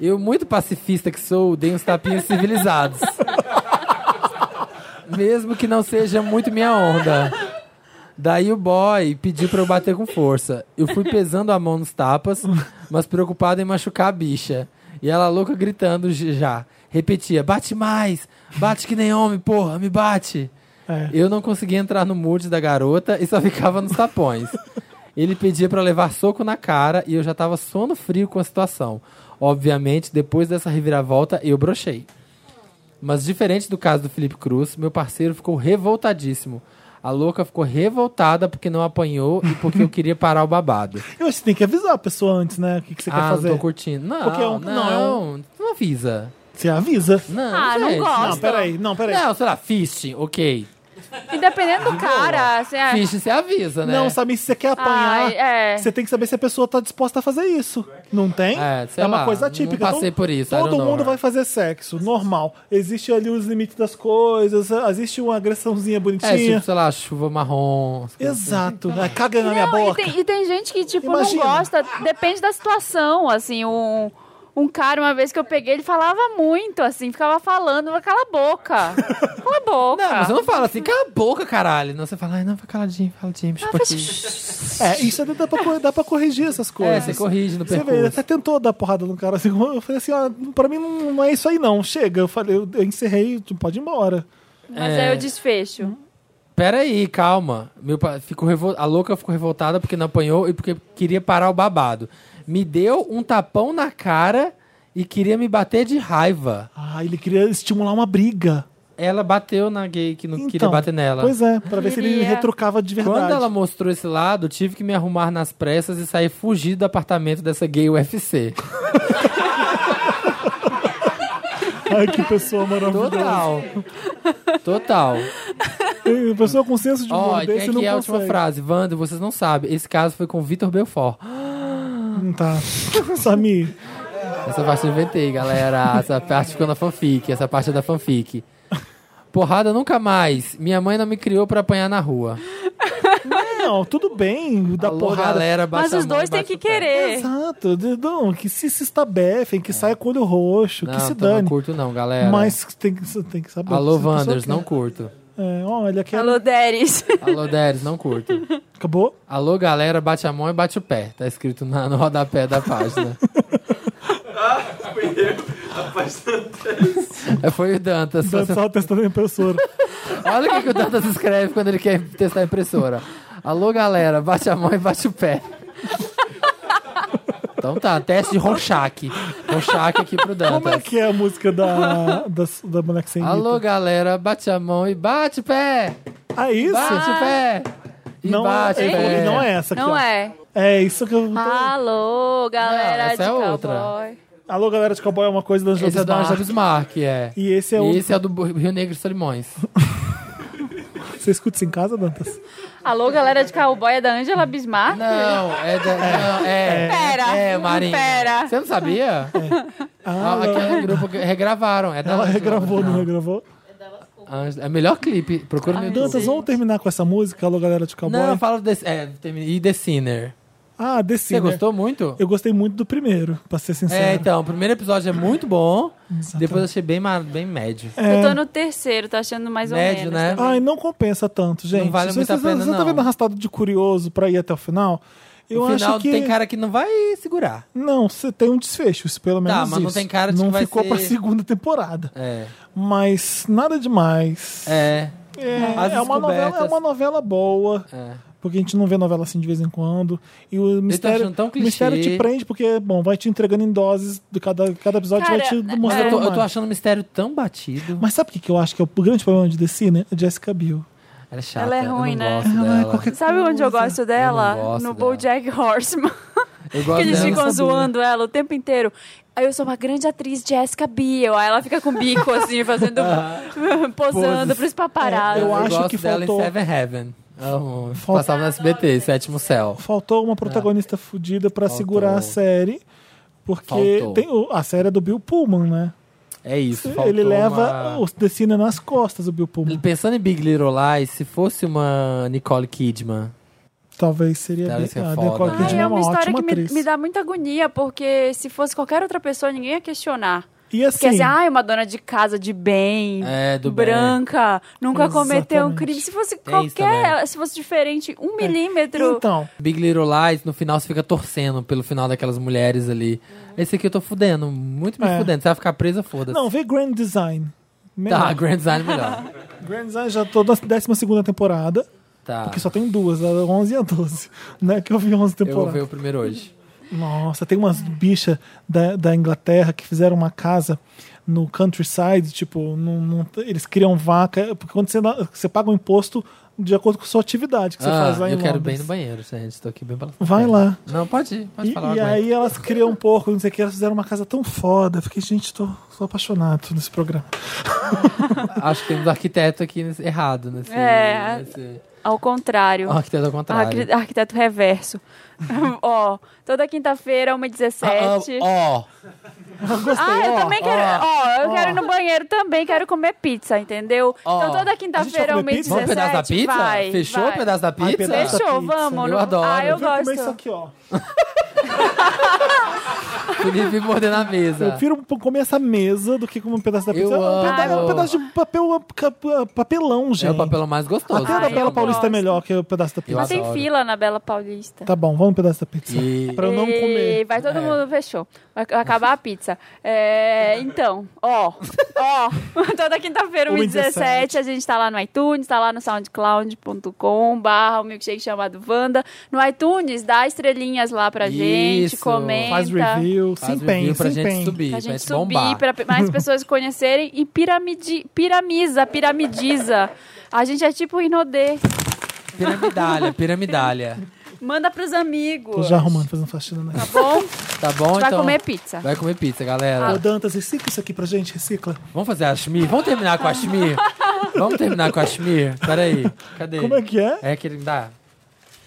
Speaker 2: Eu, muito pacifista que sou, dei uns tapinhas civilizados. Mesmo que não seja muito minha onda. Daí o boy pediu pra eu bater com força. Eu fui pesando a mão nos tapas, mas preocupado em machucar a bicha. E ela louca gritando j- já. Repetia: bate mais! Bate que nem homem, porra, me bate!
Speaker 1: É.
Speaker 2: Eu não conseguia entrar no mood da garota e só ficava nos tapões. Ele pedia pra levar soco na cara e eu já tava sono frio com a situação. Obviamente, depois dessa reviravolta, eu brochei. Mas diferente do caso do Felipe Cruz, meu parceiro ficou revoltadíssimo. A louca ficou revoltada porque não apanhou e porque eu queria parar o babado.
Speaker 1: Eu acho que tem que avisar a pessoa antes, né? O que, que você quer
Speaker 2: ah,
Speaker 1: fazer.
Speaker 2: não tô curtindo. Não,
Speaker 1: Porque é um-
Speaker 2: não,
Speaker 1: não, é um-
Speaker 2: não avisa.
Speaker 1: Você avisa.
Speaker 2: Não,
Speaker 3: Ah, não
Speaker 2: gente.
Speaker 3: gosto.
Speaker 1: Não, peraí. Não, peraí.
Speaker 2: Não, sei lá, fisting, ok.
Speaker 3: E dependendo do cara, assim, é...
Speaker 2: Fisting você avisa, né?
Speaker 1: Não, sabe, se você quer apanhar,
Speaker 3: Ai, é.
Speaker 1: você tem que saber se a pessoa tá disposta a fazer isso. Não tem?
Speaker 2: É, sei
Speaker 1: uma
Speaker 2: lá,
Speaker 1: coisa
Speaker 2: não
Speaker 1: típica.
Speaker 2: passei por isso, I
Speaker 1: Todo
Speaker 2: don't know. né?
Speaker 1: mundo vai fazer sexo, normal. Existe ali os limites das coisas, existe uma agressãozinha
Speaker 2: É,
Speaker 1: bonitinha.
Speaker 2: tipo, sei lá, chuva marrom. as coisas
Speaker 1: Exato. né? Caga na minha
Speaker 3: Não, e
Speaker 1: boca.
Speaker 3: tem, e tem gente que, tipo,
Speaker 1: Imagina.
Speaker 3: não gosta. Depende da situação, assim, um... Um cara, uma vez que eu peguei, ele falava muito, assim, ficava falando, cala a boca. Cala a boca.
Speaker 2: Não, mas você não fala assim, cala a boca, caralho. Não, você fala, tipo, ai, não, vai caladinho, caladinho, bicho, por
Speaker 1: É, Ah, isso dá pra, cor- dá pra corrigir essas
Speaker 2: É,
Speaker 1: coisas.
Speaker 2: você corrige no
Speaker 1: Você vê, ele até
Speaker 2: percurso.
Speaker 1: tentou dar porrada no cara. Assim, eu falei assim, ó, pra mim não, não é isso aí não, chega. Eu falei, eu, eu encerrei, tu pode ir embora.
Speaker 3: Mas
Speaker 2: É.
Speaker 3: aí eu desfecho.
Speaker 2: Peraí, calma. Meu pa- ficou revol... A louca ficou revoltada porque não apanhou e porque queria parar o babado. Me deu um tapão na cara e queria me bater de raiva.
Speaker 1: Ah, ele queria estimular uma briga.
Speaker 2: Ela bateu na gay que não queria
Speaker 1: Então,
Speaker 2: bater nela.
Speaker 1: Pois é, pra ver se ele
Speaker 3: Queria.
Speaker 1: retrucava de verdade.
Speaker 2: Quando ela mostrou esse lado, tive que me arrumar nas pressas e sair fugir do apartamento dessa gay UFC.
Speaker 1: Ai, que pessoa maravilhosa.
Speaker 2: Total. Total.
Speaker 1: Tem Pessoa com senso de humor
Speaker 2: Ó, e tem
Speaker 1: desse não
Speaker 2: aqui é a última
Speaker 1: consegue.
Speaker 2: frase. Wanda, vocês não sabem. Esse caso foi com o Vitor Belfort.
Speaker 1: Não tá. Samir,
Speaker 2: Essa parte eu inventei, galera. Essa parte ficou na fanfic. Essa parte é da fanfic. Porrada nunca mais. Minha mãe não me criou pra apanhar na rua.
Speaker 1: não, tudo bem, dá
Speaker 2: Alô,
Speaker 1: Tá porrada.
Speaker 2: galera, bate
Speaker 3: Mas
Speaker 2: a
Speaker 3: os
Speaker 2: mão e
Speaker 3: dois têm
Speaker 2: bate
Speaker 3: que
Speaker 2: o pé.
Speaker 3: querer.
Speaker 1: Exato, não, que se, se estabefem, que saia com olho roxo,
Speaker 2: Não,
Speaker 1: que se
Speaker 2: então
Speaker 1: dane.
Speaker 2: não curto não, galera.
Speaker 1: Mas tem, que- tem que saber.
Speaker 2: Alô,
Speaker 1: se a pessoa
Speaker 2: Wanders,
Speaker 1: quer.
Speaker 2: não curto.
Speaker 1: É, olha, aqui
Speaker 3: Alô, Deres.
Speaker 2: Alô, Deres, não curto.
Speaker 1: acabou.
Speaker 2: Alô, galera, bate a mão e bate o pé. Tá escrito na, no rodapé da página.
Speaker 10: Ah, Fui eu, a página
Speaker 2: É, Foi o Dantas.
Speaker 1: Dançar testando a impressora.
Speaker 2: Olha o que, que o Dantas escreve quando ele quer testar a impressora. Alô, galera, bate a mão e bate o pé. Então tá, teste de Rorschach. Rorschach aqui pro Dantas.
Speaker 1: Como é que é a música da, da, da mulher que você imita?
Speaker 2: Alô, galera, bate a mão e bate o pé.
Speaker 1: Ah, isso?
Speaker 2: Bate o pé. E
Speaker 1: Não,
Speaker 2: bate o
Speaker 1: é,
Speaker 2: pé.
Speaker 1: não é essa aqui.
Speaker 3: Não
Speaker 1: ó.
Speaker 3: é. Ah.
Speaker 1: É isso que eu.
Speaker 3: Alô, galera
Speaker 2: Não, essa
Speaker 3: de
Speaker 2: é outra.
Speaker 3: cowboy.
Speaker 1: Alô, galera de cowboy é uma coisa da Angela
Speaker 2: Esse é do Angela
Speaker 1: Bismarck.
Speaker 2: Bismarck, é.
Speaker 1: E esse é o.
Speaker 2: E esse é o do Rio Negro de Solimões.
Speaker 1: Você escuta isso em casa, Dantas?
Speaker 3: Alô, galera de cowboy é da Angela Bismarck?
Speaker 2: Não, é da. Não, é.
Speaker 3: Pera,
Speaker 2: É, Marinho.
Speaker 3: pera.
Speaker 2: Você não sabia?
Speaker 1: Ah,
Speaker 2: Ah, Aquele grupo que regravaram. É da
Speaker 1: ela
Speaker 2: Angela.
Speaker 1: regravou, não regravou?
Speaker 2: Angela- É o melhor clipe. Procura no YouTube.
Speaker 1: então Dantas, vamos terminar com essa música, alô, galera de cowboy?
Speaker 2: Não, fala desse. É, tem- e The Sinner.
Speaker 1: Ah, The
Speaker 2: Você
Speaker 1: Sinner.
Speaker 2: gostou muito?
Speaker 1: Eu gostei muito do primeiro, pra ser sincero.
Speaker 2: É, então, o primeiro episódio é muito bom, depois eu achei bem, ma- bem médio.
Speaker 1: É,
Speaker 3: Eu tô no terceiro, tô achando mais
Speaker 2: Médio,
Speaker 3: ou menos.
Speaker 2: né?
Speaker 3: também.
Speaker 1: Ai, não compensa tanto, gente.
Speaker 2: Não vale
Speaker 1: Se
Speaker 2: muito a
Speaker 1: você,
Speaker 2: pena,
Speaker 1: você tá
Speaker 2: não.
Speaker 1: vendo arrastado de curioso pra ir até o final? Eu
Speaker 2: no final
Speaker 1: acho que.
Speaker 2: tem cara que não vai segurar.
Speaker 1: Não, você tem um desfecho, isso pelo menos.
Speaker 2: Tá, mas não
Speaker 1: isso.
Speaker 2: tem cara de
Speaker 1: Não
Speaker 2: que vai
Speaker 1: ficou
Speaker 2: ser-
Speaker 1: pra segunda temporada.
Speaker 2: É.
Speaker 1: Mas nada demais.
Speaker 2: É.
Speaker 1: É,
Speaker 2: As
Speaker 1: é uma, novela, é
Speaker 2: descobertas.
Speaker 1: uma novela boa.
Speaker 2: É.
Speaker 1: Porque a gente não vê novela assim de vez em quando. E o mistério,
Speaker 2: achando tão
Speaker 1: o mistério
Speaker 2: clichê.
Speaker 1: te prende porque, bom, vai te entregando em doses. De cada, cada episódio
Speaker 3: Cara, é.
Speaker 1: vai te
Speaker 3: mas
Speaker 2: Mas
Speaker 1: mostrando
Speaker 2: eu tô, eu
Speaker 1: mais.
Speaker 2: tô achando o mistério tão batido.
Speaker 1: Mas sabe o que que eu acho que é o grande problema de DC, né? A Jessica Biel.
Speaker 2: Ela é chata.
Speaker 3: Ela é
Speaker 2: eu não
Speaker 3: ruim, né?
Speaker 2: gosto
Speaker 1: Ela é
Speaker 2: dela.
Speaker 1: qualquer
Speaker 3: Sabe onde eu gosto dela?
Speaker 2: gosto dela.
Speaker 3: no BoJack Horseman.
Speaker 2: Eu
Speaker 3: que
Speaker 2: gosto
Speaker 3: eles
Speaker 2: dela.
Speaker 1: sabia.
Speaker 3: ficam zoando ela o tempo inteiro. Aí eu sou uma grande atriz, Jessica Biel. Aí ela fica com o bico assim, fazendo. posando pros
Speaker 1: Ah.
Speaker 3: paparazzi.
Speaker 1: É, Eu
Speaker 2: Eu,
Speaker 1: acho
Speaker 2: gosto
Speaker 1: que
Speaker 2: dela
Speaker 1: faltou-
Speaker 2: em Seven Heaven. Amo. Passava no
Speaker 3: é
Speaker 2: SBT, Sétimo Céu.
Speaker 1: Faltou uma protagonista fodida pra
Speaker 2: Ah. Faltou.
Speaker 1: segurar a série. Porque
Speaker 2: Faltou.
Speaker 1: tem o- a série é do Bill Pullman, né?
Speaker 2: É isso. faltou
Speaker 1: Ele leva
Speaker 2: uma- Então,
Speaker 1: o The Sinner nas costas, o Bill Pullman.
Speaker 2: Pensando em Big Little Lies, se fosse uma Nicole Kidman,
Speaker 1: Talvez seria
Speaker 2: Deve
Speaker 1: bem.
Speaker 2: ser
Speaker 1: a
Speaker 2: foda.
Speaker 1: Nicole
Speaker 2: Ai,
Speaker 3: Ai,
Speaker 1: Kidman é
Speaker 3: é uma história
Speaker 1: ótima
Speaker 3: que me,
Speaker 1: atriz.
Speaker 3: me dá muita agonia, porque se fosse qualquer outra pessoa, ninguém ia questionar.
Speaker 1: E assim,
Speaker 3: Porque assim, ah, é uma dona de casa de bem,
Speaker 2: É, do bem.
Speaker 3: branca, nunca cometeu um
Speaker 1: Exatamente.
Speaker 3: crime. Se fosse
Speaker 2: Tem isso também.
Speaker 3: qualquer, se fosse diferente, um milímetro.
Speaker 1: É. então,
Speaker 2: Big Little Lies, no final você fica torcendo pelo final daquelas mulheres ali.
Speaker 3: Uhum.
Speaker 2: Esse aqui eu tô fudendo, muito me
Speaker 1: É.
Speaker 2: fudendo. Você vai ficar presa, foda-se.
Speaker 1: não, vê Grand Design.
Speaker 2: Tá,
Speaker 1: Melhor.
Speaker 2: Grand Design é melhor.
Speaker 1: Grand Design já tô na 12 temporada,
Speaker 2: Tá.
Speaker 1: porque só tem duas, a 11 e a 12. Não é que eu vi 11
Speaker 2: Eu vou
Speaker 1: temporadas.
Speaker 2: ver o primeiro hoje.
Speaker 1: Nossa, tem umas bichas da, da Inglaterra que fizeram uma casa no countryside, tipo, num- num- eles criam vaca, porque quando você, dá- você paga o imposto de acordo com a sua atividade que você
Speaker 2: Ah,
Speaker 1: faz lá em
Speaker 2: eu quero
Speaker 1: Londres.
Speaker 2: bem no banheiro, gente. Tô aqui bem balançado.
Speaker 1: Vai lá.
Speaker 2: Não, pode ir, pode
Speaker 1: E,
Speaker 2: falar.
Speaker 1: e
Speaker 2: eu aguento.
Speaker 1: aí elas criam um pouco, não sei o que, elas fizeram uma casa tão foda. Fiquei, gente, tô, tô apaixonado nesse programa.
Speaker 2: Acho que temos arquiteto aqui nesse- errado. Nesse,
Speaker 3: É.
Speaker 2: nesse-
Speaker 3: Ao contrário.
Speaker 2: Ah, arquiteto ao contrário.
Speaker 3: Arqui- Arquiteto reverso. Ó, toda quinta-feira, 1h17.
Speaker 2: Ah, Ó,
Speaker 3: Ah, eu também quero. Ó, eu quero ir no banheiro também, quero comer pizza, entendeu?
Speaker 2: Ó.
Speaker 3: Então toda quinta-feira,
Speaker 1: A gente vai comer pizza?
Speaker 2: vamos
Speaker 3: 1h17.
Speaker 2: um pedaço da pizza?
Speaker 3: Vai,
Speaker 2: Fechou
Speaker 3: vai.
Speaker 2: o pedaço da
Speaker 1: Ai,
Speaker 2: pizza?
Speaker 1: pedaço da
Speaker 3: Fechou,
Speaker 1: pizza?
Speaker 3: vamos.
Speaker 2: Eu
Speaker 3: não-
Speaker 2: adoro.
Speaker 3: Ah, eu
Speaker 1: Vem comer é isso
Speaker 3: gosto.
Speaker 1: aqui, ó.
Speaker 2: Felipe mordendo a
Speaker 1: Eu
Speaker 3: Tá.
Speaker 1: um
Speaker 2: mesa.
Speaker 1: prefiro p- comer essa mesa do que comer um pedaço da
Speaker 2: Eu
Speaker 1: pizza. Não,
Speaker 2: amo.
Speaker 1: pega um pedaço de papel, ca- papelão, gente.
Speaker 2: É o papel mais gostoso.
Speaker 1: Até a da
Speaker 3: Ai,
Speaker 1: Bela
Speaker 3: eu
Speaker 1: Paulista é
Speaker 3: gosto.
Speaker 1: melhor que o pedaço da
Speaker 2: Eu
Speaker 1: pizza.
Speaker 3: Mas tem
Speaker 2: adoro.
Speaker 3: fila na Bela Paulista.
Speaker 1: Tá bom, vamos um pedaço da pizza.
Speaker 2: E-
Speaker 1: Pra eu não
Speaker 3: Ei,
Speaker 1: comer.
Speaker 3: Vai todo
Speaker 2: É.
Speaker 3: mundo, fechou. Vai acabar a pizza. É, então, ó, ó, toda quinta-feira, 1h17, a gente tá lá no iTunes, tá lá no soundcloud.com, barra o milkshake chamado Wanda. No iTunes, dá estrelinhas lá pra gente,
Speaker 2: Isso.
Speaker 3: comenta.
Speaker 1: Faz
Speaker 2: Tá.
Speaker 1: review,
Speaker 2: Faz
Speaker 1: se
Speaker 2: review
Speaker 1: empenha, se
Speaker 2: pra gente
Speaker 1: empenha.
Speaker 2: subir,
Speaker 3: Pra
Speaker 2: pra
Speaker 3: gente
Speaker 2: gente
Speaker 3: subir,
Speaker 2: bombar.
Speaker 3: pra mais pessoas conhecerem e piramidi, piramiza, piramidiza. A gente é tipo o Inodê.
Speaker 2: Piramidalha, piramidalha.
Speaker 3: Manda pros amigos.
Speaker 1: Tô já arrumando, fazendo faxina né? na
Speaker 3: Tá bom?
Speaker 2: Tá bom,
Speaker 3: Vai
Speaker 2: então?
Speaker 3: comer Ah. pizza.
Speaker 2: Vai comer pizza, galera.
Speaker 1: Ô, Dantas, recicla isso aqui pra gente, recicla.
Speaker 2: Vamos fazer a Shmi? Vamos terminar com a Shmi? Vamos terminar com a Shmi? Peraí, cadê?
Speaker 1: Como é que é?
Speaker 2: É que ele me dá.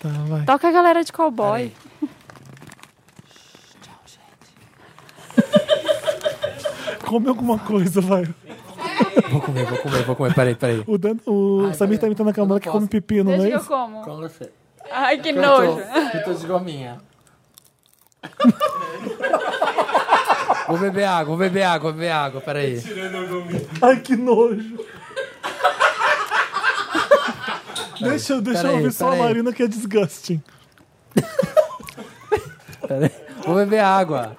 Speaker 1: Tá, vai.
Speaker 3: Toca a galera de cowboy.
Speaker 1: Come alguma coisa, vai.
Speaker 2: Vou comer, vou comer, vou comer. Peraí, peraí.
Speaker 1: O, Dan, o
Speaker 2: Ai,
Speaker 1: Samir
Speaker 2: peraí.
Speaker 1: tá imitando a
Speaker 2: Eu
Speaker 1: câmera
Speaker 2: não
Speaker 1: que come
Speaker 2: posso.
Speaker 1: pepino, não
Speaker 3: Deixa
Speaker 1: é
Speaker 3: que eu
Speaker 1: isso?
Speaker 3: como.
Speaker 2: Com você.
Speaker 3: Ai, que
Speaker 2: Eu tô,
Speaker 3: nojo.
Speaker 2: eu tô de gominha. Vou beber água, vou beber água, vou beber água, peraí.
Speaker 1: Ai, que nojo. deixa eu- deixa eu
Speaker 2: peraí,
Speaker 1: ouvir só a
Speaker 2: peraí.
Speaker 1: Marina que é disgusting.
Speaker 2: peraí. Vou beber água.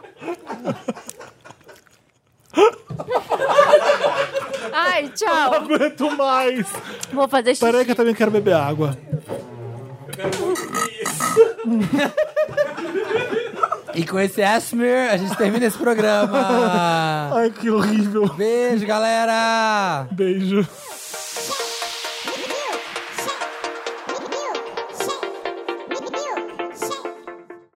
Speaker 3: Ai, tchau.
Speaker 1: Não aguento mais.
Speaker 3: Vou fazer xixi.
Speaker 1: Peraí que eu também quero beber água.
Speaker 2: E com esse Asmir, a gente termina esse programa.
Speaker 1: Ai, que horrível.
Speaker 2: Beijo, galera!
Speaker 1: Beijo.